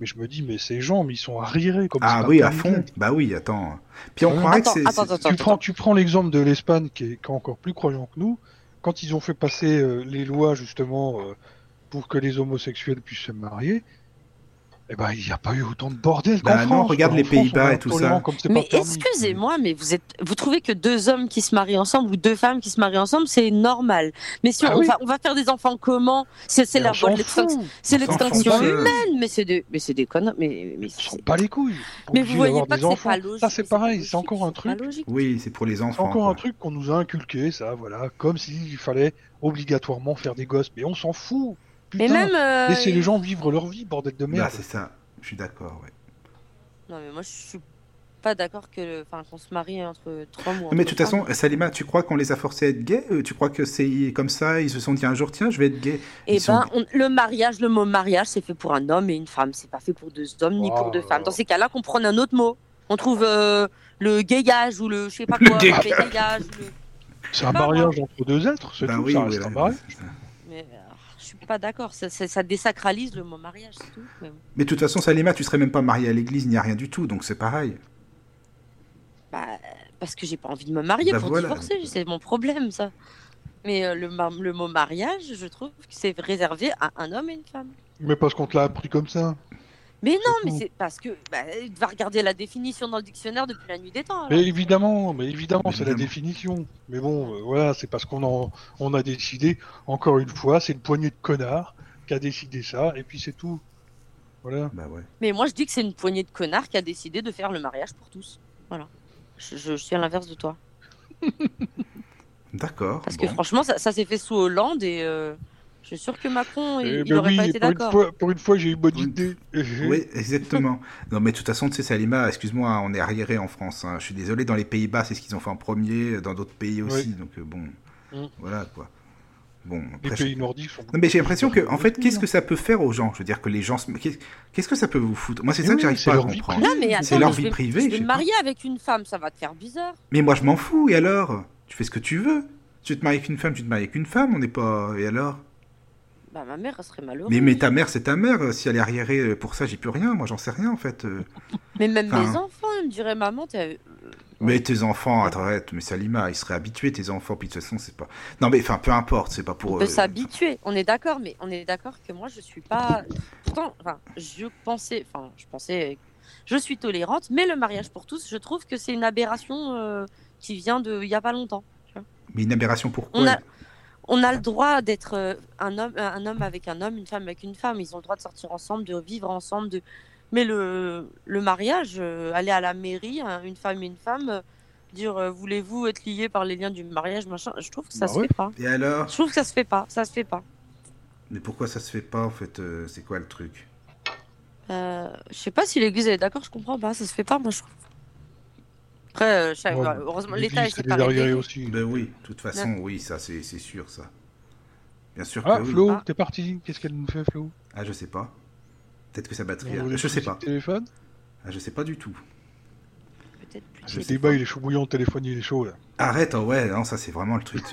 Speaker 2: mais je me dis, mais ces gens, mais ils sont arriérés comme c'est
Speaker 1: Ah
Speaker 2: pas
Speaker 1: oui, à
Speaker 2: permis.
Speaker 1: fond. Bah oui, attends. Puis on
Speaker 2: Attends,
Speaker 1: croirait que c'est.
Speaker 4: attends,
Speaker 1: c'est-
Speaker 4: attends.
Speaker 2: tu prends, tu prends l'exemple de l'Espagne qui est, qui est encore plus croyant que nous. Quand ils ont fait passer euh, les lois justement euh, pour que les homosexuels puissent se marier, eh ben il n'y a pas eu autant de bordel qu'en
Speaker 1: Bah non,
Speaker 2: France.
Speaker 1: regarde
Speaker 2: quoi.
Speaker 1: les
Speaker 2: En France, on est
Speaker 1: Pays-Bas et tout ça.
Speaker 2: intolérant comme c'est pas
Speaker 4: Mais
Speaker 2: permis.
Speaker 4: excusez-moi, mais vous êtes, vous trouvez que deux hommes qui se marient ensemble ou deux femmes qui se marient ensemble, c'est normal. Mais si
Speaker 2: Ah
Speaker 4: on,
Speaker 2: oui.
Speaker 4: va, on va faire des enfants comment C'est c'est
Speaker 2: Et
Speaker 4: la
Speaker 2: on s'en
Speaker 4: voie de l'extinction-
Speaker 2: fout.
Speaker 4: c'est
Speaker 1: on s'en fout
Speaker 4: l'extinction
Speaker 1: pas, euh.
Speaker 4: humaine, mais c'est des, mais c'est des conneries. Mais, mais
Speaker 2: Ils sont
Speaker 4: c'est-
Speaker 2: pas les couilles. On
Speaker 4: mais
Speaker 2: dit
Speaker 4: vous voyez
Speaker 2: d'avoir
Speaker 4: pas
Speaker 2: des
Speaker 4: que c'est
Speaker 2: enfants.
Speaker 4: pas logique.
Speaker 2: Ça c'est
Speaker 4: mais pas
Speaker 2: pareil,
Speaker 4: logique,
Speaker 2: c'est encore un
Speaker 4: c'est pas
Speaker 2: truc.
Speaker 4: logique.
Speaker 1: Oui, c'est pour les
Speaker 2: C'est
Speaker 1: enfants.
Speaker 2: encore
Speaker 1: quoi.
Speaker 2: un truc qu'on nous a inculqué, ça, voilà, comme s'il fallait obligatoirement faire des gosses. Mais on s'en fout. Putain,
Speaker 4: Mais même. euh,
Speaker 2: laissez les gens vivre leur vie, bordel de
Speaker 1: Bah
Speaker 2: merde.
Speaker 1: c'est ça. Je suis d'accord. Ouais.
Speaker 4: Non, mais moi je suis pas d'accord que, enfin, qu'on se marie entre trois mois.
Speaker 1: Mais de toute façon, Salima, tu crois qu'on les a forcés à être gays Euh, Tu crois que c'est comme ça Ils se sont dit un jour, tiens, je vais être gay.
Speaker 4: Et
Speaker 1: Ils sont-
Speaker 4: ben, on- le mariage, le mot mariage, c'est fait pour un homme et une femme. C'est pas fait pour deux hommes ni pour deux
Speaker 2: Oh.
Speaker 4: femmes. Dans ces cas-là, qu'on prenne un autre mot. On trouve euh, le gayage ou le je sais pas
Speaker 1: Le
Speaker 4: quoi.
Speaker 1: gayage.
Speaker 4: le gayage, ou le-
Speaker 2: C'est
Speaker 4: Bah,
Speaker 2: un mariage entre deux êtres, c'est
Speaker 1: Bah
Speaker 2: tout.
Speaker 1: oui,
Speaker 2: ça
Speaker 1: oui,
Speaker 2: reste un
Speaker 1: oui,
Speaker 2: mariage.
Speaker 1: c'est ça.
Speaker 4: Mais euh, je suis pas d'accord. Ça, ça- ça désacralise le mot mariage, c'est tout. Mais bon.
Speaker 1: Mais de toute façon, Salima, tu serais même pas mariée à l'église, il n'y a rien du tout, donc c'est pareil.
Speaker 4: Bah, euh, parce que j'ai pas envie de me marier
Speaker 1: Bah
Speaker 4: pour
Speaker 1: voilà.
Speaker 4: divorcer. C'est mon problème, ça. Mais euh, le, mar- le mot mariage, je trouve que c'est réservé à un homme et une femme.
Speaker 2: Mais parce qu'on te l'a appris comme ça.
Speaker 4: Mais non, mais
Speaker 2: tout.
Speaker 4: c'est parce que bah, tu vas regarder la définition dans le dictionnaire depuis la nuit des temps. alors.
Speaker 2: Mais évidemment, mais évidemment, c'est la
Speaker 1: Évidemment.
Speaker 2: définition. Mais bon, euh, voilà, c'est parce qu'on en, on a décidé. Encore une fois, c'est une poignée de connards qui a décidé ça, et puis c'est tout. Voilà.
Speaker 1: Bah ouais.
Speaker 4: Mais moi, je dis que c'est une poignée de connards qui a décidé de faire le mariage pour tous. Voilà. Je, je suis à l'inverse de toi.
Speaker 1: D'accord.
Speaker 4: Parce que
Speaker 1: bon.
Speaker 4: franchement, ça, ça s'est fait sous Hollande et euh, je suis sûr que Macron,
Speaker 2: Eh
Speaker 4: il, il
Speaker 2: ben
Speaker 4: aurait pas
Speaker 2: oui,
Speaker 4: été
Speaker 2: pour une,
Speaker 4: d'accord.
Speaker 2: fois, pour une fois, j'ai eu bonne
Speaker 1: Oui.
Speaker 2: idée.
Speaker 1: Oui, exactement. non, mais de toute façon, tu sais, Salima, excuse-moi, on est arriéré en France. hein. Je suis désolé, dans les Pays-Bas, c'est ce qu'ils ont fait en premier, dans d'autres pays aussi. Donc, euh, bon,
Speaker 2: Mm.
Speaker 1: voilà quoi. Bon,
Speaker 2: Les
Speaker 1: après, je-
Speaker 2: pays nordiques sont.
Speaker 1: Non, mais j'ai l'impression que, en fait,
Speaker 2: Oui,
Speaker 1: qu'est-ce
Speaker 2: non.
Speaker 1: que ça peut faire aux gens Je veux dire que les gens. se- Qu'est- Qu'est-ce que ça peut vous foutre Moi, c'est
Speaker 2: Mais
Speaker 1: ça que
Speaker 2: oui,
Speaker 1: j'arrive
Speaker 2: c'est
Speaker 1: pas à
Speaker 2: leur vie
Speaker 1: comprendre.
Speaker 2: privée.
Speaker 4: Non, mais attends,
Speaker 1: C'est leur
Speaker 4: mais je
Speaker 1: vie
Speaker 4: vais-
Speaker 1: privée,
Speaker 4: Je
Speaker 1: je
Speaker 4: vais
Speaker 1: sais
Speaker 4: me
Speaker 1: pas.
Speaker 4: marier avec une femme, ça va te faire bizarre.
Speaker 1: Mais moi, je m'en fous, et alors Tu fais ce que tu veux. Tu te maries avec une femme, tu te maries avec une femme, on n'est pas. Et alors
Speaker 4: Bah, ma mère, elle serait malheureuse.
Speaker 1: mais, mais ta mère, c'est ta mère. euh, Si elle est arriérée euh, pour ça, j'y peux rien. Moi, j'en sais rien, en fait. euh.
Speaker 4: Mais même
Speaker 1: Enfin.
Speaker 4: mes enfants, ils me diraient, maman, t'es.
Speaker 1: Mais tes enfants, arrête, mais Salima, ils seraient habitués, tes enfants, puis de toute façon, c'est pas. Non, mais enfin, peu importe, c'est pas
Speaker 4: On
Speaker 1: pour. euh,
Speaker 4: peut
Speaker 1: eux.
Speaker 4: s'habituer, on est d'accord, mais on est d'accord que moi je suis pas. Pourtant, enfin, je pensais, enfin, je pensais, je suis tolérante, mais le mariage pour tous, je trouve que c'est une aberration euh, qui vient de il y a pas longtemps.
Speaker 1: Mais une aberration, pourquoi
Speaker 4: On a- On a le droit d'être euh, un homme, un homme avec un homme, une femme avec une femme. Ils ont le droit de sortir ensemble, de vivre ensemble, de. Mais le le mariage, euh, aller à la mairie, hein, une femme et une femme, euh, dire euh, voulez-vous être liés par les liens du mariage, machin. Je trouve que ça
Speaker 2: Bah
Speaker 4: se
Speaker 2: ouais.
Speaker 4: fait pas.
Speaker 1: Et alors
Speaker 4: Je trouve que ça se fait pas. Ça se fait pas.
Speaker 1: Mais pourquoi ça se fait pas, en fait euh, C'est quoi le truc
Speaker 4: Euh, je sais pas si l'église elle est d'accord, je comprends pas, ça se fait pas, moi je trouve. Après, euh, je sais-
Speaker 2: Ouais,
Speaker 4: heureusement,
Speaker 2: L'église,
Speaker 4: l'État est
Speaker 2: c'est
Speaker 4: séparé.
Speaker 2: des arriérés
Speaker 4: de l'Église.
Speaker 2: aussi.
Speaker 1: Ben oui, de toute façon, oui, ça, c'est c'est sûr, ça. Bien sûr
Speaker 2: Ah,
Speaker 1: que oui.
Speaker 2: Flo,
Speaker 4: Ah.
Speaker 2: t'es parti. Qu'est-ce qu'elle nous fait, Flo
Speaker 1: Ah, je sais pas. Peut-être que sa batterie.
Speaker 2: On
Speaker 1: a-
Speaker 2: voulait
Speaker 1: Je sais
Speaker 2: utiliser
Speaker 1: pas.
Speaker 2: le Téléphone.
Speaker 1: Ah, je sais pas du tout.
Speaker 4: peut-être plus.
Speaker 2: Le débat, il est chaud bouillant, le téléphone, il est chaud, là.
Speaker 1: Arrête, oh ouais, non, ça c'est vraiment le truc.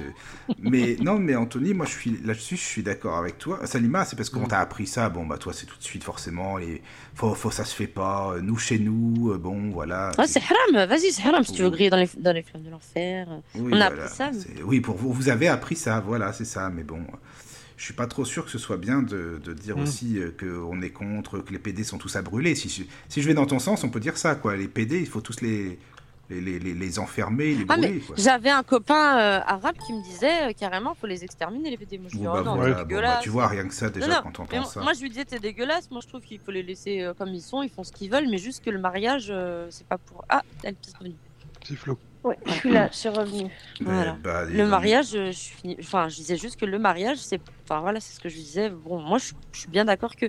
Speaker 1: euh. mais non, mais Anthony, moi je suis là-dessus, je suis d'accord avec toi. Salima, c'est parce qu'on
Speaker 2: Mm.
Speaker 1: t'a appris ça, bon bah toi c'est tout de suite forcément, les... faut, faut ça se fait pas, euh, nous chez nous, euh, bon voilà.
Speaker 2: Ah,
Speaker 4: Ouais, c'est haram, vas-y, c'est haram si tu veux
Speaker 1: Oui.
Speaker 4: griller dans les, dans les flammes de l'enfer.
Speaker 1: Oui,
Speaker 4: on a appris ça, mais-
Speaker 1: c'est- Oui, pour vous, vous avez appris ça, voilà, c'est ça. Mais bon, je suis pas trop sûr que ce soit bien de, de dire
Speaker 2: Mm.
Speaker 1: aussi euh, qu'on est contre, que les PD sont tous à brûler. Si je, si je vais dans ton sens, on peut dire ça, quoi. Les PD, il faut tous les, les, les, les- les enfermer, les
Speaker 4: Ah, mais
Speaker 1: brûler, quoi.
Speaker 4: J'avais un copain euh, arabe qui me disait euh, carrément faut les exterminer les pédés. Moi, je
Speaker 1: Bon,
Speaker 4: dis,
Speaker 1: bah,
Speaker 4: oh, non,
Speaker 1: voilà,
Speaker 4: c'est
Speaker 1: bon, bah,
Speaker 4: dégueulasse.
Speaker 1: tu vois, rien que ça, déjà,
Speaker 4: Non, non,
Speaker 1: quand on
Speaker 4: Mais
Speaker 1: entend
Speaker 4: moi,
Speaker 1: ça.
Speaker 4: moi, je lui disais t'es dégueulasse. Moi je trouve qu'il faut les laisser euh, comme ils sont, ils font ce qu'ils veulent, mais juste que le mariage euh, c'est pas pour ah elle pisse revenue.
Speaker 2: C'est flou.
Speaker 3: Ouais, je suis là, je suis revenu.
Speaker 1: Mais,
Speaker 4: voilà.
Speaker 1: bah, dis
Speaker 4: Le
Speaker 1: donc,
Speaker 4: mariage, euh, je suis fini- enfin je disais juste que le mariage c'est enfin voilà c'est ce que je disais. Bon moi je, je suis bien d'accord que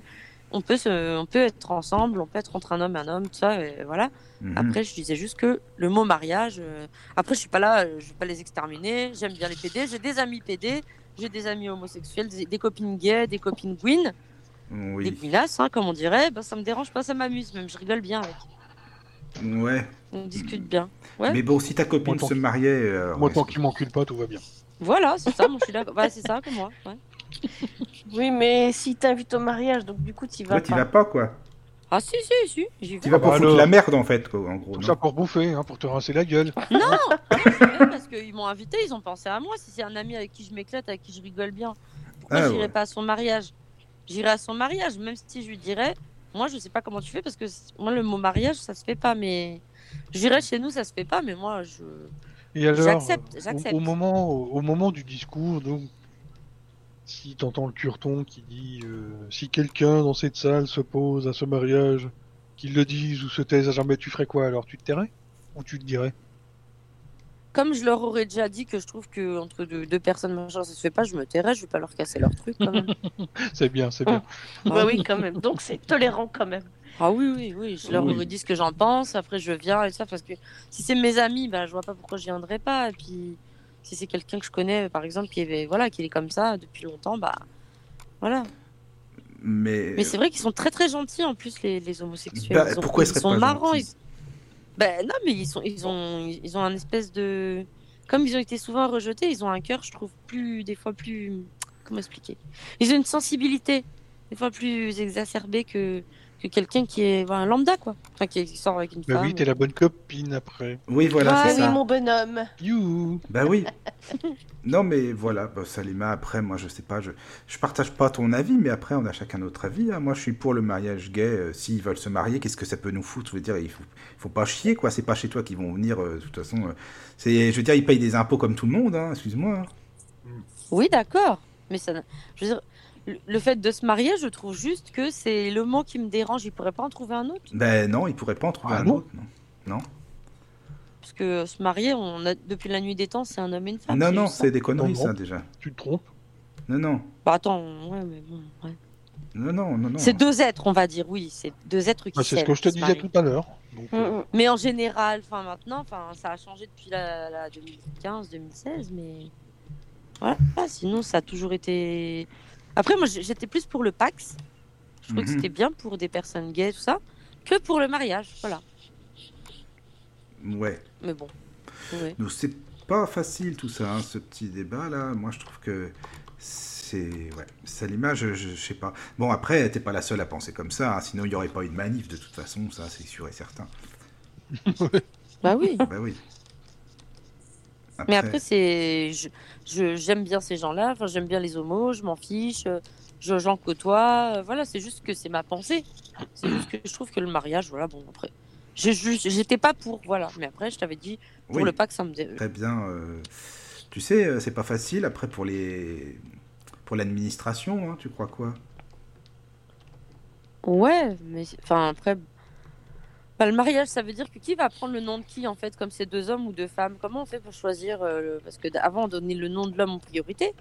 Speaker 4: on peut se... on peut être ensemble, on peut être entre un homme et un homme, tout ça et voilà.
Speaker 1: mhm.
Speaker 4: Après, je disais juste que le mot mariage. euh, Après, je suis pas là, euh, je vais pas les exterminer. J'aime bien les PD. J'ai des amis PD, j'ai des amis homosexuels, des, des copines gays, des copines gwyn, des
Speaker 1: Oui.
Speaker 4: gwynasses, hein, comme on dirait. Bah, ça me dérange pas, ça m'amuse même. Je rigole bien avec.
Speaker 1: Ouais.
Speaker 4: On discute bien. Ouais.
Speaker 1: Mais bon, si ta copine
Speaker 2: Moi, tant
Speaker 1: se mariait. euh,
Speaker 2: Moi, tant
Speaker 1: reste-
Speaker 2: qu'il m'encule pas, tout va bien.
Speaker 4: Voilà, c'est ça. Moi, je suis là. Bah, c'est ça, comme moi. ouais.
Speaker 3: Oui, mais si t'invites au mariage, donc du coup, t'y vas
Speaker 1: Toi, t'y
Speaker 3: pas.
Speaker 1: vas pas, quoi.
Speaker 4: Ah si, si, si.
Speaker 1: Tu
Speaker 4: J'y vais.
Speaker 1: vas
Speaker 2: Ah,
Speaker 1: pour
Speaker 2: bah,
Speaker 1: foutre
Speaker 2: alors.
Speaker 1: la merde, en fait, quoi, en gros.
Speaker 2: Tout
Speaker 1: non
Speaker 2: ça pour bouffer, hein, pour te rincer la gueule.
Speaker 4: Non, non, j'y vais parce qu'ils m'ont invité. Ils ont pensé à moi. Si c'est un ami avec qui je m'éclate, avec qui je rigole bien, pourquoi
Speaker 1: Ah,
Speaker 4: j'irai
Speaker 1: ouais.
Speaker 4: pas à son mariage J'irai à son mariage, même si je lui dirais, moi je sais pas comment tu fais parce que c- moi le mot mariage ça se fait pas, mais j'irai chez nous ça se fait pas, mais moi je.
Speaker 2: Et alors,
Speaker 4: J'accepte,
Speaker 2: euh,
Speaker 4: j'accepte.
Speaker 2: Au, au moment, au, au moment du discours, donc, si t'entends le curton qui dit euh, si quelqu'un dans cette salle se pose à ce mariage, qu'il le dise ou se taise à jamais, tu ferais quoi alors Tu te tairais Ou tu te dirais
Speaker 4: Comme je leur aurais déjà dit que je trouve que entre deux, deux personnes machin ça se fait pas, je me tairais, je vais pas leur casser leur truc quand même.
Speaker 2: C'est bien, c'est bien.
Speaker 3: Bah oui, quand même. Donc c'est tolérant quand même.
Speaker 4: ah oui oui oui, je leur
Speaker 2: Oui.
Speaker 4: aurais dit ce que j'en pense. Après je viens et ça parce que si c'est mes amis, bah je vois pas pourquoi je viendrais pas. Et puis si c'est quelqu'un que je connais par exemple qui est voilà qui est comme ça depuis longtemps, bah voilà.
Speaker 1: Mais.
Speaker 4: Mais c'est vrai qu'ils sont très très gentils en plus les, les homosexuels.
Speaker 1: Bah,
Speaker 4: ils ont-
Speaker 1: pourquoi ils
Speaker 4: ils
Speaker 1: seraient
Speaker 4: sont
Speaker 1: pas
Speaker 4: marrants.
Speaker 1: gentils
Speaker 4: ils- Bah, non mais ils sont ils ont ils ont un espèce de comme ils ont été souvent rejetés, ils ont un cœur je trouve plus des fois plus comment expliquer. Ils ont une sensibilité des fois plus exacerbée que que quelqu'un qui est voilà, lambda quoi. Enfin qui qui sort avec une
Speaker 2: Bah
Speaker 4: femme.
Speaker 2: oui, t'es la bonne copine après.
Speaker 1: Oui, voilà,
Speaker 4: Ah
Speaker 1: c'est
Speaker 3: Ah
Speaker 1: ça.
Speaker 3: oui, mon bonhomme.
Speaker 2: You
Speaker 1: Bah oui. Non mais voilà, bah, Salima, après moi je sais pas, je, je partage pas ton avis, mais après on a chacun notre avis. hein. Moi je suis pour le mariage gay, euh, s'ils veulent se marier, qu'est-ce que ça peut nous foutre Je veux dire, il faut, faut pas chier quoi, c'est pas chez toi qu'ils vont venir, euh, de toute façon. euh, c'est, je veux dire, ils payent des impôts comme tout le monde, hein, excuse-moi. hein.
Speaker 4: Oui, d'accord. Mais ça, n'a- je veux dire, le- le fait de se marier, je trouve juste que c'est le mot qui me dérange. Il pourrait pas en trouver un autre.
Speaker 1: Ben non, ils pourraient pas en trouver
Speaker 2: Ah
Speaker 1: un
Speaker 2: non
Speaker 1: autre. Non,
Speaker 4: Parce que euh, se marier, on a, depuis la nuit des temps, Ah, c'est un homme et une femme.
Speaker 1: non, non,
Speaker 4: juste ça.
Speaker 1: c'est des conneries
Speaker 2: Non, non.
Speaker 1: ça déjà.
Speaker 2: Tu te trompes
Speaker 1: Non, non,
Speaker 4: Bah, attends, ouais, mais bon, ouais.
Speaker 1: non, non, non. non.
Speaker 4: C'est deux êtres, on va dire, oui. C'est deux êtres qui
Speaker 2: Ah, C'est ce
Speaker 4: s'aiment,
Speaker 2: que je te
Speaker 4: qui se
Speaker 2: disais
Speaker 4: marient.
Speaker 2: tout à l'heure. Donc, euh,
Speaker 3: Mm, mm.
Speaker 4: Mais en général, enfin maintenant, enfin ça a changé depuis la, la 2015, 2016, mais voilà. Ah, Sinon, ça a toujours été. Après, moi, j'- j'étais plus pour le Pax. Je trouvais que
Speaker 1: Mhm.
Speaker 4: c'était bien pour des personnes gays, tout ça, que pour le mariage, voilà.
Speaker 1: Ouais.
Speaker 4: Mais bon. Ouais.
Speaker 1: Donc c'est pas facile tout ça, hein, ce petit débat là. Moi je trouve que c'est ouais, c'est l'image, je, je sais pas. Bon après t'es pas la seule à penser comme ça, hein, sinon il y aurait pas eu de manif de toute façon, ça c'est sûr et certain.
Speaker 4: Bah oui.
Speaker 1: bah oui.
Speaker 4: Mais après, c'est, je, je- j'aime bien ces gens-là. Enfin, j'aime bien les homos. Je m'en fiche. euh, Je, j'en côtoie. euh, Voilà, c'est juste que c'est ma pensée. C'est juste que je trouve que le mariage, voilà, bon après, j'ai juste, j'étais pas pour, voilà. Mais après, je t'avais dit pour
Speaker 1: Oui.
Speaker 4: le pack, ça me. dé-
Speaker 1: Très bien. euh, tu sais, euh, c'est pas facile après pour les pour l'administration, hein, tu crois quoi
Speaker 4: Ouais, mais c'est- enfin après, bah, le mariage, ça veut dire que qui va prendre le nom de qui en fait, comme c'est deux hommes ou deux femmes. Comment on fait pour choisir euh, le- Parce que d- avant on donnait le nom de l'homme en priorité.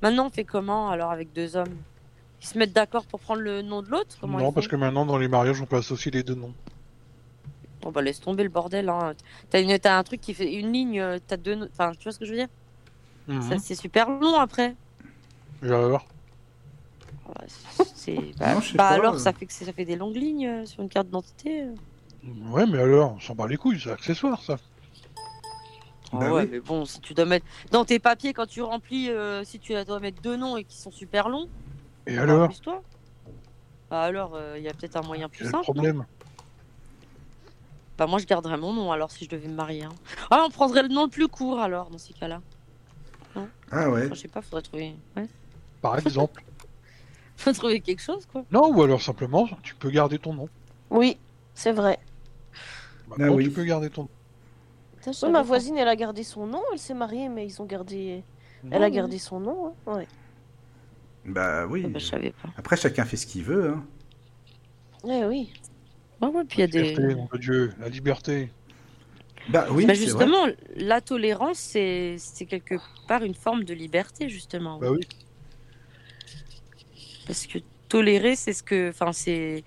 Speaker 4: Maintenant, on fait comment alors avec deux hommes Ils se mettent d'accord pour prendre le nom de l'autre Comment
Speaker 2: non,
Speaker 4: ils
Speaker 2: parce
Speaker 4: font
Speaker 2: que maintenant, dans les mariages, on peut associer les deux noms.
Speaker 4: Bon bah laisse tomber le bordel. Hein. T'as une, t'as un truc qui fait une ligne, euh, t'as deux, no- enfin tu vois ce que je veux dire Ça,
Speaker 2: Mhm.
Speaker 4: C'est super long après.
Speaker 2: Et alors
Speaker 4: Ouais, C'est bah,
Speaker 1: Non, je sais pas,
Speaker 4: bah, alors
Speaker 1: euh.
Speaker 4: ça fait que c'est- ça fait des longues lignes euh, sur une carte d'identité. euh.
Speaker 2: Ouais, mais alors, on s'en bat les couilles, c'est accessoire ça.
Speaker 4: Ah
Speaker 1: Bah
Speaker 4: ouais,
Speaker 1: oui.
Speaker 4: mais bon, si tu dois mettre dans tes papiers quand tu remplis, euh, si tu dois mettre deux noms et qui sont super longs,
Speaker 2: Et
Speaker 4: bah,
Speaker 2: alors
Speaker 4: amuse-toi. Bah alors, il y a peut-être un moyen plus
Speaker 2: Quel est
Speaker 4: simple. hein.
Speaker 2: le
Speaker 4: non
Speaker 2: problème
Speaker 4: Bah moi, je garderais mon nom alors si je devais me marier. hein. Ah, on prendrait le nom le plus court alors dans ces cas-là.
Speaker 1: Ah ouais.
Speaker 4: Enfin, je sais pas, faudrait trouver. Ouais.
Speaker 2: Par exemple.
Speaker 4: Faut trouver quelque chose quoi.
Speaker 2: non, ou alors simplement, tu peux garder ton nom.
Speaker 3: Oui, c'est vrai.
Speaker 2: Maintenant,
Speaker 1: Ah oui.
Speaker 2: tu peux garder ton nom.
Speaker 4: Putain, je
Speaker 3: Oui,
Speaker 4: savais
Speaker 3: ma
Speaker 4: pas.
Speaker 3: voisine, elle a gardé son nom, elle s'est mariée, mais ils ont gardé. Elle
Speaker 4: Ouais,
Speaker 3: a
Speaker 4: ouais.
Speaker 3: gardé son nom, hein, ouais.
Speaker 1: Bah oui.
Speaker 4: Ah, bah, je savais pas.
Speaker 1: Après, chacun fait ce qu'il veut. Hein.
Speaker 3: Eh oui.
Speaker 4: Ouais, ouais, puis il y a des.
Speaker 2: Liberté, nom de Dieu, la liberté.
Speaker 1: Bah oui,
Speaker 4: Bah,
Speaker 1: c'est vrai.
Speaker 4: justement, la tolérance, c'est c'est quelque part une forme de liberté, justement.
Speaker 2: Bah oui.
Speaker 4: Parce que tolérer, c'est ce que. Enfin, c'est.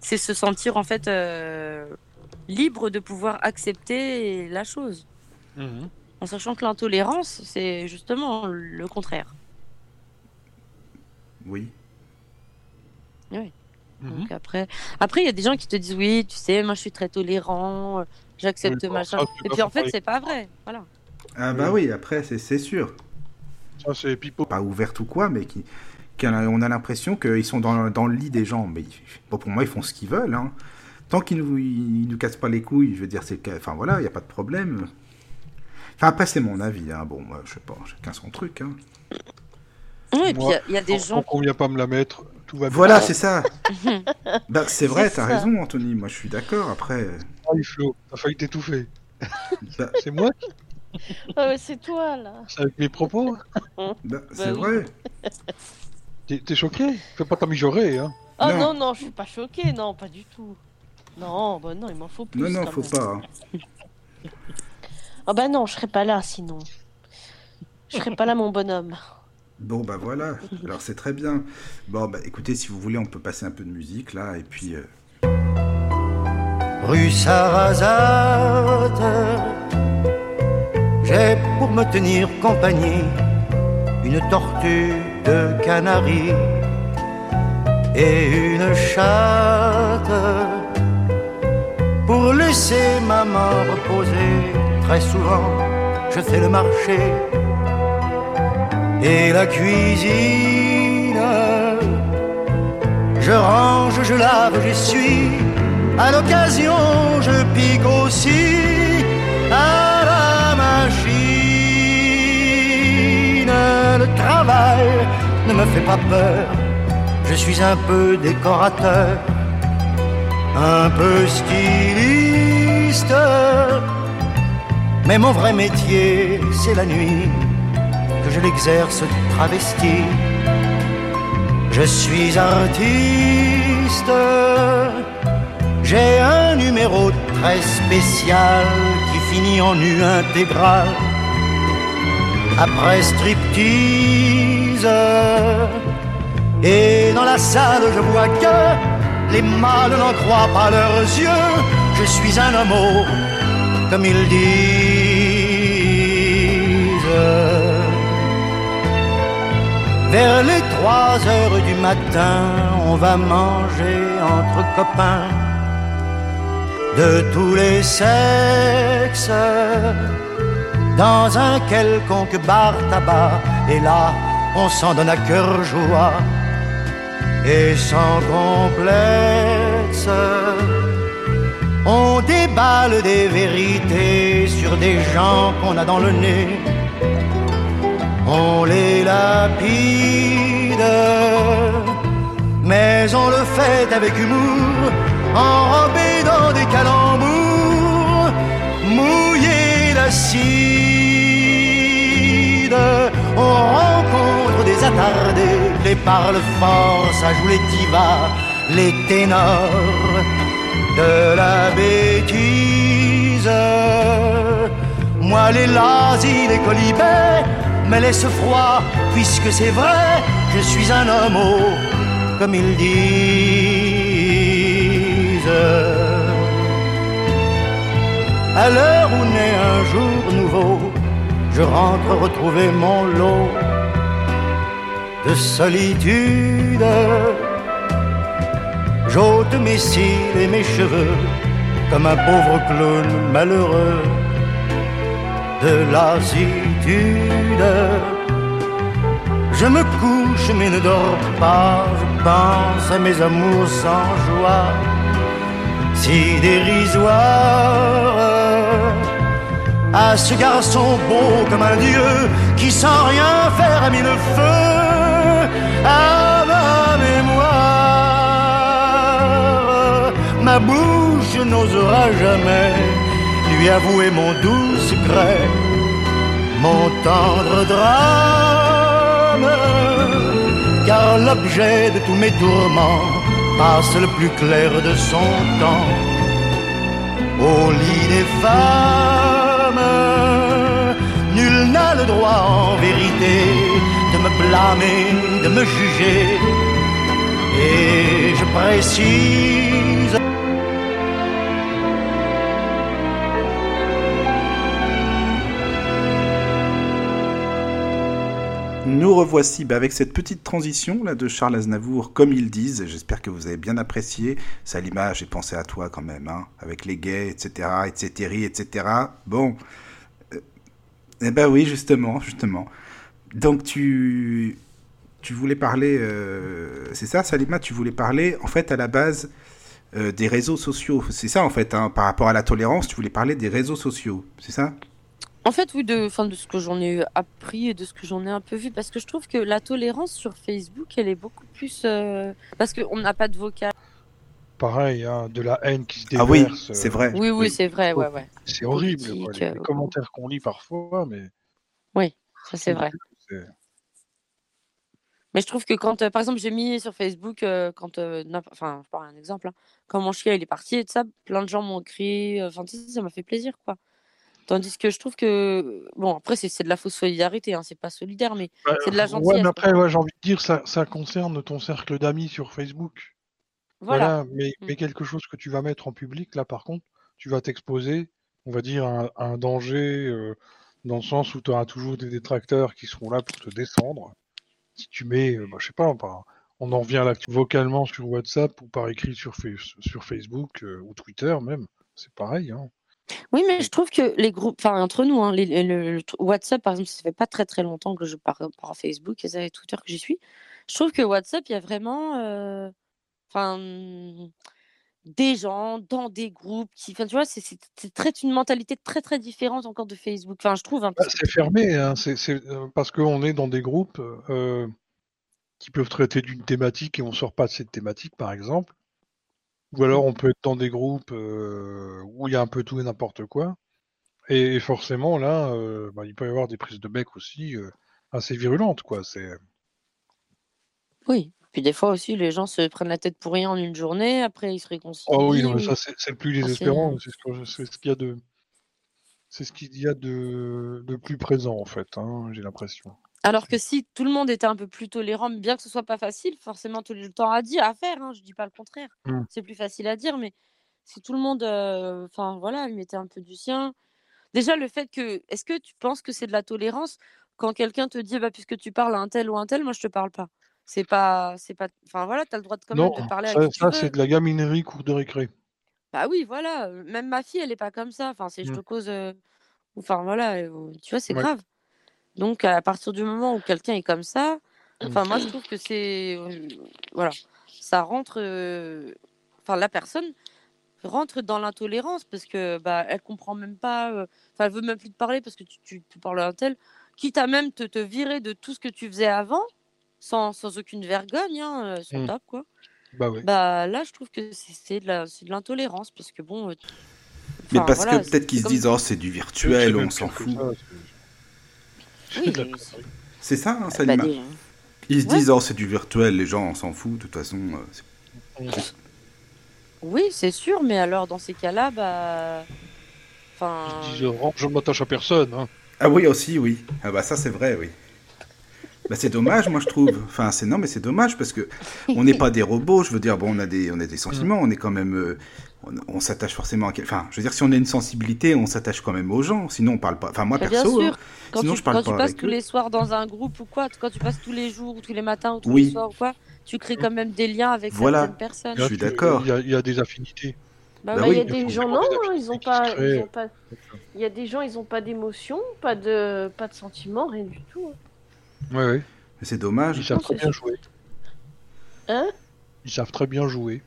Speaker 4: C'est se sentir, en fait, euh, libre de pouvoir accepter la chose.
Speaker 2: Mhm.
Speaker 4: En sachant que l'intolérance, c'est justement le contraire.
Speaker 1: Oui.
Speaker 2: Mhm.
Speaker 4: Donc après, après il y a des gens qui te disent oui, tu sais, moi je suis très tolérant, euh, j'accepte
Speaker 2: Oui, bon,
Speaker 4: machin.
Speaker 2: ça, c'est
Speaker 4: Et
Speaker 2: pas
Speaker 4: puis en
Speaker 2: pour
Speaker 4: fait,
Speaker 2: parler.
Speaker 4: c'est pas vrai. Voilà.
Speaker 1: Ah bah oui, après, c'est- c'est sûr.
Speaker 2: Ça, c'est pipo.
Speaker 1: Pas ouverte ou quoi, mais qui, qu'on a- on a l'impression qu'ils sont dans, dans le lit des gens. Mais ils- bon, pour moi, ils font ce qu'ils veulent. Hein. Tant qu'ils nous, ils nous cassent pas les couilles, je veux dire, c'est le cas. Enfin voilà, il n'y a pas de problème. Enfin, après, c'est mon avis. Hein. Bon, moi, je sais pas, chacun son truc. Hein.
Speaker 4: Ouais, et puis il y a- il y, a
Speaker 2: Tant
Speaker 4: des gens.
Speaker 2: tant qu'on vient pas me la mettre, tout va bien.
Speaker 1: Voilà, c'est ça. bah, c'est vrai,
Speaker 3: C'est
Speaker 1: t'as
Speaker 3: ça.
Speaker 1: raison, Anthony. Moi, je suis d'accord. Après,
Speaker 2: Aïe, Flo, t'as failli t'étouffer.
Speaker 1: bah,
Speaker 2: C'est moi qui
Speaker 3: Ah, mais c'est toi, là.
Speaker 2: c'est avec mes propos. hein.
Speaker 1: bah, c'est
Speaker 3: oui.
Speaker 1: vrai.
Speaker 2: T'es t'es choqué Fais pas t'améliorer, hein.
Speaker 3: Ah
Speaker 1: Non.
Speaker 3: non, non, je suis pas choquée, non, pas du tout. Non, bah non, il m'en faut plus.
Speaker 1: Non, non,
Speaker 3: quand
Speaker 1: faut
Speaker 3: même.
Speaker 1: pas. hein.
Speaker 3: Ah bah non, je serais pas là sinon. Je serais pas là, mon bonhomme.
Speaker 1: Bon, bah voilà, alors c'est très bien. Bon, bah écoutez, si vous voulez, on peut passer un peu de musique là, et puis. euh,
Speaker 6: Rue Sarrazate, j'ai pour me tenir compagnie une tortue de canari et une chatte pour laisser maman reposer. Très souvent, je fais le marché et la cuisine. Je range, je lave, j'essuie. À l'occasion, je pique aussi à la machine. Le travail ne me fait pas peur. Je suis un peu décorateur, un peu styliste. Mais mon vrai métier, c'est la nuit que je l'exerce travesti. Je suis artiste, j'ai un numéro très spécial qui finit en nu intégral. Après striptease, et dans la salle je vois que les mâles n'en croient pas leurs yeux. Je suis un homme, comme ils disent. Vers les trois heures du matin, on va manger entre copains de tous les sexes dans un quelconque bar tabac. Et là, on s'en donne à cœur joie et sans complexe. On déballe des vérités sur des gens qu'on a dans le nez on les lapide, mais on le fait avec humour, enrobé dans des calembours, mouillé d'acide. On rencontre des attardés, les parle fort, ça joue les divas, les ténors de la bêtise. Moi les lazis, les colibets, mais laisse froid, puisque c'est vrai, je suis un homme, oh, comme ils disent. À l'heure où naît un jour nouveau, je rentre retrouver mon lot de solitude. J'ôte mes cils et mes cheveux comme un pauvre clown malheureux de lassitude. Je me couche mais ne dors pas, je pense à mes amours sans joie, si dérisoires. À ce garçon beau comme un dieu qui sans rien faire a mis le feu à ma mémoire. Ma bouche n'osera jamais lui avouer mon doux secret, mon tendre drame. Car l'objet de tous mes tourments passe le plus clair de son temps au lit des femmes. Nul n'a le droit en vérité de me blâmer, de me juger. Et je précise
Speaker 1: Nous revoici bah, avec cette petite transition là de Charles Aznavour, comme ils disent. J'espère que vous avez bien apprécié. Salima, j'ai pensé à toi quand même, hein, avec les gays, etc., etc., etc. Bon, Euh, eh ben oui, justement, justement. Donc tu, tu voulais parler, euh, c'est ça, Salima, tu voulais parler en fait à la base euh, des réseaux sociaux. C'est ça en fait, hein, par rapport à la tolérance, tu voulais parler des réseaux sociaux, c'est ça
Speaker 4: En fait, oui, de, enfin, de ce que j'en ai appris et de ce que j'en ai un peu vu, parce que je trouve que la tolérance sur Facebook, elle est beaucoup plus. euh, parce qu'on n'a pas de vocal.
Speaker 2: Pareil, hein, de la haine qui se
Speaker 1: Ah
Speaker 2: déverse.
Speaker 1: oui,
Speaker 2: euh,
Speaker 1: c'est vrai.
Speaker 4: Oui, oui, c'est vrai, ouais, ouais.
Speaker 2: C'est horrible, quoi, les,
Speaker 4: Politique,
Speaker 2: les
Speaker 4: euh,
Speaker 2: commentaires qu'on lit parfois, mais
Speaker 4: Ça, c'est vrai. Mais je trouve que quand, euh, par exemple, j'ai mis sur Facebook, euh, quand, euh, n'imp- enfin, je parle un exemple, hein, quand mon chien il est parti et tout ça, plein de gens m'ont crié, euh, enfin, tu sais, ça m'a fait plaisir, quoi. Tandis que je trouve que, bon, après, c'est c'est de la fausse solidarité, hein, c'est pas solidaire, mais c'est de la gentillesse.
Speaker 2: Ouais, mais
Speaker 4: quoi.
Speaker 2: après, ouais, j'ai envie de dire, ça, ça concerne ton cercle d'amis sur Facebook.
Speaker 4: voilà.
Speaker 2: Voilà, mais,
Speaker 4: Mm.
Speaker 2: mais quelque chose que tu vas mettre en public, là par contre, tu vas t'exposer, on va dire, à, un- à un danger euh, dans le sens où tu auras toujours des détracteurs qui seront là pour te descendre. Si tu mets, euh, bah, je sais pas, par- on en vient là vocalement sur WhatsApp ou par écrit sur, Face- sur Facebook euh, ou Twitter même, c'est pareil. Hein.
Speaker 4: Oui, mais je trouve que les groupes, enfin entre nous, hein, les- les- le, le tr- WhatsApp, par exemple, ça fait pas très très longtemps que je parle par Facebook et ça fait Twitter que j'y suis. Je trouve que WhatsApp, il y a vraiment, euh, enfin, mm, des gens dans des groupes qui, enfin, tu vois, c'est- c'est c'est très une mentalité très très différente encore de Facebook. Enfin, je trouve. hein,
Speaker 2: Bah,
Speaker 4: parce que-
Speaker 2: c'est fermé, hein, c'est, c'est, euh, parce qu'on est dans des groupes euh, qui peuvent traiter d'une thématique et on sort pas de cette thématique, par exemple. Ou alors on peut être dans des groupes euh, où il y a un peu tout et n'importe quoi. Et, et forcément, là, euh, bah, il peut y avoir des prises de bec aussi euh, assez virulentes, quoi. C'est...
Speaker 4: Oui. Puis des fois aussi, les gens se prennent la tête pour rien en une journée. Après, ils se réconcilient.
Speaker 2: Oh oui, non, mais
Speaker 4: ou-
Speaker 2: ça, c'est, c'est le plus
Speaker 4: Ah, c'est-
Speaker 2: désespérant. C'est ce, que- c'est ce qu'il y a de... C'est ce qu'il y a de, de plus présent, en fait, hein, j'ai l'impression.
Speaker 4: Alors
Speaker 2: Mmh.
Speaker 4: que si tout le monde était un peu plus tolérant, bien que ce soit pas facile, forcément tout le temps à dire, à faire, hein, je dis pas le contraire,
Speaker 2: Mm.
Speaker 4: c'est plus facile à dire, mais si tout le monde, euh, enfin voilà, il mettait un peu du sien. Déjà le fait que, est-ce que tu penses que c'est de la tolérance quand quelqu'un te dit, bah puisque tu parles à un tel ou un tel, moi je te parle pas. C'est pas, c'est pas, enfin voilà, t'as le droit de quand
Speaker 2: non,
Speaker 4: même de parler à
Speaker 2: ça,
Speaker 4: qui Ah tu
Speaker 2: ça,
Speaker 4: veux.
Speaker 2: c'est de la gaminerie cours de récré.
Speaker 4: Bah oui, voilà, euh, même ma fille, elle est pas comme ça. Enfin, c'est je
Speaker 2: Mm.
Speaker 4: te cause, euh, enfin voilà, euh, tu vois, c'est
Speaker 2: Ouais.
Speaker 4: grave. Donc, à partir du moment où quelqu'un est comme ça,
Speaker 2: Mm.
Speaker 4: enfin, moi, je trouve que c'est. euh, Voilà. Ça rentre. euh, Enfin, la personne rentre dans l'intolérance parce que bah, elle comprend même pas. euh, Enfin, elle veut même plus te parler parce que tu, tu, tu parles à un tel. Quitte à même te, te virer de tout ce que tu faisais avant, sans, sans aucune vergogne, hein, euh, sur
Speaker 2: Mm.
Speaker 4: top, quoi.
Speaker 2: Bah ouais.
Speaker 4: Bah là, je trouve que c'est- c'est de la- c'est de l'intolérance parce que bon. euh, tu-
Speaker 1: Mais
Speaker 4: enfin,
Speaker 1: parce
Speaker 4: voilà,
Speaker 1: que
Speaker 4: c'est
Speaker 1: peut-être qu'ils se
Speaker 4: comme-
Speaker 1: disent, oh, c'est du
Speaker 2: C'est
Speaker 1: virtuel,
Speaker 2: même
Speaker 1: on s'en
Speaker 2: pire que
Speaker 1: fout.
Speaker 2: ça, c'est- c'est
Speaker 4: Oui,
Speaker 2: de la
Speaker 4: mais
Speaker 2: connerie.
Speaker 4: c'est-
Speaker 1: C'est ça, hein,
Speaker 4: bah,
Speaker 1: Salima
Speaker 4: déjà.
Speaker 1: Ils se
Speaker 4: Ouais.
Speaker 1: disent, oh, c'est du virtuel, les gens, on s'en fout, de toute façon. euh, c'est-
Speaker 4: Oui, c'est sûr, mais alors dans ces cas-là, bah. Enfin.
Speaker 2: Ils disent, oh, je ne m'attache à personne. hein.
Speaker 1: Ah oui, aussi, oui. Ah bah ça, c'est vrai, oui. Bah, c'est dommage, moi, je trouve. Enfin, c'est non, mais c'est dommage parce que on n'est pas des robots. Je veux dire, bon, on a des, on a des sentiments, on est quand même, euh, on, on s'attache forcément à. quel- Enfin, je veux dire, si on a une sensibilité, on s'attache quand même aux gens. Sinon, on parle pas. Enfin, moi,
Speaker 4: Bah, bien
Speaker 1: perso,
Speaker 4: sûr.
Speaker 1: hein,
Speaker 4: Quand
Speaker 1: Sinon,
Speaker 4: tu,
Speaker 1: je parle
Speaker 4: quand tu
Speaker 1: pas
Speaker 4: passes
Speaker 1: avec
Speaker 4: tous
Speaker 1: eux.
Speaker 4: les soirs dans un groupe ou quoi, quand tu passes tous les jours, ou tous les matins, ou tous
Speaker 1: Oui.
Speaker 4: les soirs ou quoi, tu crées quand même des liens avec
Speaker 1: Voilà.
Speaker 2: Bah
Speaker 4: certaines personnes.
Speaker 1: Je suis
Speaker 2: Bien sûr,
Speaker 1: d'accord.
Speaker 2: Il y, a- il y a des affinités.
Speaker 3: Bah,
Speaker 1: Bah
Speaker 3: bah, il y a
Speaker 1: oui,
Speaker 3: des
Speaker 2: faut
Speaker 3: gens, non,
Speaker 2: demander
Speaker 3: hein, ils ont
Speaker 2: d'appliquer
Speaker 3: pas,
Speaker 2: qui crée.
Speaker 3: ils ont pas, il y a des gens, ils ont pas d'émotion, pas de, pas de sentiment, rien du tout. hein.
Speaker 2: Ouais, ouais.
Speaker 1: Mais C'est dommage.
Speaker 2: Ils savent très
Speaker 3: c'est
Speaker 2: bien jouer.
Speaker 3: Hein
Speaker 2: Ils savent très bien jouer.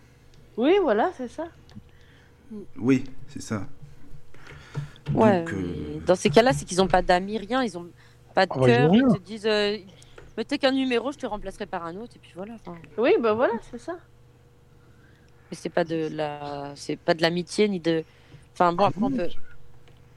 Speaker 3: Oui, voilà, c'est ça.
Speaker 1: Oui, c'est ça.
Speaker 4: Ouais,
Speaker 1: Donc, euh,
Speaker 4: mais dans ces cas-là, c'est qu'ils n'ont pas d'amis, rien, ils n'ont pas de
Speaker 2: Ah bah, ils
Speaker 4: cœur,
Speaker 2: ont
Speaker 4: ils
Speaker 2: rien.
Speaker 4: te disent euh, mais t'es qu'un numéro, je te remplacerai par un autre, et puis voilà. enfin.
Speaker 3: Oui, bah voilà, c'est ça.
Speaker 4: Mais c'est pas de la, c'est pas de l'amitié ni de, enfin
Speaker 1: Ah
Speaker 4: bon après on peut.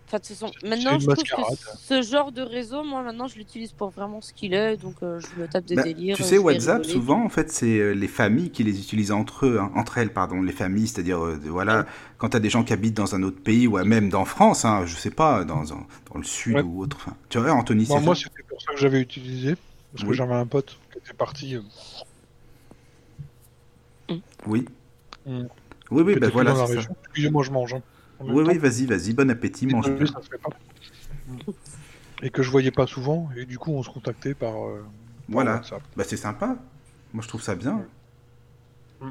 Speaker 4: Enfin, ce sont... Maintenant,
Speaker 2: une
Speaker 4: je trouve que
Speaker 2: mascarade.
Speaker 4: ce genre de réseau, moi maintenant, je l'utilise pour vraiment ce qu'il est, donc euh, je me tape des
Speaker 1: Bah,
Speaker 4: délires.
Speaker 1: tu
Speaker 4: euh,
Speaker 1: sais,
Speaker 4: je vais
Speaker 1: WhatsApp,
Speaker 4: rigoler.
Speaker 1: souvent, en fait, c'est euh, les familles qui les utilisent entre eux, hein, entre elles, pardon, les familles, c'est-à-dire, euh, de- voilà, quand t'as des gens qui habitent dans un autre pays, ou même dans France, hein, je sais pas, dans, dans, dans le sud
Speaker 2: Ouais. Bah,
Speaker 1: ou autre. enfin, Tu vois, Anthony,
Speaker 2: Moi,
Speaker 1: c'est
Speaker 2: moi,
Speaker 1: ça
Speaker 2: c'était pour ça que j'avais utilisé. Parce que
Speaker 1: Oui.
Speaker 2: j'avais un pote qui était parti. euh,
Speaker 1: Oui.
Speaker 2: Mm.
Speaker 1: Oui,
Speaker 2: qui
Speaker 1: oui,
Speaker 2: était
Speaker 1: ben
Speaker 2: plus
Speaker 1: voilà,
Speaker 2: dans la
Speaker 1: c'est ça.
Speaker 2: région. Excusez-moi, je mange. hein. En même
Speaker 1: Oui,
Speaker 2: temps,
Speaker 1: oui, vas-y, vas-y, bon appétit, mange
Speaker 2: désolé,
Speaker 1: bien.
Speaker 2: ça se fait pas. Et que je voyais pas souvent. Et du coup, on se contactait par. euh, par
Speaker 1: Voilà,
Speaker 2: WhatsApp.
Speaker 1: bah, c'est sympa. Moi, je trouve ça bien.
Speaker 2: Mm.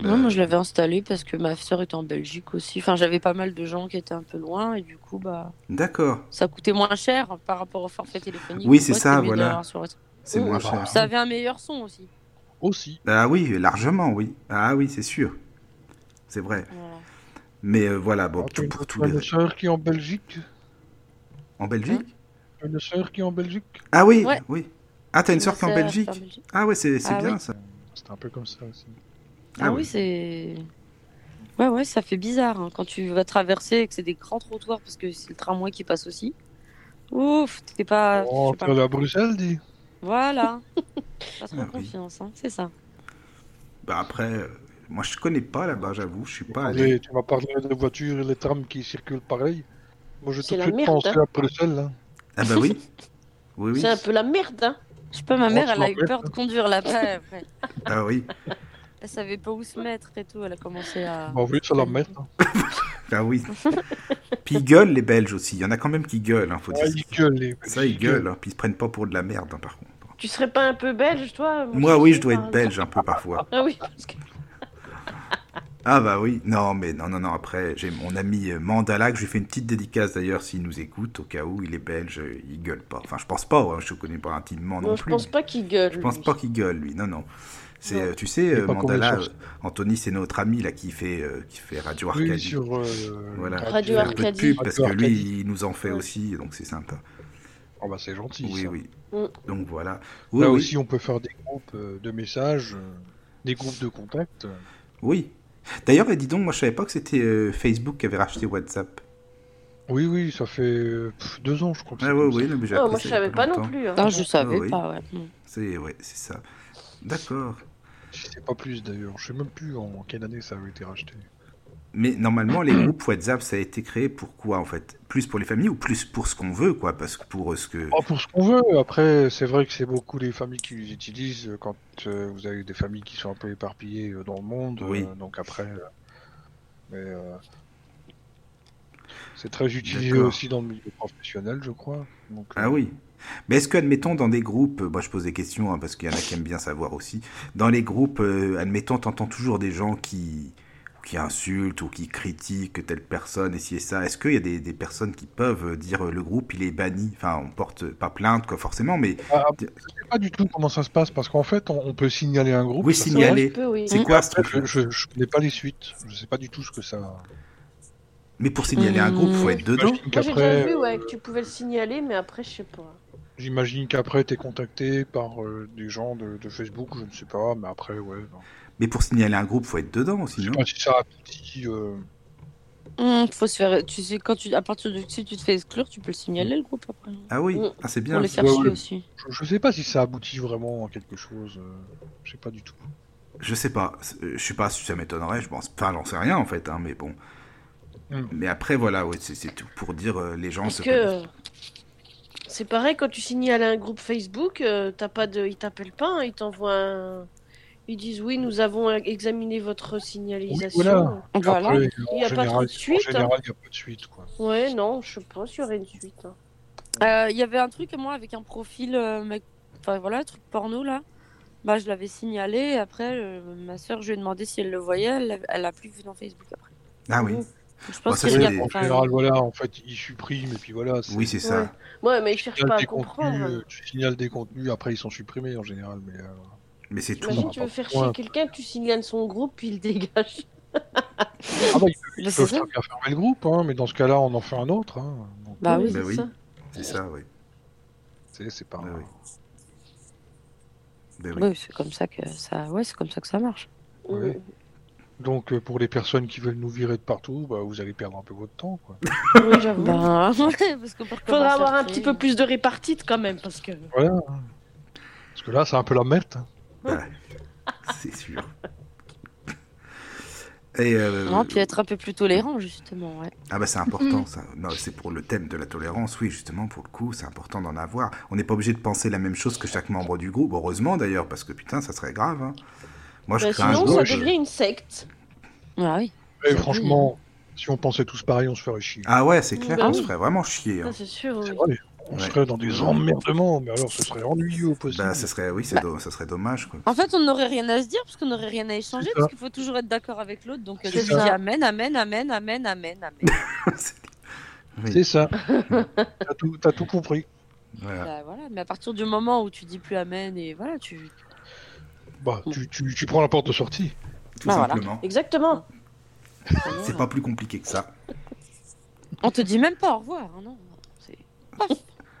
Speaker 4: Non,
Speaker 1: euh,
Speaker 4: moi je l'avais installé parce que ma soeur était en Belgique aussi. Enfin, j'avais pas mal de gens qui étaient un peu loin et du coup, bah,
Speaker 1: D'accord,
Speaker 4: ça coûtait moins cher hein, par rapport au forfait téléphonique.
Speaker 1: Oui,
Speaker 4: Donc,
Speaker 1: c'est
Speaker 4: ouais,
Speaker 1: ça,
Speaker 4: c'était mieux
Speaker 1: voilà.
Speaker 4: d'avoir sur WhatsApp.
Speaker 1: c'est
Speaker 2: Oh,
Speaker 1: moins
Speaker 2: bah,
Speaker 1: cher.
Speaker 4: Ça avait un meilleur son aussi.
Speaker 2: Aussi.
Speaker 1: Ah oui, largement, oui. Ah oui, c'est sûr. C'est vrai.
Speaker 4: Voilà.
Speaker 1: Mais euh, voilà, bon,
Speaker 2: Ah,
Speaker 1: tout
Speaker 2: t'as
Speaker 1: pour
Speaker 2: une-
Speaker 1: tous
Speaker 2: t'as
Speaker 1: les...
Speaker 2: Une sœur qui est en Belgique.
Speaker 1: En Belgique
Speaker 2: T'as Une sœur qui est en Belgique.
Speaker 1: Ah oui,
Speaker 4: Ouais.
Speaker 1: oui. Ah, t'as une sœur qui est en
Speaker 4: Ça,
Speaker 1: Belgique
Speaker 4: c'est en Belgique.
Speaker 1: Ah ouais, c'est c'est
Speaker 4: Ah
Speaker 1: bien
Speaker 4: oui.
Speaker 1: ça.
Speaker 2: C'était un peu comme ça aussi.
Speaker 4: Ah,
Speaker 1: Ah
Speaker 4: oui,
Speaker 1: ouais.
Speaker 4: c'est. Ouais, ouais, ça fait bizarre hein, quand tu vas traverser et que c'est des grands trottoirs parce que c'est le tramway qui passe aussi. Ouf,
Speaker 3: Ah,
Speaker 4: t'es pas.
Speaker 2: oh,
Speaker 4: je sais pas.
Speaker 2: t'es allé à Bruxelles, dis.
Speaker 4: Voilà. pas trop
Speaker 1: Ah oui.
Speaker 4: confiance, hein, c'est ça.
Speaker 1: Bah après, euh, moi je connais pas là-bas, j'avoue, je suis pas allé.
Speaker 2: Allez, tu m'as parlé des voitures et les trams qui circulent pareil. Moi, j'ai
Speaker 3: C'est
Speaker 2: tout de
Speaker 3: la
Speaker 2: suite
Speaker 3: merde,
Speaker 2: pensé
Speaker 3: hein.
Speaker 2: à Bruxelles. hein.
Speaker 1: Ah bah oui. Oui, oui.
Speaker 3: C'est un peu la merde, hein.
Speaker 4: Je sais pas, ma
Speaker 2: Oh,
Speaker 4: mère,
Speaker 2: tu
Speaker 4: elle a eu
Speaker 2: m'embêtes,
Speaker 4: peur de conduire là-bas après.
Speaker 1: Ah oui.
Speaker 4: Elle savait pas où se mettre et tout, elle a commencé à.
Speaker 2: Bah oui, ça
Speaker 3: Mm.
Speaker 2: l'emmerde. hein.
Speaker 1: Ah oui. Puis ils gueulent les Belges aussi. Il y en a quand même qui gueulent, hein, faut
Speaker 2: Ah,
Speaker 1: dire.
Speaker 2: ils gueulent, les
Speaker 1: Ça, ils gueulent. hein. Puis ils se prennent pas pour de la merde, hein, par contre.
Speaker 3: Tu serais pas un peu belge, toi euh,
Speaker 1: Moi, oui, je dois
Speaker 3: par
Speaker 1: être belge un peu parfois.
Speaker 3: hasard. Ah oui, parce que-
Speaker 1: Ah bah oui, non mais non non non après j'ai mon ami euh, Mandala que je lui fais une petite dédicace d'ailleurs s'il nous écoute au cas où il est belge, euh, il gueule pas. Enfin je pense pas, ouais, je le connais pas intimement non
Speaker 3: Bon, je
Speaker 1: plus.
Speaker 3: pense pas qu'il gueule.
Speaker 1: Je pense
Speaker 3: lui.
Speaker 1: pas qu'il gueule, lui. Non, non. C'est,
Speaker 3: Non.
Speaker 1: euh, tu sais,
Speaker 2: est
Speaker 1: euh,
Speaker 2: pas qu'on
Speaker 1: Mandala,
Speaker 2: le cherche.
Speaker 1: euh, Anthony, c'est notre ami là qui fait, euh, qui fait Radio Arcadie.
Speaker 2: Oui, sur euh,
Speaker 1: Voilà.
Speaker 3: Radio
Speaker 1: Un peu de
Speaker 3: Arcadie.
Speaker 1: pub parce que
Speaker 2: Radio Arcadie.
Speaker 1: lui, il nous en fait
Speaker 3: Ouais.
Speaker 1: aussi, donc c'est sympa.
Speaker 2: Oh, bah, c'est gentil.
Speaker 1: Oui,
Speaker 2: ça.
Speaker 1: oui.
Speaker 3: Mm.
Speaker 1: Donc voilà. Oui,
Speaker 2: Là
Speaker 1: oui.
Speaker 2: aussi, on peut faire des groupes euh, de messages, euh, des groupes de contacts. euh.
Speaker 1: oui. D'ailleurs, et dis donc, moi je savais pas que c'était euh, Facebook qui avait racheté WhatsApp.
Speaker 2: Oui, oui, ça fait euh, pff, deux ans, je crois. que c'est
Speaker 1: Ah oui,
Speaker 2: comme ça.
Speaker 1: oui, non, mais j'ai
Speaker 3: Oh,
Speaker 1: appris
Speaker 3: moi,
Speaker 1: ça
Speaker 3: je
Speaker 1: il y a
Speaker 3: savais pas non
Speaker 1: longtemps.
Speaker 3: plus. hein.
Speaker 4: Non, je savais
Speaker 1: oui.
Speaker 4: pas, ouais. Mm.
Speaker 1: C'est, ouais, c'est ça. D'accord.
Speaker 2: Je sais pas plus d'ailleurs. Je sais même plus en quelle année ça avait été racheté.
Speaker 1: Mais normalement, les groupes WhatsApp, ça a été créé pour quoi en fait Plus pour les familles ou plus pour ce qu'on veut, quoi Parce que pour euh, ce que.
Speaker 2: Oh, pour ce qu'on veut. Après, c'est vrai que c'est beaucoup les familles qui les utilisent euh, quand euh, vous avez des familles qui sont un peu éparpillées euh, dans le monde.
Speaker 1: Oui.
Speaker 2: euh, donc après, euh, mais euh, c'est très utilisé
Speaker 1: D'accord.
Speaker 2: aussi dans le milieu professionnel, je crois. Donc,
Speaker 1: Ah
Speaker 2: euh,
Speaker 1: oui. Mais est-ce que, admettons, dans des groupes, euh, moi je pose des questions hein, parce qu'il y en a qui aiment bien savoir aussi, dans les groupes, euh, admettons, t'entends toujours des gens qui, qui insultent ou qui critiquent telle personne et si et ça. Est-ce qu'il y a des, des personnes qui peuvent euh, dire euh, le groupe il est banni Enfin, on porte euh, pas plainte, quoi, forcément, mais
Speaker 2: Ah, je sais pas du tout comment ça se passe parce qu'en fait, on, on peut signaler un groupe.
Speaker 1: oui,
Speaker 2: ça,
Speaker 3: Ouais,
Speaker 1: signaler.
Speaker 3: je peux, oui.
Speaker 1: C'est quoi ce
Speaker 2: c'est vrai.
Speaker 1: truc
Speaker 2: Euh, Je, je, je connais pas les suites. Je sais pas du tout ce que ça.
Speaker 1: Mais pour signaler un groupe, faut être dedans.
Speaker 2: J'imagine
Speaker 3: Moi, j'ai déjà
Speaker 2: qu'après,
Speaker 3: vu ouais,
Speaker 2: euh,
Speaker 3: que tu pouvais le signaler, mais après, je sais pas.
Speaker 2: j'imagine qu'après, t'es contacté par euh, des gens de, de Facebook, je ne sais pas, mais après, ouais. non.
Speaker 1: Mais pour signaler un groupe, faut être dedans aussi,
Speaker 2: Je sais
Speaker 1: non
Speaker 2: pas si ça aboutit. euh,
Speaker 4: Mm, faut se faire. Tu sais, quand tu... à partir de si tu te fais exclure, tu peux le signaler le groupe après.
Speaker 1: Ah oui,
Speaker 3: Mm.
Speaker 1: ah, c'est
Speaker 4: Pour
Speaker 1: bien.
Speaker 4: les
Speaker 1: ça.
Speaker 4: faire
Speaker 2: ouais,
Speaker 4: chier
Speaker 2: ouais.
Speaker 4: aussi.
Speaker 2: Je, je sais pas si ça aboutit vraiment à quelque chose. euh, je sais pas du tout.
Speaker 1: Je sais pas, c'est- euh, je sais pas si ça m'étonnerait, je pense. Enfin, j'en sais rien en fait, hein, mais bon.
Speaker 2: Mm.
Speaker 1: Mais après, voilà, ouais, c'est c'est tout pour dire euh, les gens.
Speaker 3: Parce
Speaker 1: se
Speaker 3: que euh, c'est pareil quand tu signales un groupe Facebook, euh, t'as pas de, ils t'appellent pas, hein, ils t'envoient un... ils disent oui, nous avons examiné votre signalisation.
Speaker 2: voilà.
Speaker 4: Voilà.
Speaker 2: Après,
Speaker 3: Il y a pas
Speaker 2: en général-
Speaker 3: trop de suite, hein.
Speaker 2: En général, il n'y a pas de suite, quoi.
Speaker 3: Ouais, non, je sais pas s'il y aurait une suite. hein.
Speaker 4: Euh, Il y avait un truc, moi, avec un profil, euh, mec- enfin voilà, un truc porno là. Bah, je l'avais signalé. Après, euh, ma soeur, je lui ai demandé si elle le voyait. Elle, l'a- elle a plus vu dans Facebook après.
Speaker 1: Ah
Speaker 3: Mm.
Speaker 1: oui.
Speaker 4: Je pense
Speaker 1: Bon, ça,
Speaker 4: que c'est le
Speaker 1: c'est
Speaker 4: gars
Speaker 2: En
Speaker 4: pour faire-
Speaker 2: général, voilà, en fait, ils suppriment et puis voilà. c'est-
Speaker 1: Oui, c'est
Speaker 3: Ouais.
Speaker 1: ça.
Speaker 3: Ouais, mais ils
Speaker 2: tu
Speaker 3: cherchent
Speaker 2: signales
Speaker 3: pas à
Speaker 2: des contenus,
Speaker 3: comprendre. hein.
Speaker 2: euh, tu signales des contenus, après ils sont supprimés en général. Mais euh,
Speaker 1: Mais c'est tout.
Speaker 3: Imagine, tu veux faire
Speaker 2: Ouais.
Speaker 3: chier quelqu'un, tu signales son groupe, puis il dégage.
Speaker 2: ah bah, ils
Speaker 4: Mais
Speaker 2: ils
Speaker 4: c'est
Speaker 2: peuvent
Speaker 4: ça.
Speaker 2: très bien fermer le groupe, hein, mais dans ce cas-là, on en fait un autre. hein. Donc,
Speaker 4: Bah oui,
Speaker 1: Bah
Speaker 4: c'est
Speaker 1: oui.
Speaker 4: ça.
Speaker 1: C'est ça, oui.
Speaker 2: c'est c'est
Speaker 3: Ah
Speaker 2: pas.
Speaker 1: Bah oui. Bah oui.
Speaker 4: Oui, c'est comme ça que ça. Ouais, c'est comme ça que ça marche.
Speaker 2: Ouais.
Speaker 3: Mm.
Speaker 2: Donc euh, pour les personnes qui veulent nous virer de partout, bah, vous allez perdre un peu votre temps. Quoi.
Speaker 3: Oui, j'avoue.
Speaker 4: Ben, parce que pour
Speaker 3: Faudra
Speaker 4: commencer
Speaker 3: avoir
Speaker 4: à
Speaker 3: un petit
Speaker 4: créer-
Speaker 3: peu plus de répartite quand même, parce que.
Speaker 2: Voilà. hein. Parce que là, c'est un peu la merde. hein.
Speaker 1: C'est sûr. Et euh,
Speaker 4: Non, puis être un peu plus tolérant, justement, ouais.
Speaker 1: Ah bah c'est
Speaker 3: Mm.
Speaker 1: important ça. Non, c'est pour le thème de la tolérance, oui justement pour le coup c'est important d'en avoir. On n'est pas obligé de penser la même chose que chaque membre du groupe, heureusement d'ailleurs parce que putain ça serait grave. hein. Moi je
Speaker 3: Bah,
Speaker 1: crains un
Speaker 3: sinon, ça
Speaker 1: groupe.
Speaker 3: devient une secte.
Speaker 4: Ah oui.
Speaker 2: Et
Speaker 4: C'est
Speaker 2: franchement,
Speaker 3: hein.
Speaker 2: si on pensait tous pareil, on se ferait chier.
Speaker 1: Ah ouais c'est clair
Speaker 3: Bah
Speaker 1: qu'on se
Speaker 3: oui.
Speaker 1: ferait vraiment chier. hein.
Speaker 3: Ça, c'est sûr.
Speaker 2: C'est
Speaker 3: oui.
Speaker 2: vrai, on
Speaker 1: Ouais.
Speaker 2: serait dans des emmerdements, mais alors ce serait ennuyeux au possible.
Speaker 1: Bah ça serait oui c'est
Speaker 4: Bah.
Speaker 1: do- ça serait dommage quoi.
Speaker 4: En fait, on n'aurait rien à se dire parce qu'on n'aurait rien à échanger
Speaker 2: C'est ça.
Speaker 4: parce qu'il faut toujours être d'accord avec l'autre. Donc, euh,
Speaker 3: C'est
Speaker 4: je
Speaker 3: ça.
Speaker 4: dis amen, amen, amen, amen, amen, amen.
Speaker 1: C'est-
Speaker 2: C'est
Speaker 1: oui.
Speaker 2: ça. T'as tout, t'as tout compris.
Speaker 1: voilà.
Speaker 4: Bah, voilà. Mais à partir du moment où tu dis plus amen et voilà, tu.
Speaker 2: Bah, tu, tu- tu prends la porte de sortie.
Speaker 1: Tout
Speaker 4: Bah, voilà.
Speaker 1: simplement.
Speaker 3: Exactement.
Speaker 1: C'est pas plus compliqué que ça.
Speaker 4: On te dit même pas au revoir, hein, non. C'est. Paf,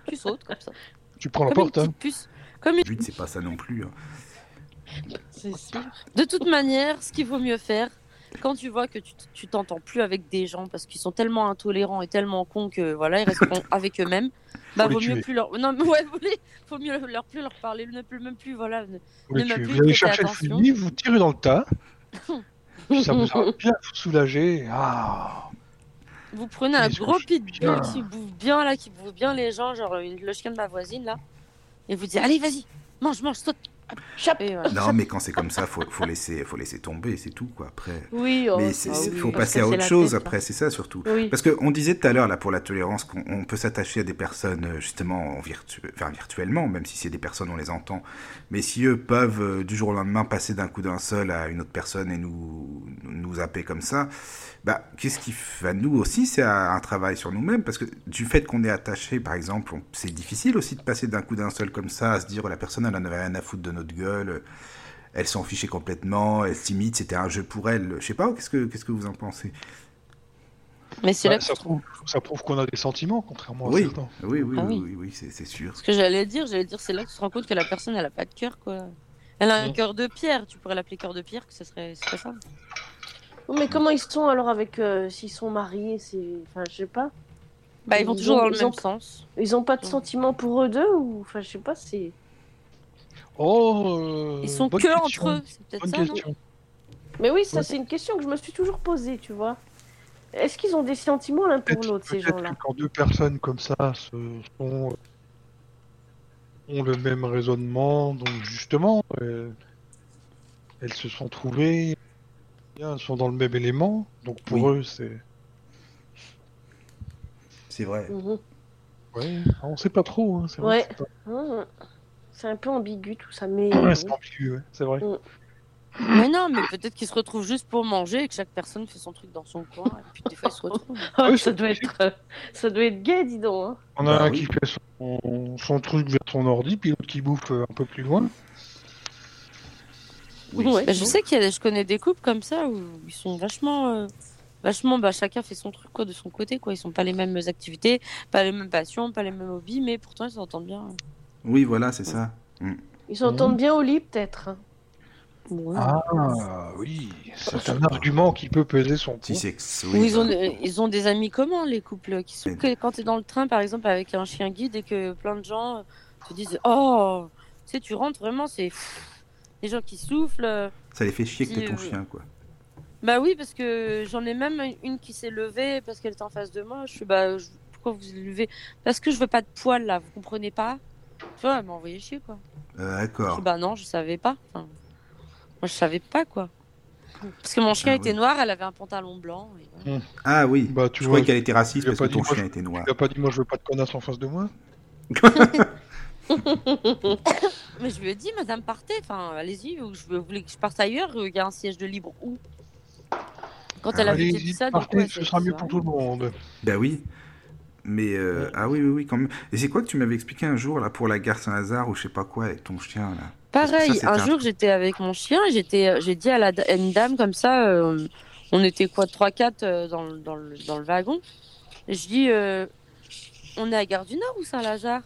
Speaker 4: tu sautes comme ça.
Speaker 2: Tu prends la
Speaker 4: Comme une
Speaker 2: porte. hein.
Speaker 4: petite puce. Comme une...
Speaker 1: Le but c'est pas ça non plus. hein.
Speaker 3: C'est sûr.
Speaker 4: De toute manière, ce qu'il vaut mieux faire, quand tu vois que tu t- tu t'entends plus avec des gens parce qu'ils sont tellement intolérants et tellement cons que voilà, ils restent cons avec eux-mêmes, bah
Speaker 2: les
Speaker 4: vaut mieux
Speaker 2: tuer.
Speaker 4: plus leur non mais ouais, faut les- faut mieux leur plus leur parler, ne plus même plus voilà, ne-
Speaker 2: Vous, les
Speaker 4: Ne m'a
Speaker 2: tuez.
Speaker 4: plus
Speaker 2: Vous allez
Speaker 4: prêté
Speaker 2: chercher le
Speaker 4: attention.
Speaker 2: fusil, vous tirez dans le tas. Puis ça vous aura bien soulagé. Ah,
Speaker 4: vous prenez un
Speaker 2: Ils sont
Speaker 4: gros pitbull
Speaker 2: chiens.
Speaker 4: qui bouffe bien là, qui bouffe bien les gens, genre une le chien de ma voisine là, et vous dites allez vas-y, mange mange saute.
Speaker 3: Chape.
Speaker 4: Et voilà.
Speaker 1: Non mais quand c'est comme ça faut, faut laisser faut laisser tomber c'est tout quoi après.
Speaker 3: Oui, oh,
Speaker 1: Mais c'est-
Speaker 4: ah
Speaker 1: c'est-
Speaker 4: oui,
Speaker 1: faut
Speaker 4: parce
Speaker 1: passer
Speaker 4: que
Speaker 1: à
Speaker 4: c'est
Speaker 1: autre
Speaker 4: la
Speaker 1: chose
Speaker 4: tête, hein.
Speaker 1: après c'est ça surtout.
Speaker 3: Oui.
Speaker 1: Parce qu'on disait tout à l'heure, là, pour la tolérance, qu'on on peut s'attacher à des personnes, euh, justement, en virtu... enfin, virtuellement, même si c'est des personnes, on les entend. Mais si eux peuvent, euh, du jour au lendemain, passer d'un coup d'un seul à une autre personne et nous, nous zapper comme ça, bah, qu'est-ce qui va nous aussi, c'est un un travail sur nous-mêmes. Parce que du fait qu'on est attaché, par exemple, on- c'est difficile aussi de passer d'un coup d'un seul comme ça, à se dire, oh, la personne, elle en avait rien à foutre de notre gueule. Elle s'en fichait complètement, elle s'imite, c'était un jeu pour elle. Je sais pas, qu'est-ce que, qu'est-ce que vous en pensez
Speaker 4: Mais c'est
Speaker 2: Bah,
Speaker 4: là
Speaker 2: ça, prouve, ça prouve qu'on a des sentiments, contrairement
Speaker 1: Oui.
Speaker 2: à certains.
Speaker 1: Oui, oui,
Speaker 4: Ah
Speaker 1: oui,
Speaker 4: oui.
Speaker 1: oui, oui, c'est c'est sûr.
Speaker 4: ce que j'allais dire, j'allais dire c'est là que tu te rends compte que la personne elle a pas de cœur quoi. Elle a un
Speaker 2: Mm.
Speaker 4: cœur de pierre, tu pourrais l'appeler cœur de pierre, que ce serait, ce serait ça.
Speaker 3: Oh, Mais comment ils sont alors avec. euh, S'ils sont mariés, c'est. Enfin, je sais pas.
Speaker 4: Bah ils vont
Speaker 3: Ils
Speaker 4: toujours
Speaker 3: ont-
Speaker 4: dans le
Speaker 3: ils ont-
Speaker 4: même sens.
Speaker 3: Ils ont pas de
Speaker 4: Ouais.
Speaker 3: sentiments pour eux deux ou. Enfin, je sais pas, c'est.
Speaker 2: Oh, euh,
Speaker 4: Ils sont
Speaker 2: bonne
Speaker 4: que
Speaker 2: question.
Speaker 4: entre eux, c'est peut-être
Speaker 2: Bonne
Speaker 4: ça, non
Speaker 2: question.
Speaker 3: Mais oui, ça,
Speaker 2: Ouais.
Speaker 3: c'est une question que je me suis toujours posée, tu vois. Est-ce qu'ils ont des sentiments l'un pour
Speaker 2: Peut-être-
Speaker 3: l'autre, ces
Speaker 2: peut-être
Speaker 3: gens-là
Speaker 2: que Quand deux personnes comme ça se- sont- euh, ont le même raisonnement, donc justement, euh, elles se sont trouvées, bien, elles sont dans le même élément, donc pour eux, c'est.
Speaker 1: C'est vrai.
Speaker 3: Mhm.
Speaker 2: Ouais, on sait pas trop, hein, c'est
Speaker 3: Ouais.
Speaker 2: vrai. que c'est pas-
Speaker 3: Mhm. C'est un peu ambigu tout ça, mais.
Speaker 2: Ouais, c'est ambigu, ouais, c'est vrai.
Speaker 4: Mais non, mais peut-être qu'ils se retrouvent juste pour manger et que chaque personne fait son truc dans son coin. Et puis des fois, ils se retrouvent.
Speaker 3: Oh,
Speaker 2: Oui,
Speaker 3: ça
Speaker 2: c'est
Speaker 3: doit être. euh, Ça doit être gay, dis donc. hein.
Speaker 2: On a
Speaker 1: Bah
Speaker 2: un
Speaker 1: oui.
Speaker 2: qui fait son, son truc vers son ordi, puis l'autre qui bouffe euh, un peu plus loin.
Speaker 1: Oui.
Speaker 3: Ouais.
Speaker 4: Bah, je sais qu'il y a, des- je connais des couples comme ça où ils sont vachement, euh, vachement, bah chacun fait son truc quoi de son côté quoi. Ils sont pas les mêmes activités, pas les mêmes passions, pas les mêmes hobbies, mais pourtant ils s'entendent bien.
Speaker 1: Oui, voilà, c'est ça.
Speaker 2: Mhm.
Speaker 3: Ils s'entendent bien au lit, peut-être. hein.
Speaker 4: Ouais.
Speaker 2: Ah oui, c'est un argument qui peut peser son poids.
Speaker 1: Si c'est que-
Speaker 4: Ou ils ont,
Speaker 1: bah,
Speaker 4: euh, ils ont des amis communs, les couples, qui sont que quand t'es dans le train, par exemple, avec un chien guide et que plein de gens euh, te disent Oh, tu sais, tu rentres vraiment, c'est les gens qui soufflent.
Speaker 1: Ça les fait chier que
Speaker 4: Si,
Speaker 1: t'es ton
Speaker 4: euh,
Speaker 1: chien, quoi.
Speaker 4: Bah oui, parce que j'en ai même une qui s'est levée parce qu'elle était en face de moi. Je suis bah je- pourquoi vous vous levez Parce que je veux pas de poils là, vous comprenez pas Tu vois, elle m'a envoyé chier quoi.
Speaker 1: Euh,
Speaker 4: Je
Speaker 1: D'accord.
Speaker 4: dis, bah non, je savais pas. Enfin, moi je savais pas quoi. Parce que mon chien
Speaker 1: Ah
Speaker 4: était
Speaker 1: oui.
Speaker 4: noir, elle avait un pantalon blanc. et voilà.
Speaker 1: Ah oui.
Speaker 2: Bah, tu
Speaker 1: Je
Speaker 2: vois,
Speaker 1: croyais qu'elle était raciste
Speaker 2: il a
Speaker 1: parce que
Speaker 2: pas dit
Speaker 1: ton
Speaker 2: moi,
Speaker 1: chien
Speaker 2: je-
Speaker 1: était noir.
Speaker 2: il a pas dit moi je veux pas de connasse en face de moi.
Speaker 4: Mais je lui ai dit, madame, partez, enfin, allez-y, ou je veux- vous voulez que je parte ailleurs, euh, il y a un siège de libre où Quand elle avait
Speaker 2: Allez,
Speaker 4: dit ça, du
Speaker 2: partez,
Speaker 4: coup, elle
Speaker 2: ce
Speaker 4: s'est
Speaker 2: sera
Speaker 4: dit
Speaker 2: mieux
Speaker 4: ça.
Speaker 2: pour tout le monde.
Speaker 1: Bah oui. Mais euh,
Speaker 2: Ouais.
Speaker 1: ah oui, oui, oui, quand même. Et c'est quoi que tu m'avais expliqué un jour là pour la gare Saint-Lazare ou je sais pas quoi avec ton chien là
Speaker 4: Pareil,
Speaker 1: Parce que ça,
Speaker 4: un
Speaker 1: c'était un-
Speaker 4: jour j'étais avec mon chien et j'étais, euh, j'ai dit à, la, à une dame comme ça, euh, on était quoi, 3-4 euh, dans, le- dans, le, dans le wagon. Et je dis, euh, on est à Gare du Nord ou Saint-Lazare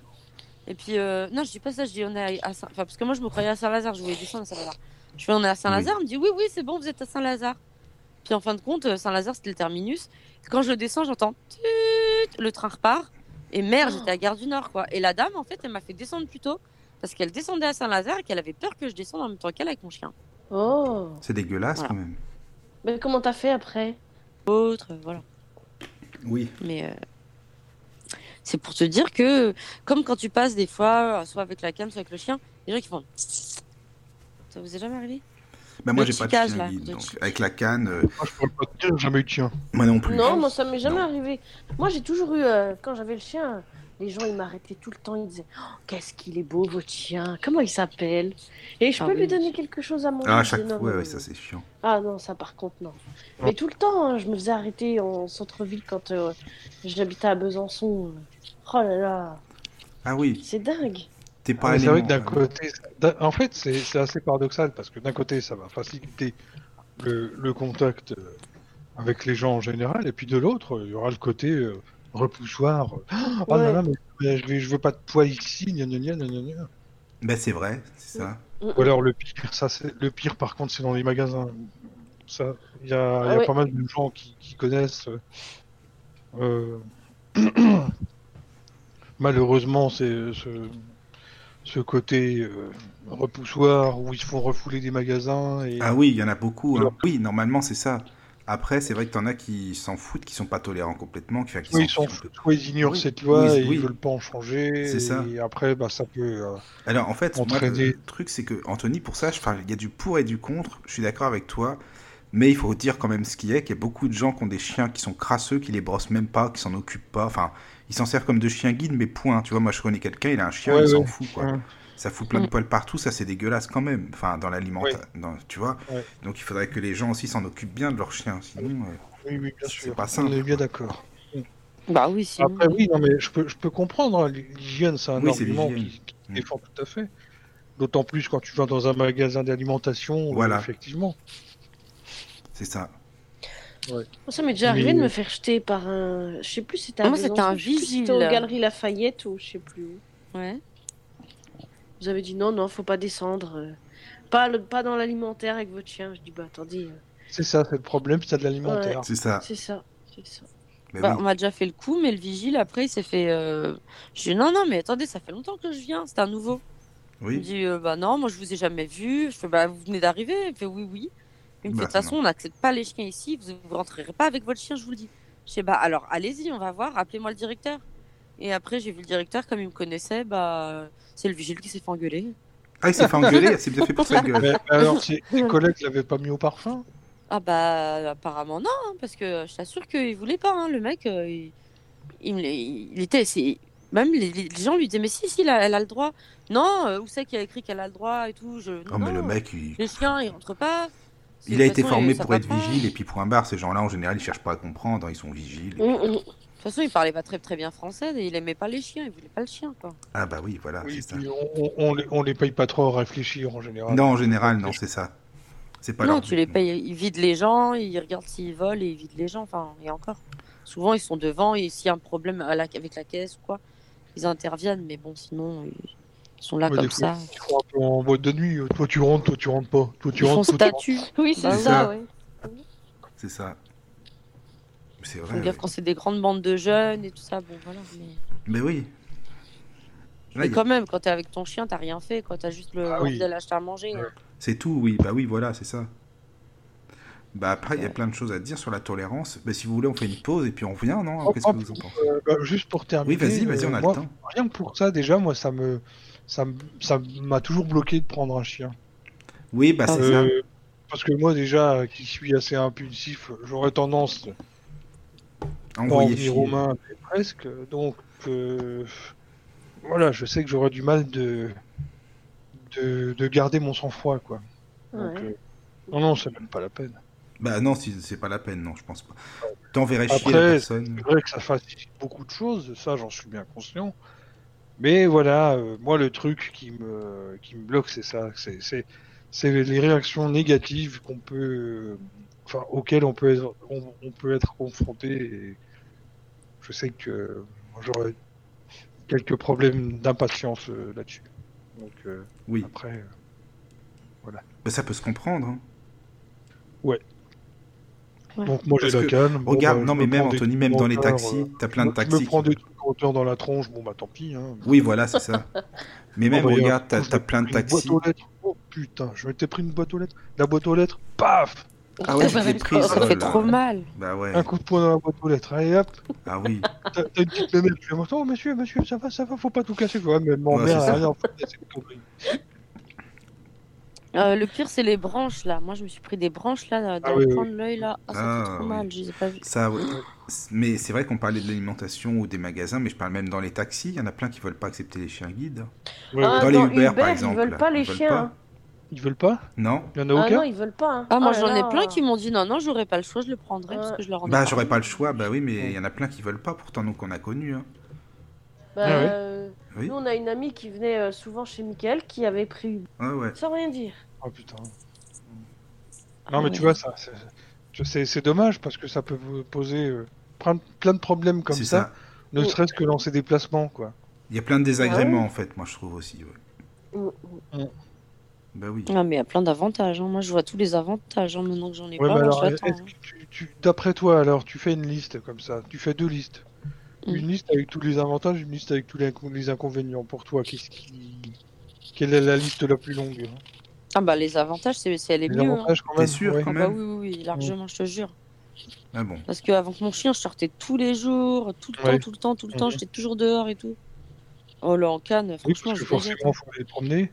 Speaker 4: Et puis, euh, non, je dis pas ça, je dis on est à, à Saint. Enfin, parce que moi je me croyais à Saint-Lazare, je voulais descendre à Saint-Lazare. Je fais on est à Saint-Lazare, elle me dit oui, oui, c'est bon, vous êtes à Saint-Lazare. Puis en fin de compte, euh, Saint-Lazare c'était le terminus. Quand je descends, j'entends tuut, le train repart. Et merde, j'étais à Gare du Nord quoi. Et la dame, en fait, elle m'a fait descendre plus tôt parce qu'elle descendait à Saint-Lazare et qu'elle avait peur que je descende en même temps qu'elle avec mon chien.
Speaker 3: Oh.
Speaker 1: C'est dégueulasse
Speaker 4: Voilà.
Speaker 1: quand même.
Speaker 3: Mais comment t'as fait après
Speaker 4: Autre, euh, voilà.
Speaker 1: Oui.
Speaker 4: Mais euh, c'est pour te dire que, comme quand tu passes des fois, euh, soit avec la cam, soit avec le chien, les gens qui font. Ça vous est jamais arrivé
Speaker 1: Bah moi
Speaker 4: Le
Speaker 1: j'ai pas de
Speaker 4: ticage,
Speaker 1: chien
Speaker 4: là,
Speaker 1: guide
Speaker 4: de
Speaker 1: donc
Speaker 4: tic.
Speaker 1: avec la canne, euh,
Speaker 2: Moi, je pourrais pas te dire, jamais eu de chien.
Speaker 1: moi non plus.
Speaker 3: Non, moi ça m'est jamais
Speaker 1: Non.
Speaker 3: arrivé. Moi j'ai toujours eu, euh, quand j'avais le chien, les gens ils m'arrêtaient tout le temps, ils disaient Oh, Qu'est-ce qu'il est beau votre chien Comment il s'appelle Et je
Speaker 4: Ah
Speaker 3: peux lui
Speaker 4: oui.
Speaker 3: donner quelque chose à manger
Speaker 1: Ah, à
Speaker 3: je
Speaker 1: chaque
Speaker 3: dis, Non,
Speaker 1: fois, ouais,
Speaker 3: non,
Speaker 1: ouais,
Speaker 3: non.
Speaker 1: ça c'est chiant.
Speaker 3: Ah non, ça par contre, non. Mais tout le temps, hein, je me faisais arrêter en centre-ville quand euh, j'habitais à Besançon. Oh là là,
Speaker 1: Ah oui,
Speaker 3: c'est dingue.
Speaker 1: t'es pas
Speaker 2: Ah, Mais c'est
Speaker 1: allemand,
Speaker 2: vrai que d'un
Speaker 1: hein.
Speaker 2: côté, d'un- en fait, c'est c'est assez paradoxal parce que d'un côté, ça va faciliter le, le contact euh, avec les gens en général, et puis de l'autre, il y aura le côté euh, repoussoir. Ah
Speaker 3: Ouais.
Speaker 2: non, non, mais, mais je, vais- je veux pas de poids ici, gna gna gna gna gna gna.
Speaker 1: Bah c'est vrai, c'est ça.
Speaker 2: Ou alors le pire, ça c'est le pire. Par contre, c'est dans les magasins. Ça, il y a, il y a
Speaker 1: Ah
Speaker 3: ouais.
Speaker 2: pas mal de gens qui, qui connaissent. euh, euh, Malheureusement, c'est ce, ce côté euh, repoussoir où ils se font refouler des magasins et
Speaker 1: Ah oui, il y en a beaucoup. hein.
Speaker 2: Alors-
Speaker 1: Oui, normalement c'est ça. Après, c'est vrai que t'en as qui s'en foutent, qui sont pas tolérants complètement, qui, enfin, qui
Speaker 2: soit ils,
Speaker 1: s'en
Speaker 2: s'en
Speaker 1: foutent.
Speaker 2: foutent, soit ils ignorent
Speaker 1: Oui,
Speaker 2: cette loi
Speaker 1: oui,
Speaker 2: et
Speaker 1: oui.
Speaker 2: ils veulent pas en changer.
Speaker 1: C'est
Speaker 2: et
Speaker 1: ça.
Speaker 2: après, bah, ça peut. euh,
Speaker 1: Alors en fait, moi,
Speaker 2: Entraîner.
Speaker 1: le truc c'est que Anthony, pour ça, je parle, il y a du pour et du contre. Je suis d'accord avec toi, mais il faut dire quand même ce qui est qu'il y a beaucoup de gens qui ont des chiens qui sont crasseux, qui les brossent même pas, qui s'en occupent pas. Enfin, ils s'en servent comme de chiens guides, mais point. Tu vois, moi je connais quelqu'un, il a un chien,
Speaker 2: Ouais,
Speaker 1: il s'en
Speaker 2: ouais.
Speaker 1: fout quoi.
Speaker 2: Ouais. Mm.
Speaker 1: Ça fout plein de poils partout, ça c'est dégueulasse quand même. Enfin, dans l'alimentation, tu vois.
Speaker 2: Ouais.
Speaker 1: Donc il faudrait que les gens aussi s'en occupent bien de leurs chiens, sinon. euh,
Speaker 2: Oui, oui, bien
Speaker 1: C'est
Speaker 2: sûr.
Speaker 1: pas
Speaker 2: On
Speaker 1: simple,
Speaker 2: est
Speaker 1: quoi.
Speaker 2: bien d'accord.
Speaker 4: Bah oui, si.
Speaker 2: Après, oui, non, mais je peux, je peux comprendre. hein, L'hygiène, c'est un
Speaker 1: Oui, c'est
Speaker 2: argument
Speaker 1: l'hygiène.
Speaker 2: qui, qui se
Speaker 1: Mm.
Speaker 2: défend tout à fait. D'autant plus quand tu vas dans un magasin d'alimentation, euh,
Speaker 1: Voilà.
Speaker 2: effectivement.
Speaker 1: C'est ça.
Speaker 3: Ça m'est déjà
Speaker 2: Mais-
Speaker 3: arrivé de me faire jeter par un. Je sais plus si c'était
Speaker 4: Ah, moi, c'était
Speaker 3: Besançon,
Speaker 4: un
Speaker 3: je sais plus si
Speaker 4: vigile.
Speaker 3: C'était aux Galeries Lafayette ou je sais plus où.
Speaker 4: Ouais.
Speaker 3: Vous avez dit non, non, faut pas descendre. euh, Pas, le... pas dans l'alimentaire avec votre chien. Je dis bah attendez, euh,
Speaker 2: C'est ça, c'est le problème, c'est de l'alimentaire.
Speaker 1: C'est ça.
Speaker 3: c'est ça. C'est ça.
Speaker 1: Mais
Speaker 4: Bah, On
Speaker 1: oui.
Speaker 4: m'a déjà fait le coup, mais le vigile, après, il s'est fait. euh, Je dis non, non, mais attendez, ça fait longtemps que je viens, c'est un nouveau. Il me
Speaker 1: Oui.
Speaker 4: dit euh, bah non, moi je vous ai jamais vu. Je fais bah vous venez d'arriver. Il fait oui oui. Il me fait
Speaker 1: Bah,
Speaker 4: de toute façon on n'accepte pas les chiens ici. Vous vous rentrerez pas avec votre chien, je vous le dis. Je sais bah alors allez-y, on va voir. Appelez-moi le directeur. Et après j'ai vu le directeur comme il me connaissait bah c'est le vigile qui s'est fait engueuler.
Speaker 1: Ah, il s'est fait engueuler, c'est bien fait pour sa gueule.
Speaker 2: Mais, mais alors, ses, ses collègues l'avaient pas mis au parfum
Speaker 4: Ah bah apparemment non hein, parce que je t'assure qu'il voulait pas hein, le mec. euh, il, il, me l'a- il était c'est même les, les gens lui disaient mais si si là, elle a le droit. Non euh, où c'est qu'il y a écrit qu'elle a le droit et tout. Je
Speaker 1: Non, Ah, Oh, mais le
Speaker 4: non.
Speaker 1: mec, il,
Speaker 4: Les chiens, ils rentrent pas.
Speaker 1: il a
Speaker 4: De toute
Speaker 1: été
Speaker 4: façon,
Speaker 1: formé
Speaker 4: ça
Speaker 1: pour
Speaker 4: va
Speaker 1: être
Speaker 4: pas.
Speaker 1: vigile, et puis point barre, ces gens-là, en général, ils cherchent pas à comprendre, hein, ils sont vigiles. et-
Speaker 3: Mm, mm.
Speaker 4: De toute façon, il parlait pas très très bien français et il aimait pas les chiens, il voulait pas le chien quoi.
Speaker 1: Ah bah oui, voilà,
Speaker 2: Oui,
Speaker 1: c'est ça.
Speaker 2: puis on, on- on les, on les paye pas trop à réfléchir en général.
Speaker 1: Non, en général, non, c'est ça. C'est pas
Speaker 4: non,
Speaker 1: leur
Speaker 4: tu
Speaker 1: but,
Speaker 4: les
Speaker 1: non.
Speaker 4: payes, ils vident les gens, ils regardent s'ils volent et ils vident les gens, enfin, et encore. Souvent, ils sont devant et s'il y a un problème à la- avec la caisse ou quoi, ils interviennent, mais bon, sinon, ils sont là
Speaker 2: Ouais,
Speaker 4: comme
Speaker 2: des fois,
Speaker 4: ça.
Speaker 2: Ils font un peu en boîte de nuit. euh, Toi, tu rentres, toi, tu rentres pas. Toi, tu
Speaker 4: Ils font
Speaker 2: rentres, toi, tu rentres.
Speaker 4: statut.
Speaker 3: Oui, c'est
Speaker 4: Bah,
Speaker 3: ça.
Speaker 1: ça.
Speaker 3: Ouais.
Speaker 1: C'est ça. C'est
Speaker 4: Faut
Speaker 1: vrai.
Speaker 4: dire
Speaker 1: ouais.
Speaker 4: quand c'est des grandes bandes de jeunes et tout ça, bon voilà. Mais,
Speaker 1: Mais oui. Là,
Speaker 4: mais
Speaker 1: il y a-
Speaker 4: quand même, quand t'es avec ton chien, t'as rien fait, quoi. T'as juste le
Speaker 2: Ah
Speaker 4: envie
Speaker 2: oui.
Speaker 4: d'aller acheter à manger.
Speaker 2: Ouais.
Speaker 1: C'est tout, oui. Bah oui, voilà, c'est ça. Bah après, il y a plein de choses à dire sur la tolérance. Bah si vous voulez, on fait une pause et puis on revient, non
Speaker 2: Oh,
Speaker 1: Qu'est-ce que
Speaker 2: oh,
Speaker 1: vous en pensez
Speaker 2: Euh, bah, juste pour
Speaker 4: oh,
Speaker 2: terminer.
Speaker 1: Oui, vas-y, vas-y,
Speaker 2: euh,
Speaker 1: on a
Speaker 2: moi,
Speaker 1: le temps.
Speaker 2: Rien que pour ça, déjà, moi, ça me, ça me- ça m'a toujours bloqué de prendre un chien.
Speaker 1: Oui, bah c'est ça.
Speaker 2: Euh, parce que moi déjà euh, qui suis assez impulsif, j'aurais tendance à en
Speaker 1: Envoyez
Speaker 2: venir aux mains mais presque. Donc euh, voilà, je sais que j'aurais du mal de, de de garder mon sang-froid quoi. Donc,
Speaker 3: Ah Ouais.
Speaker 2: euh, non non, c'est même pas la peine.
Speaker 1: Bah non, si- c'est pas la peine, non, je pense pas. T'enverrais chier
Speaker 2: Après,
Speaker 1: la
Speaker 2: C'est
Speaker 1: personne.
Speaker 2: vrai que ça facilite beaucoup de choses, ça j'en suis bien conscient. Mais voilà, euh, moi le truc qui me, qui me bloque, c'est ça. C'est, c'est, c'est les réactions négatives qu'on peut, enfin, auxquelles on peut être, on, on peut être confronté. Et je sais que moi, j'aurais quelques problèmes d'impatience euh, là-dessus. Donc euh,
Speaker 1: Oui,
Speaker 2: après, euh,
Speaker 1: Bah, ça peut se comprendre. hein.
Speaker 2: donc moi
Speaker 1: Parce
Speaker 2: j'ai la
Speaker 1: que,
Speaker 2: calme. Bon,
Speaker 1: Regarde,
Speaker 2: bah,
Speaker 1: non
Speaker 2: je
Speaker 1: mais
Speaker 2: me
Speaker 1: même
Speaker 2: prends des
Speaker 1: Anthony, même dans les
Speaker 2: hauteurs,
Speaker 1: taxis,
Speaker 2: euh,
Speaker 1: t'as plein de
Speaker 2: je me-
Speaker 1: taxis.
Speaker 2: Je me prends
Speaker 1: qui-
Speaker 2: des trucs en hauteur dans la tronche, bon bah tant pis. Hein.
Speaker 1: Oui, voilà, c'est ça. Mais même,
Speaker 2: Oh, bah,
Speaker 1: regarde,
Speaker 2: il y a un
Speaker 1: t'as
Speaker 2: coup,
Speaker 1: t'as
Speaker 2: je
Speaker 1: plein
Speaker 2: me
Speaker 1: de
Speaker 2: suis pris
Speaker 1: taxis.
Speaker 2: Une boîte aux lettres. Oh putain, je m'étais pris une boîte aux lettres. La boîte aux lettres, paf
Speaker 1: Ah ouais, tu t'es prise.
Speaker 4: Ça fait
Speaker 1: oh là.
Speaker 4: trop mal.
Speaker 1: Bah ouais,
Speaker 2: Un coup de poing dans la boîte aux lettres. Allez hop,
Speaker 1: ah oui.
Speaker 2: t'as t'as une petite mémé qui fait Oh monsieur, monsieur, ça va, ça va, faut pas tout casser. Ouais, mais mon
Speaker 1: Ouais,
Speaker 2: mère,
Speaker 1: c'est ça.
Speaker 2: rien en fait, c'est une connerie.
Speaker 4: Euh, le pire, c'est les branches là. Moi, je me suis pris des branches là dans
Speaker 2: Ah
Speaker 4: le
Speaker 2: oui,
Speaker 4: coin de l'œil là. Ah, ça
Speaker 1: Ah,
Speaker 4: fait trop
Speaker 1: oui.
Speaker 4: mal. Je les ai pas vus.
Speaker 1: Ça, ouais. Mais c'est vrai qu'on parlait de l'alimentation ou des magasins, mais je parle même dans les taxis. Il y en a plein qui veulent pas accepter les chiens guides.
Speaker 2: Ouais,
Speaker 3: Ah,
Speaker 1: Dans les Uber, par exemple,
Speaker 3: Ils veulent pas les
Speaker 1: ils veulent
Speaker 3: chiens.
Speaker 1: pas.
Speaker 3: hein.
Speaker 2: Ils veulent pas
Speaker 1: Non
Speaker 2: Il y en a
Speaker 3: Ah
Speaker 2: aucun
Speaker 3: non, ils veulent pas. hein.
Speaker 4: Ah,
Speaker 3: Oh
Speaker 4: moi,
Speaker 3: là
Speaker 4: j'en ai
Speaker 3: là. Euh,
Speaker 4: plein qui m'ont dit non, non, j'aurais pas le choix, je le prendrais parce que je le rendais.
Speaker 1: Bah
Speaker 4: pas.
Speaker 1: j'aurais pas le choix, bah oui, mais il y en a plein qui veulent pas, pourtant nous qu'on a connu. Hein.
Speaker 3: Bah,
Speaker 2: Ah ouais.
Speaker 3: euh,
Speaker 1: Oui.
Speaker 3: Nous, on a une amie qui venait euh, souvent chez Michael qui avait pris
Speaker 1: Ah ouais.
Speaker 3: sans rien dire.
Speaker 2: Oh putain.
Speaker 4: Ah
Speaker 2: Non, mais
Speaker 4: ouais.
Speaker 2: tu vois, ça, c'est- tu- c'est c'est dommage parce que ça peut vous poser euh, plein plein de problèmes comme
Speaker 1: c'est
Speaker 2: ça,
Speaker 1: ça.
Speaker 2: ne serait-ce que dans ces déplacements, quoi.
Speaker 1: Il y a plein de
Speaker 4: Ah
Speaker 1: désagréments en fait, moi je trouve aussi. ouais.
Speaker 3: Mm.
Speaker 1: Bah oui.
Speaker 4: Ah, mais il y a plein d'avantages. hein. Moi, je vois tous les avantages. hein, Maintenant que j'en ai
Speaker 2: Ouais,
Speaker 4: pas,
Speaker 2: mais
Speaker 4: moi,
Speaker 2: alors,
Speaker 4: j'attends.
Speaker 2: est-ce
Speaker 4: hein.
Speaker 2: que tu, tu- d'après toi, alors, tu fais une liste comme ça Tu fais deux listes.
Speaker 4: Mm.
Speaker 2: Une liste avec tous les avantages, une liste avec tous les, inco- les inconvénients. Pour toi, qu'est-ce qui... quelle est la liste la plus longue hein
Speaker 4: Ah, bah, les avantages, c'est c'est elle est
Speaker 2: Les
Speaker 4: mieux. hein.
Speaker 2: avantages, quand
Speaker 1: T'es
Speaker 2: même.
Speaker 1: sûr,
Speaker 2: ouais.
Speaker 4: Ah,
Speaker 1: quand
Speaker 4: bah
Speaker 1: même
Speaker 4: oui, oui, oui, largement, je te jure.
Speaker 1: Ah bon.
Speaker 4: Parce que avant que mon chien, je sortais tous les jours, tout le
Speaker 2: Ouais.
Speaker 4: temps, tout le temps, tout le temps,
Speaker 2: Mhm.
Speaker 4: j'étais toujours dehors et tout. Oh là, en canne,
Speaker 2: Oui,
Speaker 4: franchement,
Speaker 2: parce que
Speaker 4: je déteste.
Speaker 2: forcément, faut les promener.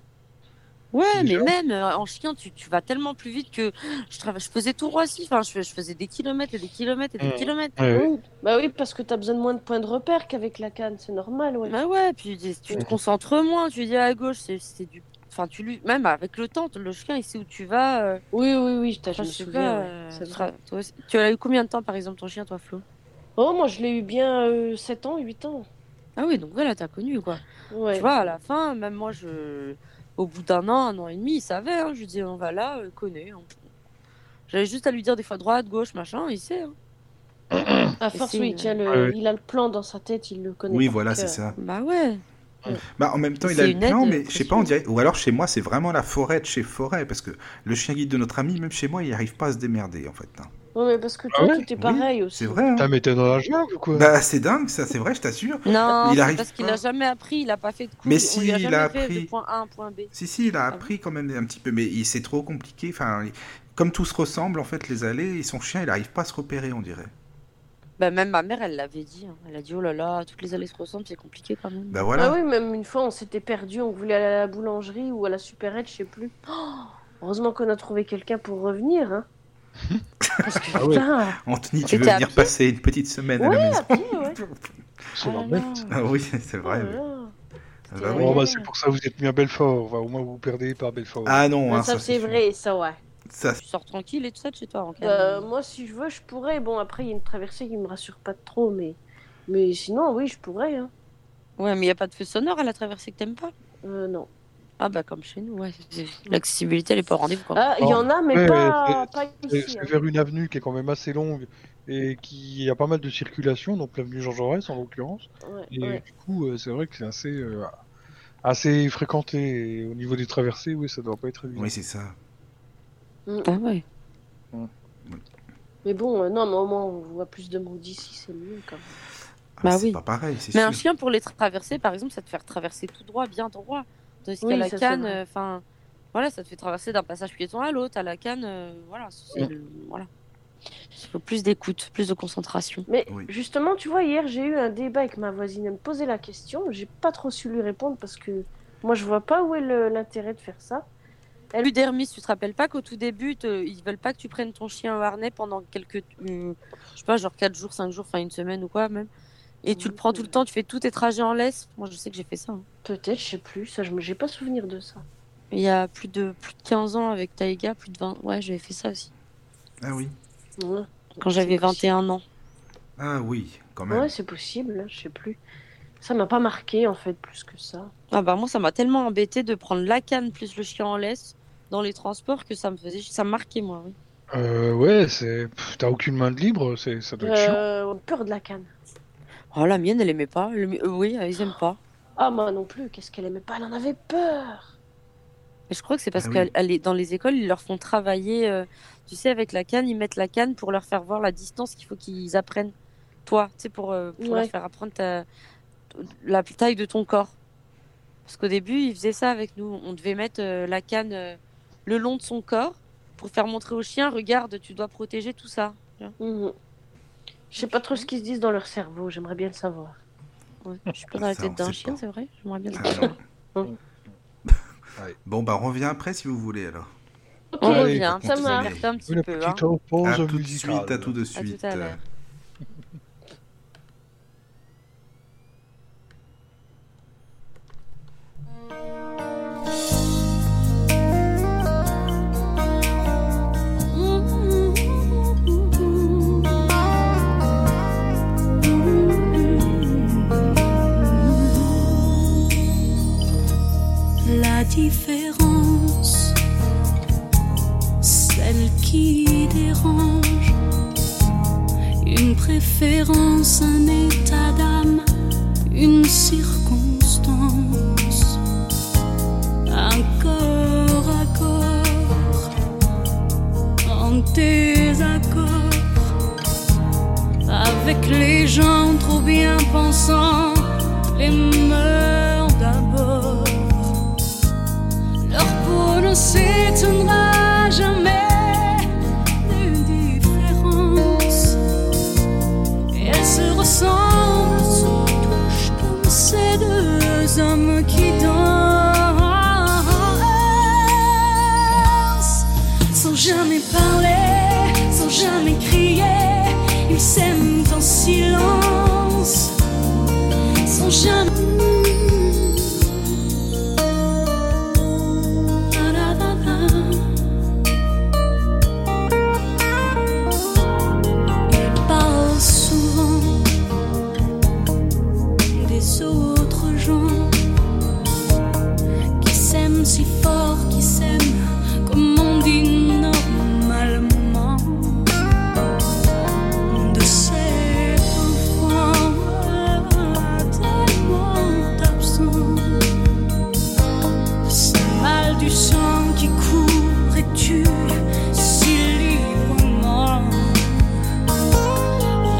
Speaker 4: Ouais, mais
Speaker 2: Déjà.
Speaker 4: même euh, en chien, tu, tu vas tellement plus vite que je, trava- je faisais tout Roissy. Enfin, je, fais- je faisais des kilomètres et des kilomètres et des
Speaker 2: Mhm.
Speaker 4: kilomètres.
Speaker 1: Ah,
Speaker 3: Mm. Bah oui, parce que t'as besoin de moins de points de repère qu'avec la canne, c'est normal, ouais.
Speaker 4: Bah ouais, puis tu tu te
Speaker 2: Mhm.
Speaker 4: concentres moins. Tu dis à gauche, c'est c'est du. Enfin, tu lui. Même avec le temps, le chien, il sait où tu vas. euh,
Speaker 3: Oui, oui, oui, je, t'ai- je
Speaker 4: enfin,
Speaker 3: me
Speaker 4: je sais
Speaker 3: souviens.
Speaker 4: pas,
Speaker 3: ouais,
Speaker 4: euh,
Speaker 3: c'est vrai.
Speaker 4: tra- toi aussi- Tu as eu combien de temps, par exemple, ton chien, toi, Flo
Speaker 3: Oh, moi, je l'ai eu bien euh, 7 ans, 8 ans.
Speaker 4: Ah oui, donc voilà, t'as connu, quoi.
Speaker 3: Ouais.
Speaker 4: Tu vois, à la fin, même moi, je... au bout d'un an, un an et demi, il savait. hein. je lui disais, on va là, euh, connaît. on- J'avais juste à lui dire des fois droite, gauche, machin, il sait. hein.
Speaker 3: à force,
Speaker 4: c'est-
Speaker 3: oui, tiens, le-
Speaker 2: Ouais, ouais.
Speaker 3: il a le plan dans sa tête, il le connaît.
Speaker 1: Oui,
Speaker 3: par
Speaker 1: voilà,
Speaker 3: cœur.
Speaker 1: c'est ça.
Speaker 4: Bah ouais.
Speaker 1: Bah en même temps, il
Speaker 4: C'est
Speaker 1: a le
Speaker 4: une
Speaker 1: plan,
Speaker 4: aide
Speaker 1: mais je sais pas, on dirait. Ou alors chez moi, c'est vraiment la forêt de chez forêt, parce que le chien guide de notre ami, même chez moi, il arrive pas à se démerder en fait. hein.
Speaker 3: Ouais, mais parce que
Speaker 2: Ah
Speaker 3: toi,
Speaker 2: ouais
Speaker 3: tout est
Speaker 1: Oui,
Speaker 3: pareil aussi.
Speaker 1: C'est vrai. hein.
Speaker 2: T'as mis tes dans la jungle ou quoi
Speaker 1: Bah c'est dingue, ça, c'est vrai, je t'assure.
Speaker 4: Non,
Speaker 1: Il
Speaker 4: c'est
Speaker 1: arrive
Speaker 4: parce qu'il
Speaker 1: pas.
Speaker 4: a jamais appris, il a pas fait de cours.
Speaker 1: Mais
Speaker 4: on
Speaker 1: si,
Speaker 4: lui a
Speaker 1: il
Speaker 4: jamais
Speaker 1: a
Speaker 4: fait
Speaker 1: appris.
Speaker 4: de point A à un point B.
Speaker 1: Si, si, il a
Speaker 3: Ah
Speaker 4: bon
Speaker 1: appris quand même un petit peu, mais il- c'est trop compliqué. Enfin, il- comme tout se ressemble, en fait, les allées, et son chien, il n'arrive pas à se repérer, on dirait.
Speaker 4: Bah même ma mère, elle l'avait dit. hein. Elle a dit, oh là là, toutes les allées se ressemblent, c'est compliqué quand même.
Speaker 1: Bah voilà.
Speaker 3: Ah oui, même une fois, on s'était perdu, on voulait aller à la boulangerie ou à la supérette, je sais plus. Oh, heureusement qu'on a trouvé quelqu'un pour revenir. Hein. Parce que
Speaker 2: Ah ouais.
Speaker 3: putain,
Speaker 1: Anthony, tu
Speaker 4: C'était
Speaker 1: veux
Speaker 4: à
Speaker 1: venir
Speaker 4: pied
Speaker 1: passer une petite semaine à
Speaker 3: Ouais,
Speaker 1: la
Speaker 3: à
Speaker 1: maison
Speaker 3: pied, ouais.
Speaker 2: C'est
Speaker 4: Ah
Speaker 2: la
Speaker 4: là
Speaker 2: merde.
Speaker 4: là.
Speaker 1: Ah oui, c'est vrai.
Speaker 3: Oh
Speaker 1: oui.
Speaker 3: là là.
Speaker 1: Ah,
Speaker 3: c'était
Speaker 1: bah oui.
Speaker 2: Bon, bah, c'est pour ça que vous êtes mis à Belfort. Enfin, au moins, vous vous perdez par Belfort.
Speaker 1: Ah non,
Speaker 3: Ouais,
Speaker 1: hein,
Speaker 3: ça, c'est
Speaker 1: sûr.
Speaker 3: vrai, ça ouais.
Speaker 1: Ça,
Speaker 4: Tu sors tranquille et tout ça de chez toi en
Speaker 3: Euh,
Speaker 4: cas
Speaker 3: moi si je veux je pourrais. Bon après il y a une traversée qui me rassure pas trop mais mais sinon oui je pourrais. Hein.
Speaker 4: Ouais, mais il y a pas de feu sonore à la traversée que t'aimes pas.
Speaker 3: Euh, non.
Speaker 4: Ah bah comme chez nous, ouais. c'est- L'accessibilité, elle est pas au rendez-vous quoi.
Speaker 3: Ah il y en a mais
Speaker 2: Ouais,
Speaker 3: pas,
Speaker 2: c'est-
Speaker 3: pas
Speaker 4: Ah,
Speaker 2: C'est
Speaker 3: ici.
Speaker 2: c'est
Speaker 3: hein.
Speaker 2: vers une avenue qui est quand même assez longue et qui a pas mal de circulation, donc l'avenue Jean Jaurès en l'occurrence.
Speaker 3: Ouais,
Speaker 2: Et
Speaker 3: ouais.
Speaker 2: du coup, euh, c'est vrai que c'est assez, euh, assez fréquenté. Et au niveau des traversées, oui, ça doit pas être évident.
Speaker 1: oui, c'est ça.
Speaker 4: Ah ouais.
Speaker 3: Mais bon euh, non mais au moins on voit plus de monde ici c'est mieux quand même.
Speaker 1: Ah,
Speaker 4: Bah
Speaker 1: c'est
Speaker 4: oui.
Speaker 1: pas pareil, c'est
Speaker 4: Mais un
Speaker 1: sûr.
Speaker 4: chien pour les traverser, par exemple, ça te fait traverser tout droit, bien droit. Tandis
Speaker 3: Oui,
Speaker 4: qu'à la
Speaker 3: ça, c'est
Speaker 4: canne, euh,
Speaker 3: vrai.
Speaker 4: enfin, voilà, ça te fait traverser d'un passage piéton à l'autre. À la canne, euh, voilà, c'est le- voilà. Il faut plus d'écoute, plus de concentration.
Speaker 3: Mais
Speaker 1: Oui.
Speaker 3: justement tu vois hier j'ai eu un débat avec ma voisine elle me posait la question j'ai pas trop su lui répondre parce que moi je vois pas où est le- l'intérêt de faire ça.
Speaker 4: Plus d'hermis, tu te rappelles pas qu'au tout début, te- ils veulent pas que tu prennes ton chien au harnais pendant quelques, euh, je sais pas, genre 4 jours, 5 jours, enfin une semaine ou quoi même. Et tu le prends tout le temps, tu fais tous tes trajets en laisse. Moi, je sais que j'ai fait ça. hein.
Speaker 3: Peut-être je sais plus ça je me- j'ai pas souvenir de ça.
Speaker 4: Il y a plus de plus de 15 ans avec Taïga, plus de 20. Ouais, j'avais fait ça aussi.
Speaker 1: Ah oui.
Speaker 3: Ouais,
Speaker 7: quand j'avais
Speaker 3: C'est possible.
Speaker 7: 21 ans.
Speaker 1: Ah oui, quand même.
Speaker 3: Ouais, c'est possible, hein, je sais plus. Ça m'a pas marqué en fait plus que ça.
Speaker 7: Ah bah moi ça m'a tellement embêté de prendre la canne plus le chien en laisse dans les transports que ça me faisait ça me marquait moi. oui.
Speaker 2: Euh, ouais, c'est. pff, T'as aucune main de libre, c'est... ça doit être chiant.
Speaker 3: Euh, peur de la canne.
Speaker 7: Oh la mienne elle aimait pas, le mi- euh, oui, ils aiment pas.
Speaker 3: Ah moi non plus, qu'est-ce qu'elle aimait pas, elle en avait peur.
Speaker 7: Mais je crois que c'est parce
Speaker 1: Ah oui.
Speaker 7: qu'elle elle est dans les écoles, ils leur font travailler euh, tu sais avec la canne, ils mettent la canne pour leur faire voir la distance qu'il faut qu'ils apprennent toi, tu sais pour, euh, pour leur
Speaker 3: Ouais.
Speaker 7: faire apprendre ta- la taille de ton corps. Parce qu'au début, ils faisaient ça avec nous, on devait mettre euh, la canne euh, le long de son corps pour faire montrer au chien regarde, tu dois protéger tout ça.
Speaker 3: Mhm. Je sais pas trop ce qu'ils se disent dans leur cerveau, j'aimerais bien le savoir.
Speaker 7: Ouais, je suis pas dans la
Speaker 1: Ça, on
Speaker 7: tête d'un
Speaker 1: sait
Speaker 7: chien,
Speaker 1: pas.
Speaker 7: c'est vrai. J'aimerais bien.
Speaker 1: Ah, non.
Speaker 2: Ouais.
Speaker 1: Bon, bah, on revient après si vous voulez alors.
Speaker 3: Ok,
Speaker 7: On
Speaker 2: Allez,
Speaker 7: revient,
Speaker 1: on
Speaker 7: ça
Speaker 1: continue.
Speaker 7: marche un petit
Speaker 2: Une
Speaker 7: peu. hein.
Speaker 2: petite pause
Speaker 1: à tout de
Speaker 2: musicale.
Speaker 1: suite, à tout de suite.
Speaker 7: l'heure.
Speaker 5: La différence, celle qui dérange, une préférence, un état d'âme, une circonstance, un corps à corps, en désaccord, avec les gens trop bien pensants, les mœurs d'abord. Leur peau ne s'étonnera jamais des différences. Elles se ressemblent, se touchent comme ces deux hommes qui dansent. Sans jamais parler, sans jamais crier, ils s'aiment en silence. Sans jamais. Ils parlent souvent des autres gens qui s'aiment si fort, qui s'aiment comme on dit normalement. De cet enfant tellement absent ce mal du sang qui court et tue si librement.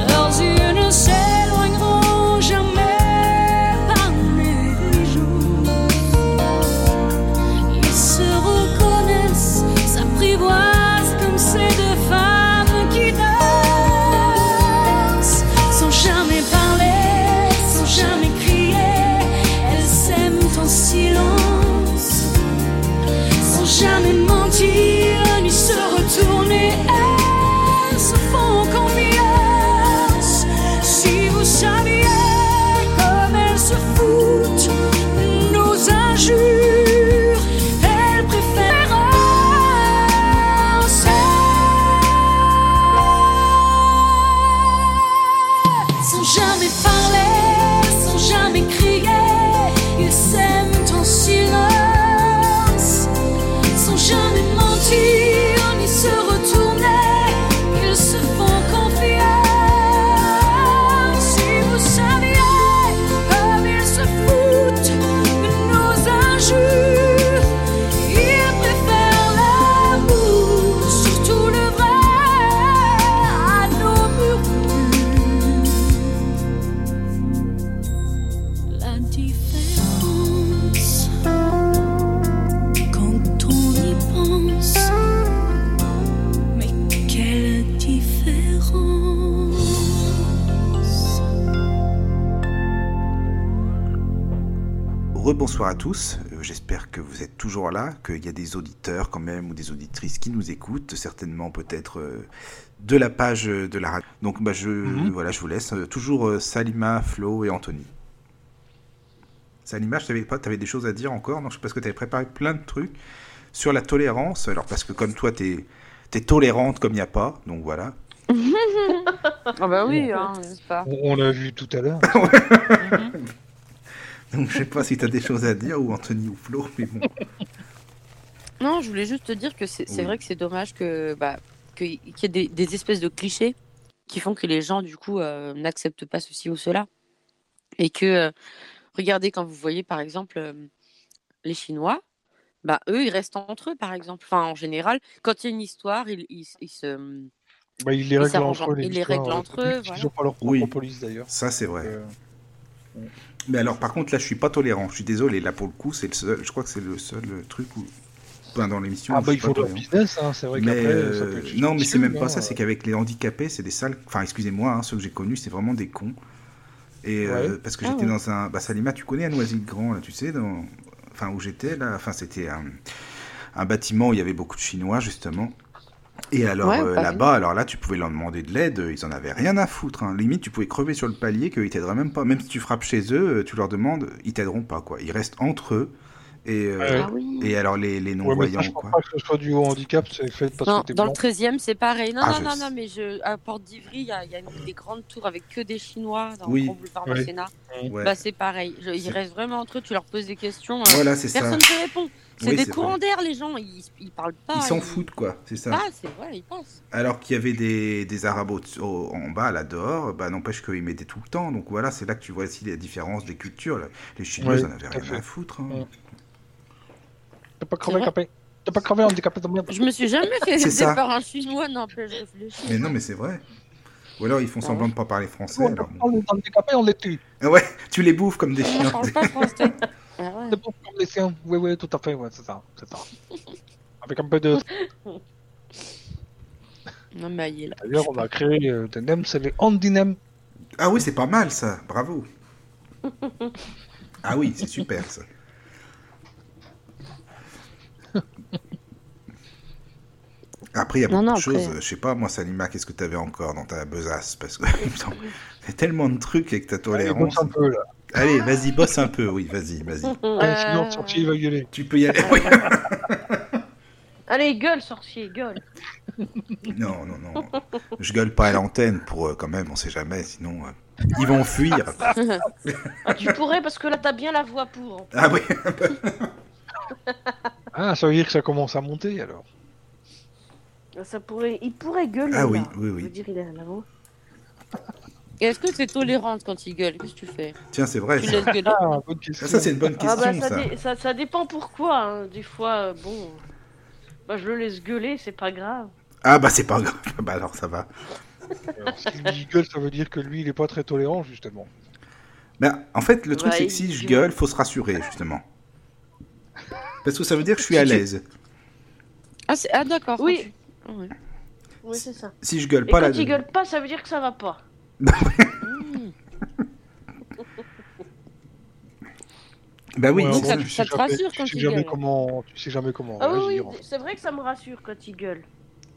Speaker 5: Leurs yeux ne s'éloigneront jamais par négligence. Ils se reconnaissent, s'apprivoisent comme ces deux femmes qui dansent sans jamais parler, sans jamais crier. Elles s'aiment en silence, sans jamais mentir ni se retourner. Elles se font confiance. Si vous saviez comme elles se foutent de nos injures, elles préfèrent sans jamais parler, sans jamais crier. Ils s'aiment en silence, sans jamais mentir ni se retourner. Ils se font confiance. Si vous saviez comme ils se foutent de nos injures, ils préfèrent l'amour, surtout le vrai, à nos murmures. La différence, quand on y pense, mais quelle différence!
Speaker 1: Rebonsoir à tous, Euh, j'espère que vous êtes toujours là, qu'il y a des auditeurs quand même ou des auditrices qui nous écoutent, certainement peut-être euh, de la page euh, de la radio. Donc bah, je,
Speaker 2: Mhm.
Speaker 1: voilà, je vous laisse, Euh, toujours euh, Salima, Flo et Anthony. Salima, je savais pas, tu avais des choses à dire encore, non, je- parce que tu avais préparé plein de trucs sur la tolérance, alors parce que comme toi tu es, T'es tolérante comme il n'y a pas, donc voilà.
Speaker 7: Ah bah oui, hein, c'est pas.
Speaker 2: On, on l'a vu tout à l'heure.
Speaker 4: Mhm.
Speaker 1: Donc je sais pas si t'as des choses à dire ou Anthony ou Flo, mais bon.
Speaker 4: Non, je voulais juste te dire que c'est c'est
Speaker 1: Oui.
Speaker 4: vrai que c'est dommage que bah, que- qu'il y ait des, des espèces de clichés qui font que les gens, du coup, euh, n'acceptent pas ceci ou cela. Et que, euh, regardez, quand vous voyez, par exemple, euh, les Chinois, bah, eux, ils restent entre eux, par exemple. Enfin, en général, quand il y a une histoire, ils, ils- ils se...
Speaker 2: Bah, ils les
Speaker 4: Ils
Speaker 2: règlent
Speaker 4: s'arrangent-
Speaker 2: entre eux.
Speaker 4: ils les
Speaker 2: histoires,
Speaker 4: règlent
Speaker 2: euh,
Speaker 4: entre eux,
Speaker 2: Ils
Speaker 4: voilà.
Speaker 2: toujours pas leur propre
Speaker 1: Oui.
Speaker 2: police d'ailleurs.
Speaker 1: Ça c'est vrai.
Speaker 2: Euh,
Speaker 1: Mais alors, par contre, là, je suis pas tolérant. Je suis désolé. Là, pour le coup, c'est le seul. Je crois que c'est le seul euh, truc où, enfin, dans l'émission,
Speaker 2: Ah
Speaker 1: où
Speaker 2: bah
Speaker 1: je
Speaker 2: il
Speaker 1: suis
Speaker 2: faut
Speaker 1: pas
Speaker 2: leur
Speaker 1: tolérant.
Speaker 2: business, hein, c'est vrai
Speaker 1: Mais
Speaker 2: qu'après
Speaker 1: euh,
Speaker 2: ça peut être
Speaker 1: non, mais c'est
Speaker 2: difficile,
Speaker 1: même pas
Speaker 2: hein.
Speaker 1: ça. C'est qu'avec les handicapés, c'est des sales. Enfin, excusez-moi, hein, ceux que j'ai connus, c'est vraiment des cons. Et euh, parce que
Speaker 4: Ah
Speaker 1: j'étais
Speaker 4: ouais.
Speaker 1: dans un. Bah, Salima, tu connais à Noisy-le-Grand, là, tu sais, dans... enfin où j'étais là. Enfin, c'était un... un bâtiment où il y avait beaucoup de Chinois justement. Et alors
Speaker 4: Ouais,
Speaker 1: euh,
Speaker 4: pas
Speaker 1: là-bas, alors là, tu pouvais leur demander de l'aide, euh, ils en avaient rien à foutre. hein. Limite, tu pouvais crever sur le palier qu'ils t'aideraient même pas. Même si tu frappes chez eux, euh, tu leur demandes, ils t'aideront pas quoi. Ils restent entre eux. Et, euh,
Speaker 2: Ouais.
Speaker 4: Ah oui.
Speaker 1: et alors les, les
Speaker 2: Ouais, mais
Speaker 1: non-voyants
Speaker 2: ça, je
Speaker 1: quoi.
Speaker 2: crois pas que ce soit du haut handicap, c'est fait parce
Speaker 4: Non,
Speaker 2: que t'es
Speaker 4: dans
Speaker 2: blanc.
Speaker 4: le 13e, c'est pareil. Non,
Speaker 1: Ah,
Speaker 4: non,
Speaker 1: je
Speaker 4: non,
Speaker 1: sais.
Speaker 4: non, mais je, à Porte d'Ivry, il y a, il y a une- des grandes tours avec que des Chinois dans
Speaker 1: Oui.
Speaker 4: le grand boulevard
Speaker 2: Ouais.
Speaker 4: Masséna.
Speaker 1: Ouais.
Speaker 4: Bah, c'est pareil. Je-
Speaker 1: C'est-
Speaker 4: ils restent vraiment entre eux, tu leur poses des questions. euh,
Speaker 1: Voilà, c'est ça.
Speaker 4: personne ne te répond. C'est
Speaker 1: Oui,
Speaker 4: des
Speaker 1: c'est
Speaker 4: courants d'air, les gens. Ils, ils parlent pas.
Speaker 1: Ils s'en foutent quoi, c'est ça.
Speaker 4: Ah, c'est vrai, ils pensent.
Speaker 1: Alors qu'il y avait des, des Arabes au- au- en bas, là dehors, bah, n'empêche qu'ils mettaient tout le temps. Donc voilà, c'est là que tu vois aussi les différences des cultures. là. Les Chinois,
Speaker 2: Ouais,
Speaker 1: ils en avaient
Speaker 2: tout à
Speaker 1: rien
Speaker 2: fait.
Speaker 1: à foutre. hein.
Speaker 2: Ouais. T'as pas
Speaker 4: C'est
Speaker 2: crevé
Speaker 4: vrai.
Speaker 2: handicapé. T'as pas crevé handicapé de merde.
Speaker 4: Je me suis jamais fait
Speaker 1: C'est
Speaker 4: aider
Speaker 1: ça.
Speaker 4: par un Chinois, non, plus je réfléchis.
Speaker 1: Mais non, mais c'est vrai. Ou alors ils font
Speaker 4: Ah
Speaker 1: semblant
Speaker 4: ouais.
Speaker 1: de pas parler français.
Speaker 2: On
Speaker 1: alors
Speaker 2: leur
Speaker 1: bon.
Speaker 2: parle des handicapés, on les tue.
Speaker 1: Ah ouais, tu les bouffes comme des
Speaker 4: On
Speaker 1: chiens.
Speaker 4: change pas français. Ah ouais.
Speaker 2: C'est bon comme les siens. Oui, oui, tout à fait, ouais, c'est ça. C'est ça. Avec un peu de.
Speaker 4: Non, mais il est là.
Speaker 2: D'ailleurs, on a créé euh, des nems, c'est les handinem.
Speaker 1: Ah oui, c'est pas mal ça, bravo. Ah oui, c'est super ça. Après, il y a
Speaker 4: Non,
Speaker 1: beaucoup
Speaker 4: non,
Speaker 1: de choses.
Speaker 4: après-
Speaker 1: Je sais pas, moi, Salima, qu'est-ce que t'avais encore dans ta besace Parce que il me semble- il y a tellement de trucs avec ta
Speaker 2: Allez,
Speaker 1: tolérance.
Speaker 2: bosse un peu là.
Speaker 1: Allez, vas-y, bosse un peu. Oui, vas-y, vas-y.
Speaker 2: Ouais,
Speaker 4: Euh,
Speaker 2: Sinon, sorti, il va gueuler.
Speaker 1: Tu peux y aller. Oui.
Speaker 3: Allez, gueule, sorcier, gueule.
Speaker 1: Non, non, non. Je gueule pas à l'antenne pour euh, quand même, on sait jamais, sinon euh, ils vont fuir.
Speaker 3: Ah, tu pourrais parce que là, t'as bien la voix pour.
Speaker 1: Ah oui.
Speaker 2: Ah, ça veut dire que ça commence à monter alors.
Speaker 3: Ça pourrait... Il pourrait gueuler.
Speaker 1: Ah oui,
Speaker 3: là.
Speaker 1: oui,
Speaker 3: Je veux
Speaker 1: oui.
Speaker 3: dire, il a la voix.
Speaker 4: Et Est-ce que c'est tolérante quand ils gueulent Qu'est-ce que tu fais
Speaker 1: Tiens, c'est vrai.
Speaker 4: Tu
Speaker 1: Ça,
Speaker 4: laisses gueuler
Speaker 2: Ah, bonne question.
Speaker 1: Ah, ça, c'est une bonne
Speaker 3: Ah
Speaker 1: question,
Speaker 3: bah, ça,
Speaker 1: ça.
Speaker 3: dé- ça, ça dépend pourquoi. hein. Des fois, euh, bon, bah, je le laisse gueuler, c'est pas grave.
Speaker 1: Ah bah c'est pas grave. Bah alors ça va.
Speaker 2: Alors, S'il dit gueule, ça veut dire que lui, il est pas très tolérant justement.
Speaker 1: Bah, en fait, le truc
Speaker 3: Ouais,
Speaker 1: c'est que si je
Speaker 3: idiot.
Speaker 1: gueule, faut se rassurer justement. Parce que ça veut dire que je suis à l'aise.
Speaker 4: Ah, c'est- ah, d'accord.
Speaker 3: Oui.
Speaker 4: Ah ouais.
Speaker 3: Oui, c'est ça.
Speaker 1: Si je gueule
Speaker 3: Et
Speaker 1: pas
Speaker 3: quand
Speaker 1: là.
Speaker 3: il gueule pas, ça veut dire que ça va pas.
Speaker 4: Mmh.
Speaker 1: Bah oui.
Speaker 2: Ouais,
Speaker 1: c'est
Speaker 2: bon,
Speaker 4: ça-
Speaker 1: ça.
Speaker 2: tu sais
Speaker 4: ça te
Speaker 2: jamais-
Speaker 4: rassure quand
Speaker 2: tu sais
Speaker 4: il
Speaker 2: jamais
Speaker 4: gueule.
Speaker 2: comment, tu sais jamais comment
Speaker 3: Ah oui,
Speaker 2: réagir.
Speaker 3: oui, c'est vrai que ça me rassure quand il gueule.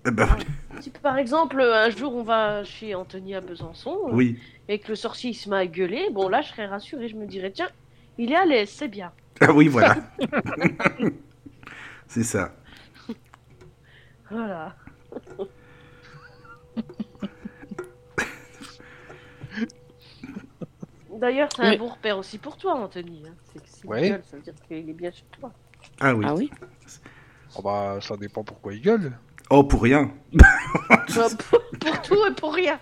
Speaker 1: Bah
Speaker 3: Si par exemple, un jour on va chez Anthony à Besançon euh,
Speaker 1: oui.
Speaker 3: et que le sorcier il se met à gueuler, bon là je serais rassurée, je me dirais tiens, il est à l'aise, c'est bien.
Speaker 1: Ah oui, voilà. c'est ça.
Speaker 3: Voilà. D'ailleurs, c'est un
Speaker 4: Oui.
Speaker 3: bon repère aussi pour toi, Anthony. hein. C'est que s'il
Speaker 2: Ouais.
Speaker 3: gueule, ça veut dire qu'il est bien chez toi.
Speaker 1: Ah oui.
Speaker 4: Ah oui
Speaker 2: Ah bah, ça dépend pourquoi il gueule.
Speaker 1: Oh pour rien.
Speaker 3: Bah, pour, pour tout et pour rien.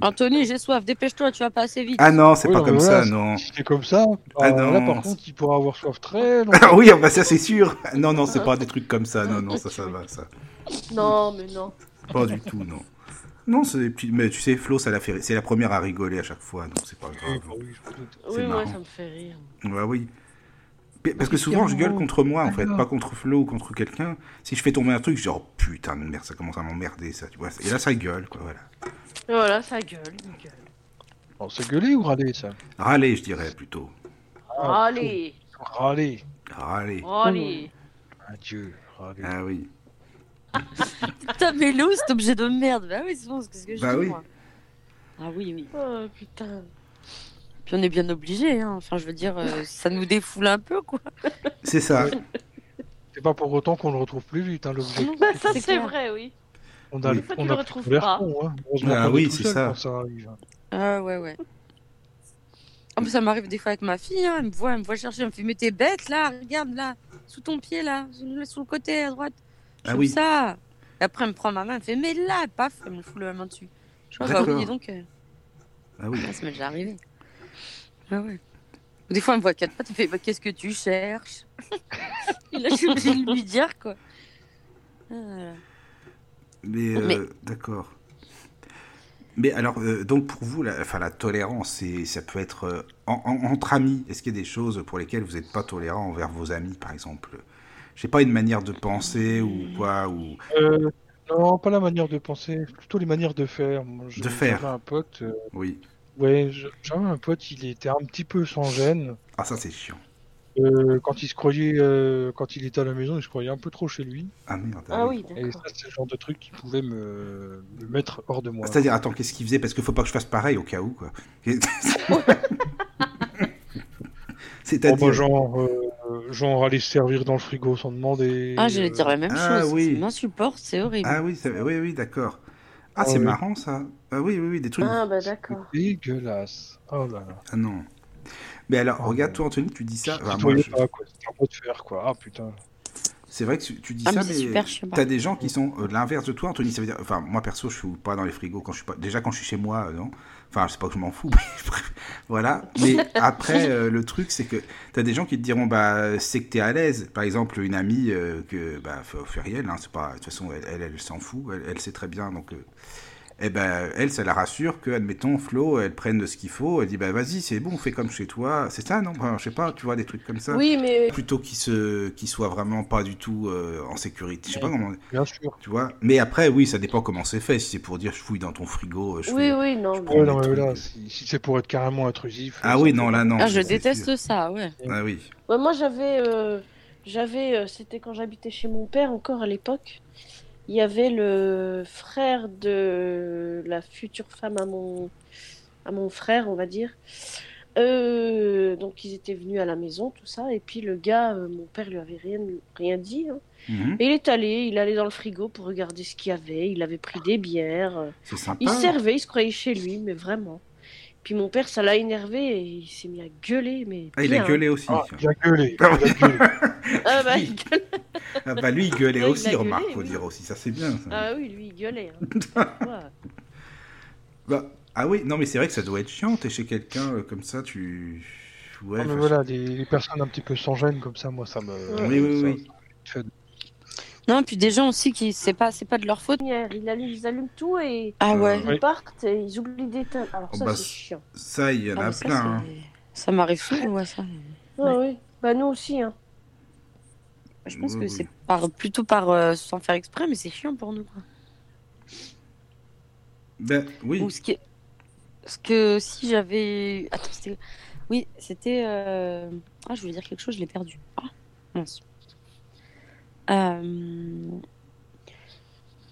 Speaker 4: Anthony, j'ai soif, dépêche-toi, tu vas pas assez vite.
Speaker 1: Ah non, c'est
Speaker 2: Oui,
Speaker 1: pas
Speaker 2: non,
Speaker 1: comme
Speaker 2: mais
Speaker 1: ça,
Speaker 2: voilà,
Speaker 1: non.
Speaker 2: Si c'est comme ça,
Speaker 1: Ah
Speaker 2: euh,
Speaker 1: non.
Speaker 2: là par contre, il pourra avoir soif très longtemps.
Speaker 1: Ah oui, ah bah ça c'est sûr. Non, non, c'est pas des trucs comme ça. Non, non, ça, ça va, ça.
Speaker 3: Non, mais non.
Speaker 1: Pas du tout, non. Non, c'est des petits- Mais tu sais, Flo, ça l'a fait... c'est la première à rigoler à chaque fois, donc c'est pas
Speaker 2: Oui,
Speaker 1: grave.
Speaker 2: bah oui, je me doute.
Speaker 1: C'est
Speaker 3: Oui,
Speaker 1: marrant.
Speaker 3: moi, ça me fait rire.
Speaker 1: Bah oui. P- Parce que souvent, je gueule contre moi, en fait, pas contre Flo ou contre quelqu'un. Si je fais tomber un truc, je dis, oh putain de merde, ça commence à m'emmerder, ça, tu vois. Et là, ça gueule, quoi, voilà.
Speaker 3: Et voilà, ça gueule, il gueule.
Speaker 2: Alors, c'est gueuler ou râler ça
Speaker 1: Râler, je dirais, plutôt.
Speaker 2: Ah,
Speaker 3: Oh, allez, oh,
Speaker 2: Râler.
Speaker 1: Râler.
Speaker 3: allez.
Speaker 2: Adieu, râler.
Speaker 1: Ah oui.
Speaker 4: Putain, mais Léo, cet objet de merde. Bah oui, c'est bon, c'est ce que je
Speaker 1: Bah
Speaker 4: dis,
Speaker 1: oui.
Speaker 4: moi. Ah oui, oui.
Speaker 3: Oh putain.
Speaker 4: Puis on est bien obligé, hein. Enfin, je veux dire, euh, ça nous défoule un peu, quoi.
Speaker 1: C'est ça.
Speaker 2: c'est pas pour autant qu'on le retrouve plus vite. Hein, l'objet.
Speaker 3: Bah, ça,
Speaker 4: C'est
Speaker 3: c'est
Speaker 4: clair.
Speaker 3: vrai, oui.
Speaker 2: On a,
Speaker 1: Une
Speaker 3: fois, tu
Speaker 2: on
Speaker 3: le
Speaker 2: a
Speaker 3: retrouves
Speaker 2: pris l'air
Speaker 3: pas.
Speaker 2: con, hein. Heureusement
Speaker 1: Ah
Speaker 2: qu'on est
Speaker 1: oui,
Speaker 2: tout
Speaker 1: c'est
Speaker 2: seul
Speaker 1: ça.
Speaker 2: quand arrive. hein.
Speaker 4: Ah ouais, ouais. En plus, ça m'arrive des fois avec ma fille, hein, elle me voit, elle me voit chercher, elle me fait, mais t'es bête là, regarde là, sous ton pied là, sous le, sous le côté à droite. Je
Speaker 1: Ah
Speaker 4: fais
Speaker 1: oui.
Speaker 4: ça. Et après, elle me prend ma main, elle me fait, mais là, paf, elle me fout la main dessus. Je vois, bah
Speaker 1: D'accord.
Speaker 4: oui, dis donc, euh,
Speaker 1: Ah oui.
Speaker 4: là, ça m'est déjà arrivé. Ah ouais. Ou Des fois, elle me voit à quatre pattes, elle me fait, bah, qu'est-ce que tu cherches Et là, je suis obligée de lui dire, quoi. Ah, voilà.
Speaker 1: Mais, euh,
Speaker 8: Mais-
Speaker 1: d'accord. Mais alors, euh, donc pour vous, la, enfin, la tolérance, c'est- ça peut être euh, en- en- entre amis. Est-ce qu'il y a des choses pour lesquelles vous n'êtes pas tolérant envers vos amis, par exemple Je sais pas, une manière de penser ou quoi ou...
Speaker 2: Euh, non, pas la manière de penser, plutôt les manières de faire. Moi, je-
Speaker 1: De faire.
Speaker 2: J'avais un pote, euh,
Speaker 1: Oui.
Speaker 2: ouais, je- j'avais un pote, il était un petit peu sans gêne.
Speaker 1: Ah, ça, c'est chiant.
Speaker 2: Euh, quand il se croyait, euh, quand il était à la maison, il se croyait un peu trop chez lui.
Speaker 1: Ah merde.
Speaker 3: Ah oui,
Speaker 2: Et
Speaker 3: d'accord.
Speaker 2: ça, c'est le genre de truc qui pouvait me, me mettre hors de moi.
Speaker 1: C'est-à-dire, attends, qu'est-ce qu'il faisait Parce qu'il faut pas que je fasse pareil au cas où, quoi.
Speaker 2: Oh, bah,
Speaker 1: C'est-à-dire.
Speaker 2: genre, euh, genre aller se servir dans le frigo sans demander.
Speaker 4: Ah, j'allais
Speaker 2: euh,
Speaker 4: dire la même
Speaker 1: ah
Speaker 4: chose.
Speaker 1: oui.
Speaker 4: Ça m'insupporte, c'est horrible.
Speaker 1: Ah oui, ça- oui, oui, d'accord. Ah,
Speaker 2: Ah
Speaker 1: c'est
Speaker 2: oui.
Speaker 1: marrant, ça. Ah oui, oui, oui, des trucs.
Speaker 3: Ah, bah d'accord.
Speaker 2: euh, Dégueulasse. Oh là là.
Speaker 1: Ah non. Mais alors,
Speaker 2: Oh,
Speaker 1: regarde,
Speaker 2: mais-
Speaker 1: toi, Anthony, tu dis ça. Enfin, moi,
Speaker 2: Tutoyez
Speaker 1: je-
Speaker 2: pas, quoi. C'est un peu de faire, quoi. Ah putain.
Speaker 1: C'est vrai que tu- tu dis
Speaker 4: Ah,
Speaker 1: ça,
Speaker 4: mais c'est
Speaker 1: mais
Speaker 4: super, je sais pas.
Speaker 1: t'as des gens qui sont euh, l'inverse de toi, Anthony. Ça veut dire, enfin, moi perso, je suis pas dans les frigos quand je suis pas. Déjà quand je suis chez moi, euh, non. Enfin, c'est pas que je m'en fous, mais voilà. Mais après, euh, le truc, c'est que t'as des gens qui te diront, bah, c'est que t'es à l'aise. Par exemple, une amie euh, que, bah, F- Furiel, hein, c'est pas. De toute façon, elle, elle, elle s'en fout. Elle, elle sait très bien, donc. euh, eh ben, elle, ça la rassure que, admettons, Flo, elle prenne de ce qu'il faut. Elle dit, bah, vas-y, c'est bon, fais comme chez toi. C'est ça, non Enfin, Je sais pas, tu vois, des trucs comme ça
Speaker 3: Oui, mais
Speaker 1: plutôt qu'il se qu'il soit vraiment pas du tout euh, en sécurité. Je sais pas comment
Speaker 2: Bien sûr.
Speaker 1: tu vois. Mais après oui, ça dépend comment c'est fait. Si c'est pour dire je fouille dans ton frigo, euh, je
Speaker 3: oui,
Speaker 1: fouille-
Speaker 3: oui, non. mais-
Speaker 1: prends
Speaker 2: Ouais, non,
Speaker 1: des
Speaker 2: Ah, mais
Speaker 1: trucs.
Speaker 2: là, si, si c'est pour être carrément intrusif.
Speaker 1: Ah
Speaker 2: euh,
Speaker 1: oui,
Speaker 2: ça
Speaker 1: non
Speaker 2: me-
Speaker 1: là non.
Speaker 4: Ah, je
Speaker 1: c'est- c'est sûr.
Speaker 4: déteste ça, ouais.
Speaker 1: Ah oui.
Speaker 3: Ouais, moi, j'avais, euh, j'avais, euh, c'était quand j'habitais chez mon père encore à l'époque. Il y avait le frère de la future femme à mon, à mon frère, on va dire. Euh, donc ils étaient venus à la maison, tout ça. Et puis le gars, euh, mon père lui avait rien, rien dit. hein.
Speaker 1: Mhm.
Speaker 3: Et il est allé, il allait dans le frigo pour regarder ce qu'il y avait. Il avait pris des bières. euh,
Speaker 1: C'est sympa.
Speaker 3: il servait, il se croyait chez lui, mais vraiment. Puis mon père, ça l'a énervé et il s'est mis à gueuler, mais
Speaker 1: Ah, il a
Speaker 4: hein.
Speaker 3: bien. hein.
Speaker 1: gueulé aussi.
Speaker 2: Ah, il a gueulé. Il a gueulé.
Speaker 3: Ah, bah, il gueule-
Speaker 1: Ah, bah lui il gueulait
Speaker 3: Il a
Speaker 1: aussi,
Speaker 3: gueulé,
Speaker 1: remarque, faut
Speaker 3: oui.
Speaker 1: dire aussi, ça c'est bien. ça.
Speaker 3: Ah oui, lui, il gueulait. hein. Ouais.
Speaker 1: Bah, ah oui, non mais c'est vrai que ça doit être chiant. T'es chez quelqu'un euh, comme ça, tu ouais.
Speaker 2: Non, Ah, mais
Speaker 1: enfin,
Speaker 2: voilà, les, les personnes un petit peu sans gêne comme ça, moi, ça me.
Speaker 1: Oui, oui,
Speaker 2: ça-
Speaker 1: oui.
Speaker 4: Non, et puis des gens aussi qui, c'est pas, c'est pas de leur faute.
Speaker 3: Lumière, Ils allument, ils allument tout et
Speaker 4: Ah
Speaker 1: Euh,
Speaker 4: ouais.
Speaker 3: ils
Speaker 2: Oui.
Speaker 3: partent et ils oublient d'éteindre. Alors
Speaker 1: Oh,
Speaker 3: ça,
Speaker 1: bah,
Speaker 3: c'est
Speaker 1: c'est-
Speaker 3: chiant.
Speaker 1: Ça il y en
Speaker 4: Ah,
Speaker 1: a
Speaker 4: mais ça,
Speaker 1: plein. hein.
Speaker 4: c'est- ça m'arrive souvent, ouais, ça.
Speaker 3: Ah oui. Bah nous aussi, hein.
Speaker 4: Je pense
Speaker 1: Oui,
Speaker 4: que
Speaker 1: oui.
Speaker 4: c'est par, plutôt par euh, sans faire exprès, mais c'est chiant pour nous. quoi.
Speaker 1: Ben oui.
Speaker 4: Ou ce qui est- ce que si j'avais. Attends, c'était. Oui, c'était. euh, Ah, je voulais dire quelque chose, je l'ai perdu. Ah, mince. Euh,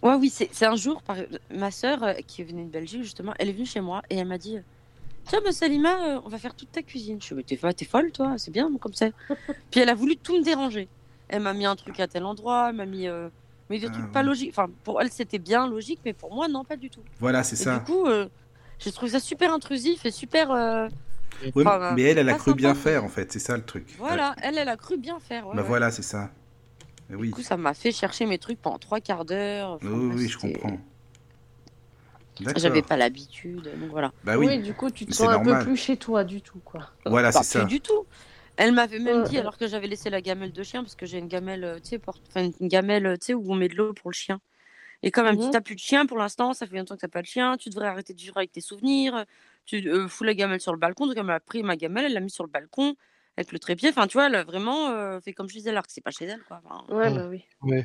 Speaker 4: Ouais, oui, c'est c'est un jour, par... ma sœur euh, qui venait de Belgique, justement, elle est venue chez moi et elle m'a dit Tiens, bah, Salima, euh, on va faire toute ta cuisine. Je me suis dit Mais t'es- t'es folle, toi, c'est bien comme ça. Puis elle a voulu tout me déranger. Elle m'a mis un truc à tel endroit, elle m'a mis. euh, Mais des
Speaker 1: Ah,
Speaker 4: trucs pas
Speaker 1: oui.
Speaker 4: logiques. Enfin, pour elle, c'était bien logique, mais pour moi, non, pas du tout.
Speaker 1: Voilà, c'est
Speaker 4: Et
Speaker 1: ça.
Speaker 4: du coup, euh, j'ai trouvé ça super intrusif et super. euh,
Speaker 1: Ouais,
Speaker 4: enfin, bah,
Speaker 1: mais elle, elle a
Speaker 4: pas
Speaker 1: cru bien
Speaker 4: sympa.
Speaker 1: faire en fait, c'est ça le truc.
Speaker 4: Voilà, elle, elle a cru bien faire. ouais,
Speaker 1: Bah
Speaker 4: ouais.
Speaker 1: voilà, c'est ça. Eh Oui,
Speaker 4: Du coup, ça m'a fait chercher mes trucs pendant trois quarts d'heure. Enfin,
Speaker 1: oui, oui,
Speaker 4: bref,
Speaker 1: oui, je
Speaker 4: c'était- Ah,
Speaker 1: comprends.
Speaker 4: J'avais
Speaker 1: D'accord.
Speaker 4: pas l'habitude, donc voilà.
Speaker 1: Bah
Speaker 3: Ah oui.
Speaker 1: oui,
Speaker 3: du coup, tu te
Speaker 1: Mais
Speaker 3: sens
Speaker 1: c'est
Speaker 3: un
Speaker 1: normal.
Speaker 3: peu plus chez toi du tout, quoi.
Speaker 1: voilà,
Speaker 4: Pas
Speaker 1: c'est ça.
Speaker 4: du tout. Elle m'avait même
Speaker 3: Ouais.
Speaker 4: dit, alors que j'avais laissé la gamelle de chien, parce que j'ai une gamelle, euh, tu sais, porte... enfin, une gamelle, euh, tu sais, où on met de l'eau pour le chien. Et comme elle me dit,
Speaker 3: Mhm.
Speaker 4: t'as plus de chien pour l'instant, ça fait longtemps que t'as pas de chien, tu devrais arrêter de vivre avec tes souvenirs, tu euh, fous la gamelle sur le balcon. Donc elle m'a pris ma gamelle, elle l'a mise sur le balcon avec le trépied. Enfin, tu vois, elle a vraiment euh, fait comme chez elle, alors que c'est pas chez elle, quoi. Enfin,
Speaker 3: Ouais,
Speaker 2: Mm.
Speaker 3: bah oui.
Speaker 4: En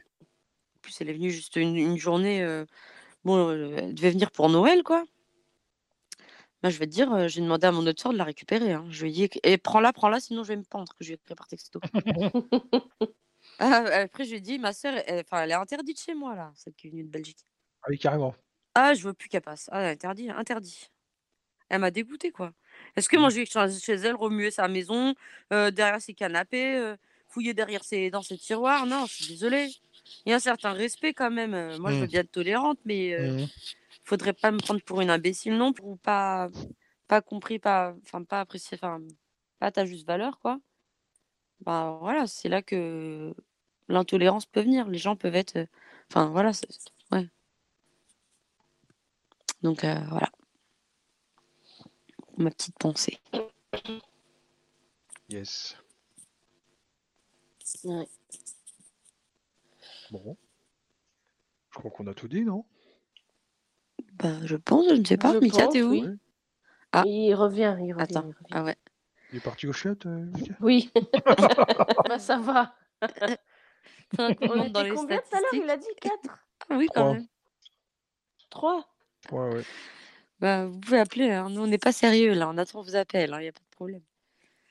Speaker 4: plus, elle est venue juste une, une journée. euh, Bon, euh, elle devait venir pour Noël, quoi. Bah, je vais te dire, euh, j'ai demandé à mon autre soeur de la récupérer. hein. Je lui ai dit, eh, prends-la, prends-la, sinon je vais me pendre, que je lui ai écrit par texto. Ah, après, je lui ai dit, ma soeur, elle, enfin, elle est interdite chez moi, là, celle qui est venue de Belgique.
Speaker 2: Ah oui, carrément.
Speaker 4: Ah, je veux plus qu'elle passe. Ah, interdit, interdit. Elle m'a dégoûtée, quoi. Est-ce que moi, je vais chez chez elle, remuer sa maison, euh, derrière ses canapés, euh, fouiller derrière ses, dans ses tiroirs. Non, je suis désolée. Il y a un certain respect quand même. Euh, Moi, je
Speaker 2: Mm.
Speaker 4: veux bien être tolérante, mais euh,
Speaker 2: Mhm.
Speaker 4: faudrait pas me prendre pour une imbécile non plus, ou pas, pas compris, pas, enfin, pas apprécié, enfin, pas à ta juste valeur, quoi. Bah voilà, c'est là que l'intolérance peut venir. Les gens peuvent être, euh, enfin voilà, c'est- ouais. Donc euh, voilà. Ma petite pensée.
Speaker 2: Yes.
Speaker 3: Ouais.
Speaker 2: Bon. Je crois qu'on a tout dit, non
Speaker 4: Bah, je pense, je ne sais pas.
Speaker 3: Je
Speaker 4: Mika,
Speaker 3: pense,
Speaker 4: t'es où
Speaker 3: oui.
Speaker 4: Ah.
Speaker 3: Il revient, il revient.
Speaker 4: Attends.
Speaker 3: il revient.
Speaker 4: Ah ouais.
Speaker 2: Il est parti au chiottes euh, Lucas
Speaker 3: Oui. bah, ça va. On
Speaker 4: dans
Speaker 3: était
Speaker 4: les
Speaker 3: combien tout à l'heure
Speaker 4: statistiques.
Speaker 3: Il a dit 4
Speaker 4: Ah oui, quand
Speaker 2: Trois.
Speaker 4: même.
Speaker 3: 3
Speaker 2: Ouais, ouais.
Speaker 4: Bah, vous pouvez appeler. hein. Nous, on n'est pas sérieux là. On attend vos appels. hein. Il n'y a pas de problème.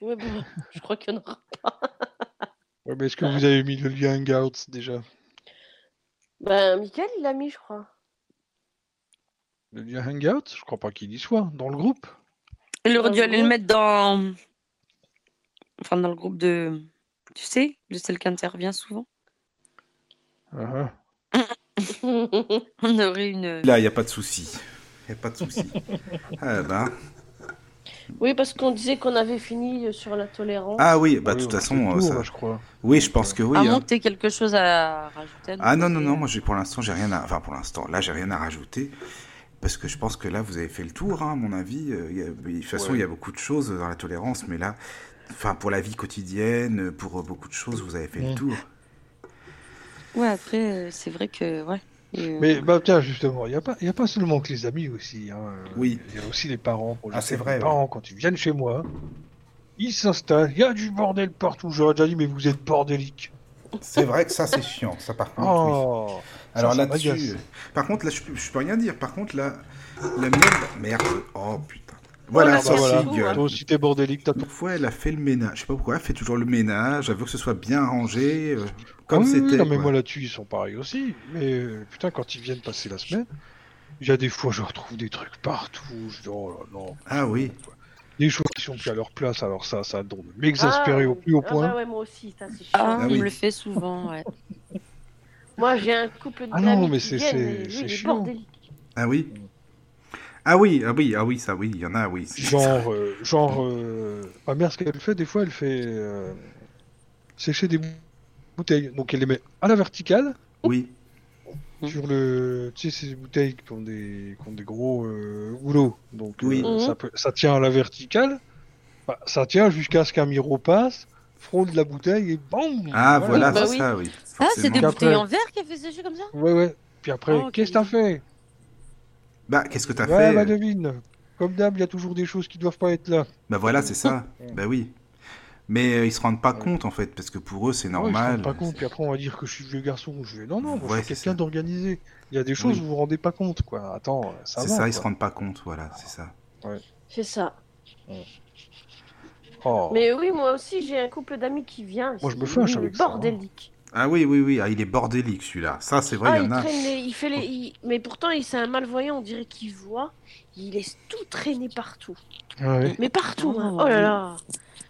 Speaker 3: Oui, bon, je crois qu'il y en aura.
Speaker 2: Ouais, mais est-ce que vous avez mis le lien Hangouts déjà
Speaker 3: Ben, Michael, il l'a mis, je crois.
Speaker 2: Le lien Hangout Je crois pas qu'il y soit dans le groupe.
Speaker 4: Il aurait dû
Speaker 3: Euh,
Speaker 4: aller le
Speaker 3: ouais.
Speaker 4: mettre dans. Enfin, dans le groupe de. Tu sais, de celle qui intervient souvent.
Speaker 2: Ah, ah.
Speaker 4: On aurait une.
Speaker 1: Là, il n'y a pas de souci. Il n'y a pas de souci. ah, bah.
Speaker 3: oui, parce qu'on disait qu'on avait fini euh, sur la tolérance.
Speaker 1: ah oui, bah,
Speaker 2: Ouais,
Speaker 1: de toute
Speaker 2: on a fait
Speaker 1: façon,
Speaker 2: le
Speaker 1: euh,
Speaker 2: tour,
Speaker 1: ça-
Speaker 2: là, je crois.
Speaker 1: oui, je pense que oui.
Speaker 4: à
Speaker 1: hein.
Speaker 4: moins que t'aies quelque chose à rajouter. à nous
Speaker 1: Ah non, non,
Speaker 4: conter.
Speaker 1: non, moi j'ai pour l'instant, j'ai rien à. Enfin, pour l'instant, là, j'ai rien à rajouter. Parce que je pense que là, vous avez fait le tour, hein, à mon avis. Euh, il y a- De toute façon,
Speaker 2: Ouais.
Speaker 1: il y a beaucoup de choses dans la tolérance, mais là, enfin, pour la vie quotidienne, pour euh, beaucoup de choses, vous avez fait le
Speaker 2: Mm.
Speaker 1: tour.
Speaker 4: Ouais, après, euh, c'est vrai que. Ouais. Et, euh,
Speaker 2: Mais bah tiens justement, il n'y a, pas- y a pas seulement que les amis aussi. hein, euh,
Speaker 1: Oui.
Speaker 2: Il y a aussi les parents. Bon, je
Speaker 1: Ah,
Speaker 2: sais
Speaker 1: c'est
Speaker 2: que
Speaker 1: vrai,
Speaker 2: Les
Speaker 1: ouais.
Speaker 2: parents, quand ils viennent chez moi, ils s'installent. Il y a du bordel partout. J'aurais déjà dit, mais vous êtes bordélique.
Speaker 1: C'est vrai que ça, c'est chiant, ça par
Speaker 2: Oh
Speaker 1: Alors
Speaker 2: ça
Speaker 1: là-dessus,
Speaker 2: m'agace.
Speaker 1: euh, par contre, là, je, peux- je peux rien dire. Par contre, là, la merde, merde, oh putain. Voilà,
Speaker 2: Ah, bah,
Speaker 1: ça
Speaker 2: voilà.
Speaker 1: c'est gueule.
Speaker 2: Toi aussi, t'es bordélique, t'as ton.
Speaker 1: Parfois, elle a fait le ménage. Je sais pas pourquoi, elle fait toujours le ménage. Elle veut que ce soit bien rangé, euh, comme
Speaker 2: Ah oui, oui,
Speaker 1: c'était.
Speaker 2: Non, mais
Speaker 1: quoi.
Speaker 2: moi là-dessus, ils sont pareils aussi. Mais euh, putain, quand ils viennent passer la semaine, il y a des fois, je retrouve des trucs partout. Je dis, oh là non.
Speaker 1: Ah oui.
Speaker 2: Des choses qui sont plus à leur place. Alors ça, ça donne m'exaspérer au plus haut
Speaker 3: ah,
Speaker 2: point.
Speaker 3: bah ouais, moi aussi, ça, c'est chiant.
Speaker 4: Ah,
Speaker 1: Ah
Speaker 4: on
Speaker 1: oui.
Speaker 4: me le fait souvent, ouais.
Speaker 3: Moi, j'ai un couple de
Speaker 2: Ah non,
Speaker 3: amis
Speaker 2: mais
Speaker 3: qui
Speaker 2: c'est-
Speaker 3: viennent,
Speaker 2: c'est-
Speaker 3: et lui,
Speaker 2: c'est
Speaker 3: il est
Speaker 2: chiant.
Speaker 3: bordélique.
Speaker 1: Ah oui Ah oui, ah oui, ah oui, ça oui, il y en a, oui. c'est-
Speaker 2: Genre, euh, genre, euh, ma mère, ce qu'elle fait, des fois, elle fait euh, sécher des bouteilles. Donc, elle les met à la verticale
Speaker 1: Oui,
Speaker 2: sur le, tu sais, ces bouteilles qui ont des, qui ont des gros euh, goulots. Donc,
Speaker 1: Oui.
Speaker 2: euh,
Speaker 3: Mhm.
Speaker 2: ça, peut- ça tient à la verticale. Bah, ça tient jusqu'à ce qu'un miro passe, fraude la bouteille et bam.
Speaker 1: ah voilà,
Speaker 3: bah
Speaker 1: c'est
Speaker 3: oui.
Speaker 1: ça, oui.
Speaker 4: Ah, c'est des
Speaker 1: forcément.
Speaker 4: bouteilles
Speaker 2: Après-
Speaker 4: en verre qu'elle fait sécher comme ça
Speaker 2: Ouais, ouais. Puis après,
Speaker 4: Ah, ok.
Speaker 2: qu'est-ce que t'as fait
Speaker 1: Bah, qu'est-ce que t'as
Speaker 2: Ouais,
Speaker 1: fait
Speaker 2: bah
Speaker 1: euh,
Speaker 2: devine. Comme d'hab, il y a toujours des choses qui doivent pas être là.
Speaker 1: Bah voilà, c'est ça.
Speaker 2: Ouais.
Speaker 1: Bah oui. Mais euh, ils se rendent pas
Speaker 2: Ouais.
Speaker 1: compte, en fait, parce que pour eux, c'est
Speaker 2: Ouais, ils se rendent
Speaker 1: normal.
Speaker 2: pas compte. Puis après, on va dire que je suis vieux garçon. Je vais non, non, moi,
Speaker 1: Ouais,
Speaker 2: je suis
Speaker 1: c'est
Speaker 2: quelqu'un
Speaker 1: ça.
Speaker 2: d'organisé. Il y a des choses où vous vous rendez pas compte, quoi. Attends, euh, ça
Speaker 1: C'est
Speaker 2: va.
Speaker 1: ça,
Speaker 2: quoi.
Speaker 1: ils se rendent pas compte, voilà, c'est ça.
Speaker 3: C'est ça.
Speaker 2: Oh.
Speaker 3: Mais oui, moi aussi, j'ai un couple d'amis qui vient.
Speaker 2: Moi, je me
Speaker 3: Lui,
Speaker 2: fâche
Speaker 3: il est
Speaker 2: avec ça, hein.
Speaker 3: bordélique.
Speaker 1: Ah oui, oui, oui, ah, il est bordélique, celui-là. Ça, c'est vrai,
Speaker 3: Ah,
Speaker 1: il y
Speaker 3: il
Speaker 1: en a.
Speaker 3: traîne les- il fait les... il- Mais pourtant, il c'est un malvoyant, on dirait qu'il voit. Il laisse tout traîner partout.
Speaker 2: Ah Ouais.
Speaker 3: Mais partout, hein.
Speaker 4: Oh.
Speaker 3: oh là là.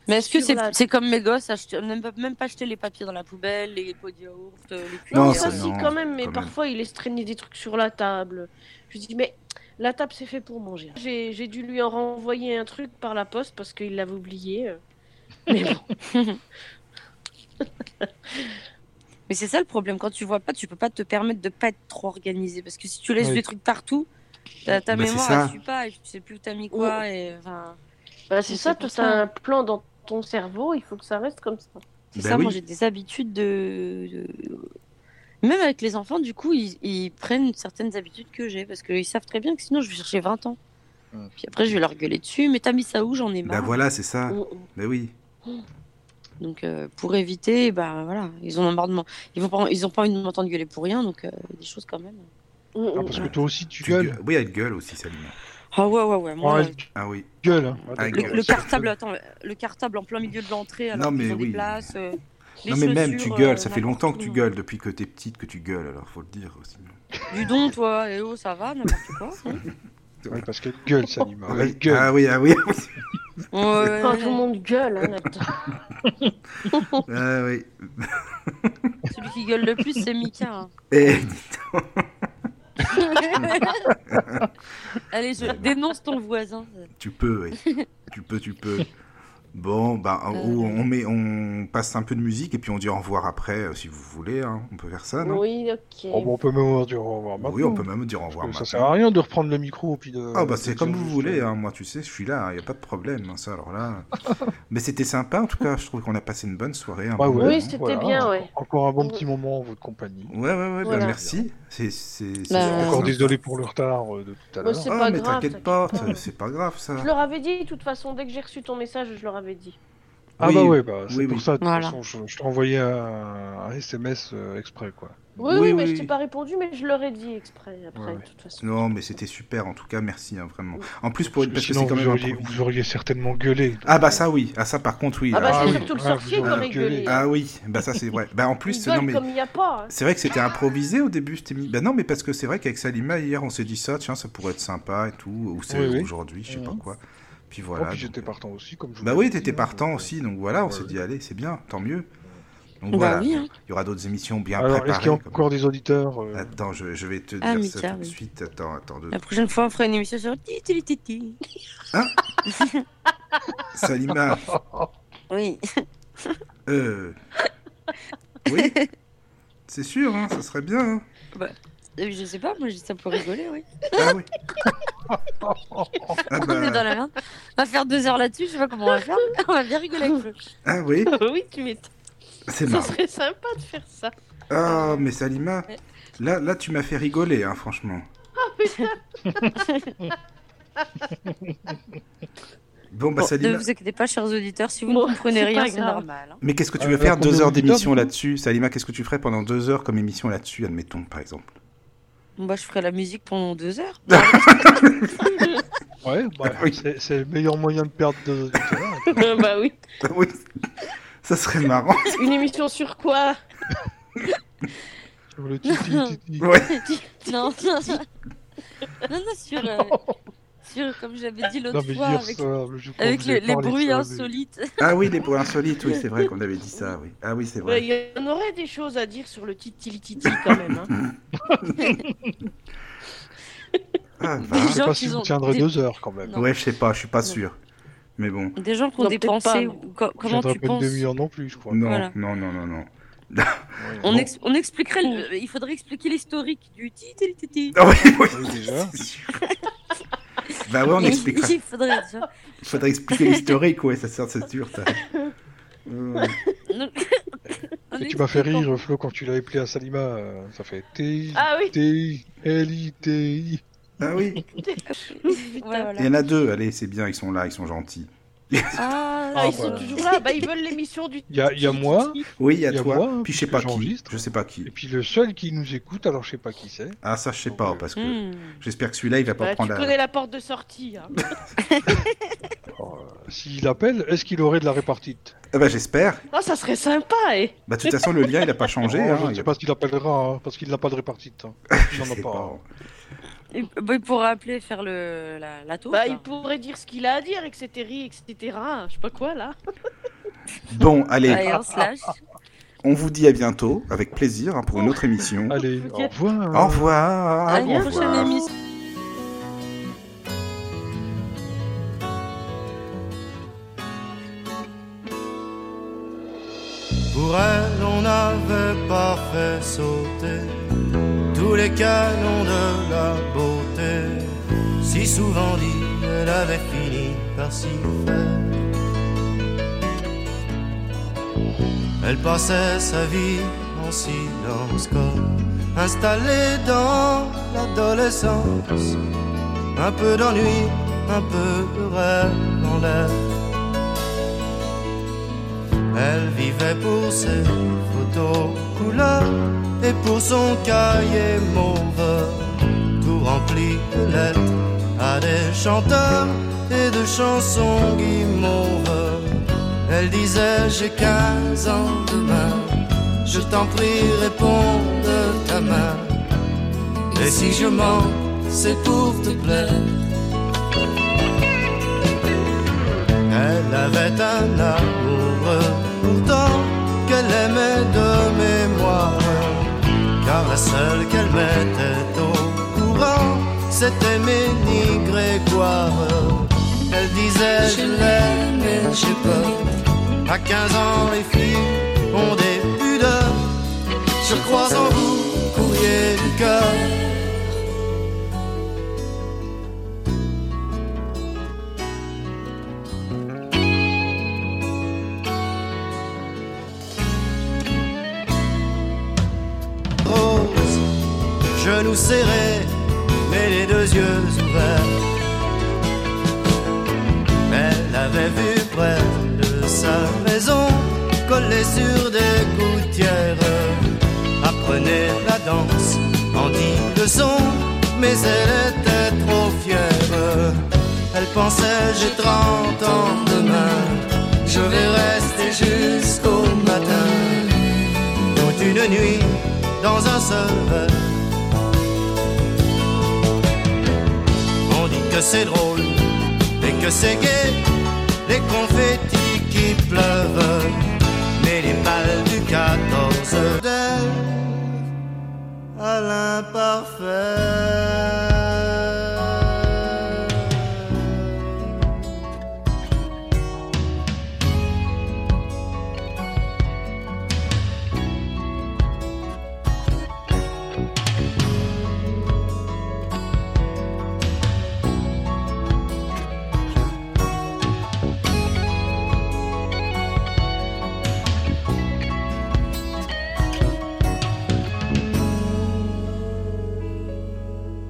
Speaker 4: Mais est-ce que
Speaker 3: Sur
Speaker 4: c'est
Speaker 3: la-
Speaker 4: c'est comme mes gosses, acheter- même, pas- même pas acheter les papiers dans la poubelle, les pots de yaourt, euh, les cuillères
Speaker 3: Non,
Speaker 1: Non,
Speaker 3: ça
Speaker 1: c'est-
Speaker 3: si
Speaker 1: non,
Speaker 3: quand même, mais
Speaker 1: quand même.
Speaker 3: parfois il laisse traîner des trucs sur la table. Je dis mais la table c'est fait pour manger. J'ai j'ai dû lui en renvoyer un truc par la poste parce qu'il l'avait oublié. euh. Mais bon,
Speaker 4: Mais c'est ça le problème, quand tu vois pas, tu peux pas te permettre de pas être trop organisé. Parce que si tu laisses
Speaker 2: Oui.
Speaker 4: des trucs partout, ta, ta
Speaker 1: Mais Bah, c'est
Speaker 4: mémoire
Speaker 1: ça.
Speaker 4: elle suit pas et tu sais plus où t'as mis quoi. Et, enfin,
Speaker 3: bah, c'est
Speaker 4: Mais
Speaker 3: ça,
Speaker 4: c'est
Speaker 3: toi
Speaker 4: pour
Speaker 3: t'as
Speaker 4: ça.
Speaker 3: un plan dans ton cerveau, il faut que ça reste comme ça.
Speaker 4: c'est
Speaker 1: Bah
Speaker 4: ça, moi
Speaker 1: oui.
Speaker 4: j'ai des habitudes de... de- Même avec les enfants, du coup, ils, ils prennent certaines habitudes que j'ai. Parce qu'ils savent très bien que sinon je vais chercher 20 ans.
Speaker 2: Ouais.
Speaker 4: Puis après je vais leur gueuler dessus, mais t'as mis ça où J'en ai
Speaker 1: Bah
Speaker 4: marre.
Speaker 1: voilà, c'est ça.
Speaker 4: Oh.
Speaker 3: Mm,
Speaker 1: Bah oui.
Speaker 4: Donc euh, pour éviter, bah voilà, ils ont marre de m'en- ils vont pas, ils ont pas envie de m'entendre gueuler pour rien, donc euh, des choses quand même.
Speaker 3: mm, mm,
Speaker 2: Ah,
Speaker 3: mm.
Speaker 2: parce que toi aussi, tu,
Speaker 1: Tu
Speaker 2: gueules.
Speaker 1: gueules- Oui, elle gueule aussi, celle-là.
Speaker 4: Ah ouais ouais ouais. moi,
Speaker 2: Ouais,
Speaker 4: euh,
Speaker 2: tu
Speaker 1: Ah oui.
Speaker 2: gueules. hein. Ah,
Speaker 1: Ah,
Speaker 2: d'accord.
Speaker 4: le, le cartable, attends, le cartable en plein milieu de l'entrée,
Speaker 1: Non,
Speaker 4: alors
Speaker 1: mais
Speaker 4: qu'ils ont des
Speaker 1: oui.
Speaker 4: places. euh, les
Speaker 1: non, mais même, tu
Speaker 4: chaussures,
Speaker 1: gueules.
Speaker 4: euh,
Speaker 1: ça fait
Speaker 4: n'importe
Speaker 1: longtemps que
Speaker 4: où.
Speaker 1: tu gueules, depuis que t'es petite, que tu gueules, alors faut le dire aussi.
Speaker 4: Du don, toi,
Speaker 7: eh
Speaker 4: et oh ça va, n'importe quoi. hein.
Speaker 2: Ouais, parce qu'elle gueule, Salima.
Speaker 1: Ah oui,
Speaker 2: Elle gueule.
Speaker 1: Ah oui, ah oui.
Speaker 7: Ouais,
Speaker 3: Enfin, tout le monde gueule hein, là-dedans.
Speaker 1: Ah oui.
Speaker 7: Celui qui gueule le plus, c'est Mika. hein.
Speaker 1: Et
Speaker 7: Allez, je dénonce ton voisin.
Speaker 1: tu peux, oui. tu peux, tu peux. Bon, ben,
Speaker 7: Euh.
Speaker 1: ou on, met, on passe un peu de musique et puis on dit au revoir après, euh, si vous voulez. hein. On peut faire ça, non
Speaker 3: Oui, ok.
Speaker 2: Oh, bah, on peut même dire au revoir maintenant.
Speaker 1: Ah Oui, on peut même dire au
Speaker 2: parce
Speaker 1: revoir.
Speaker 2: que Ça
Speaker 1: maintenant.
Speaker 2: sert à rien de reprendre le micro puis de.
Speaker 1: Ah bah c'est
Speaker 2: de-
Speaker 1: comme vous
Speaker 2: de-
Speaker 1: voulez, hein. moi tu sais, je suis là, il n'y a pas de problème, hein, ça alors là. Mais c'était sympa en tout cas, je trouve qu'on a passé une bonne soirée. un
Speaker 2: Ouais,
Speaker 1: bon
Speaker 2: Bah ouais,
Speaker 1: moment.
Speaker 3: Oui, c'était bien, ouais.
Speaker 2: Encore un bon petit moment en votre compagnie.
Speaker 1: Ouais, ouais, ouais, bah,
Speaker 3: Voilà.
Speaker 1: merci. C'est c'est- c'est
Speaker 7: Bah,
Speaker 1: super
Speaker 2: Encore
Speaker 1: sympa.
Speaker 2: désolé pour le retard euh, de tout à
Speaker 3: Bah,
Speaker 2: l'heure.
Speaker 3: c'est
Speaker 1: Ah,
Speaker 3: pas
Speaker 1: mais
Speaker 3: grave,
Speaker 1: t'inquiète
Speaker 3: t'inquiète
Speaker 1: pas,
Speaker 3: pas.
Speaker 1: c'est- c'est pas grave ça.
Speaker 3: Je leur avais dit, de toute façon, dès que j'ai reçu ton message, je leur avais dit.
Speaker 2: Ah
Speaker 1: Oui,
Speaker 2: bah ouais, bah, c'est
Speaker 1: oui,
Speaker 2: pour
Speaker 1: oui.
Speaker 2: ça, de toute
Speaker 7: Voilà.
Speaker 2: façon, je, je t'ai envoyé un, un SMS euh, exprès, quoi.
Speaker 3: Oui,
Speaker 1: Oui,
Speaker 3: oui, mais
Speaker 1: oui.
Speaker 3: je t'ai pas répondu, mais je leur ai dit exprès, après,
Speaker 2: Ouais, ouais.
Speaker 3: de toute façon.
Speaker 1: Non, mais c'était super en tout cas, merci hein, vraiment. En plus pour
Speaker 2: Parce que
Speaker 1: parce que
Speaker 2: sinon,
Speaker 1: c'est quand
Speaker 2: vous
Speaker 1: même
Speaker 2: auriez,
Speaker 1: improvisé.
Speaker 2: vous auriez certainement gueulé. donc,
Speaker 1: Ah bah
Speaker 2: euh,
Speaker 1: ça oui, ah ça par contre oui.
Speaker 3: Ah bah
Speaker 1: alors-
Speaker 3: c'est
Speaker 2: oui,
Speaker 3: surtout le
Speaker 2: ouais,
Speaker 3: sorcier
Speaker 2: vous
Speaker 3: qui
Speaker 2: auriez
Speaker 3: aurait
Speaker 2: gueulé.
Speaker 3: gueulé.
Speaker 1: Ah oui, bah ça c'est vrai. Bah en
Speaker 3: Ils
Speaker 1: plus non
Speaker 3: gueulent
Speaker 1: mais
Speaker 3: comme il n'y a pas. hein.
Speaker 1: c'est vrai que c'était improvisé au début, c'était mis. Bah non mais parce que c'est vrai qu'avec Salima hier on s'est dit ça, tiens ça pourrait être sympa et tout, ou c'est
Speaker 2: Oui, oui.
Speaker 1: aujourd'hui, je sais pas
Speaker 2: Mhm.
Speaker 1: quoi. Puis
Speaker 2: oh,
Speaker 1: voilà.
Speaker 2: puis
Speaker 1: donc,
Speaker 2: j'étais
Speaker 1: euh,
Speaker 2: partant aussi, comme je vous
Speaker 1: Bah
Speaker 2: l'avais
Speaker 1: oui,
Speaker 2: dit,
Speaker 1: t'étais
Speaker 2: hein,
Speaker 1: partant
Speaker 2: donc, euh,
Speaker 1: aussi, donc voilà, on
Speaker 2: Ouais,
Speaker 1: s'est
Speaker 2: ouais.
Speaker 1: dit allez, c'est bien, tant mieux. Donc
Speaker 7: Bah
Speaker 1: voilà,
Speaker 7: oui, hein.
Speaker 1: il y aura d'autres émissions bien
Speaker 2: Alors, est-ce
Speaker 1: préparées.
Speaker 2: qu'il y a
Speaker 1: comme-
Speaker 2: encore des auditeurs euh,
Speaker 1: Attends, je, je vais te
Speaker 7: Ah,
Speaker 1: dire
Speaker 7: mais
Speaker 1: ça
Speaker 7: tiens,
Speaker 1: tout de
Speaker 7: oui.
Speaker 1: suite. Attends, attends deux
Speaker 7: La prochaine fois, on fera une émission sur. ti, ti, ti, ti. Ah.
Speaker 1: Salima,
Speaker 7: Oui.
Speaker 1: euh... Oui C'est sûr, hein, ça serait bien. hein.
Speaker 7: Euh, Je sais pas, moi, ça pour rigoler, oui.
Speaker 1: Ah oui bah, ah,
Speaker 7: On est dans
Speaker 1: bah,
Speaker 7: la merde. On va faire deux heures là-dessus, je sais pas comment on va faire. On va bien
Speaker 2: Bah,
Speaker 7: rigoler avec Flo.
Speaker 1: ah oui,
Speaker 3: oui, tu m'étonnes.
Speaker 1: c'est
Speaker 3: Ça
Speaker 1: marrant.
Speaker 3: serait sympa de faire ça.
Speaker 1: Ah, mais Salima, là, là tu m'as fait rigoler, hein, franchement.
Speaker 7: Ah,
Speaker 1: Bon, bah
Speaker 7: Bon, ne
Speaker 1: Salima,
Speaker 7: vous inquiétez pas, chers auditeurs, si vous
Speaker 3: Bon,
Speaker 7: ne comprenez
Speaker 3: c'est
Speaker 7: rien,
Speaker 3: pas
Speaker 7: c'est
Speaker 3: grave.
Speaker 7: normal. hein.
Speaker 1: Mais qu'est-ce que tu
Speaker 2: Euh,
Speaker 1: veux
Speaker 2: alors
Speaker 1: faire
Speaker 2: combien
Speaker 1: deux heures
Speaker 2: d'auditeurs,
Speaker 1: d'émission
Speaker 2: vous
Speaker 1: là-dessus Salima, qu'est-ce que tu ferais pendant deux heures comme émission là-dessus, admettons, par exemple
Speaker 7: Bon, bah, je ferai la musique pendant deux heures. Euh,
Speaker 2: Ouais, bah,
Speaker 1: Ah. Oui.
Speaker 2: c'est- c'est le meilleur moyen de perdre des auditeurs. hein.
Speaker 3: Euh, bah oui.
Speaker 1: Oui, ça serait marrant.
Speaker 3: Une émission sur quoi
Speaker 2: Sur le titi, titi.
Speaker 1: Ouais.
Speaker 7: non, non, non, non, sur, euh, sur, comme j'avais dit
Speaker 2: Non,
Speaker 7: l'autre
Speaker 2: mais
Speaker 7: fois,
Speaker 2: dire
Speaker 7: avec,
Speaker 2: ça, je crois
Speaker 7: avec
Speaker 2: que vous
Speaker 7: les,
Speaker 2: avez
Speaker 7: les
Speaker 2: parlé de
Speaker 7: bruits
Speaker 2: ça, mais-
Speaker 7: insolites.
Speaker 1: Ah oui, les pour insolites, oui, c'est vrai qu'on avait dit ça, oui. Ah oui, c'est vrai.
Speaker 3: Ouais, Euh, Il y en aurait des choses à dire sur le titi titi quand même. hein.
Speaker 1: Ah,
Speaker 2: Je
Speaker 1: bah.
Speaker 2: sais
Speaker 7: gens
Speaker 2: pas
Speaker 7: qui
Speaker 2: si vous
Speaker 7: ont
Speaker 2: tiendrez
Speaker 7: des-
Speaker 2: deux heures quand même.
Speaker 7: Non.
Speaker 1: Ouais, je sais pas, je suis pas sûr. Mais bon,
Speaker 7: Des gens qui ont
Speaker 3: Non,
Speaker 7: des
Speaker 3: peut-être pas,
Speaker 7: pensées.
Speaker 3: non.
Speaker 7: ou co-
Speaker 2: Je
Speaker 7: comment
Speaker 2: tiendrai
Speaker 7: tu
Speaker 2: pas une
Speaker 7: penses
Speaker 2: demi-heure non plus, je crois.
Speaker 1: non,
Speaker 7: Voilà.
Speaker 1: non, non, non, non.
Speaker 2: Ouais,
Speaker 7: on,
Speaker 2: bon,
Speaker 7: ex- on expliquerait. le- il faudrait expliquer l'historique du ti ti ti ti.
Speaker 1: Ah oui, oui,
Speaker 2: oui, déjà.
Speaker 1: c'est sûr. Bah ouais, on
Speaker 7: Il-
Speaker 1: expliquera.
Speaker 7: Il faudrait. tu vois.
Speaker 1: Faudrait expliquer l'historique, ouais, ça sert, c'est sûr, ça. Euh,
Speaker 7: Donc, on
Speaker 2: Et tu m'as fait
Speaker 7: explique
Speaker 2: rire, Flo, quand tu l'as appelé à Salima. euh, Ça fait T,
Speaker 3: Ah oui.
Speaker 2: T, L, I, T, I.
Speaker 1: Ah oui,
Speaker 7: en- Ouais, voilà.
Speaker 1: il y en a deux, allez, c'est bien, ils sont là, ils sont gentils.
Speaker 7: Ah,
Speaker 3: Ah,
Speaker 2: Ah,
Speaker 3: ils sont
Speaker 2: voilà.
Speaker 3: toujours là. Bah ils veulent l'émission du.
Speaker 2: Il y a, il y a moi,
Speaker 1: Oui, il y a
Speaker 2: Il y a
Speaker 1: toi,
Speaker 2: moi, hein,
Speaker 1: puis je sais
Speaker 2: puisque
Speaker 1: pas qui.
Speaker 2: j'enregistre.
Speaker 1: Je sais pas
Speaker 2: et
Speaker 1: qui.
Speaker 2: puis le seul qui nous écoute, alors je sais pas qui c'est.
Speaker 1: Ah, ça, je sais pas, parce que
Speaker 7: hmm.
Speaker 1: j'espère que celui-là, il va pas
Speaker 3: Bah, tu
Speaker 1: prendre la.
Speaker 3: connais la porte de sortie. hein.
Speaker 2: Alors, euh, S'il appelle, est-ce qu'il aurait de la répartite
Speaker 1: Ah bah j'espère.
Speaker 3: Ah, ça serait sympa, eh.
Speaker 1: Bah de toute façon le lien il a pas changé.
Speaker 2: Oh,
Speaker 1: hein.
Speaker 2: Je ne
Speaker 1: Il y
Speaker 2: sais
Speaker 1: a-
Speaker 2: pas s'il appellera, hein, parce qu'il n'a pas de répartite. hein. Il
Speaker 1: je
Speaker 2: n'en a
Speaker 1: sais
Speaker 2: pas.
Speaker 1: pas.
Speaker 2: hein.
Speaker 7: Et- bah, il pourra appeler et faire le, la, la tour.
Speaker 3: Bah, il pourrait dire ce qu'il a à dire, etc., etc. Je sais pas quoi, là.
Speaker 1: Bon allez,
Speaker 7: Allez, on se
Speaker 3: Ah,
Speaker 7: lâche.
Speaker 1: on vous dit à bientôt avec plaisir hein, pour une autre émission.
Speaker 2: Allez,
Speaker 3: Ok.
Speaker 2: au revoir.
Speaker 1: Au
Speaker 3: ah,
Speaker 1: revoir.
Speaker 7: À
Speaker 1: au
Speaker 7: une
Speaker 1: revoir.
Speaker 7: prochaine émission.
Speaker 6: Pour elle, on n'avait pas fait sauter tous les canons de la beauté. Si souvent dit, elle avait fini par s'y faire. Elle passait sa vie en silence, comme installée dans l'adolescence. Un peu d'ennui, un peu de rêve dans l'air. Elle vivait pour ses photos couleurs et pour son cahier mauve, tout rempli de lettres à des chanteurs et de chansons guimauves. Elle disait J'ai 15 ans demain, je t'en prie, réponds de ta main. Et si je mens, c'est pour te plaire. Elle avait un amour, pourtant qu'elle aimait de mémoire. Car la seule qu'elle mettait au courant, c'était Ménie Grégoire. Elle disait Je l'aime, mais je sais pas. À 15 ans, les filles ont des pudeurs. Je crois en vous, courrier du cœur. rose, genoux serrés, mais les deux yeux ouverts. Elle avait vu près de sa maison, collée sur des gouttières. Apprenait la danse en dit leçons, mais elle était trop fière. Elle pensait j'ai 30 ans demain, je vais rester jusqu'au matin toute une nuit dans un seul verre. On dit que c'est drôle et que c'est gai, les confettis qui pleuvent, mais les balles du 14 d'air à l'imparfait.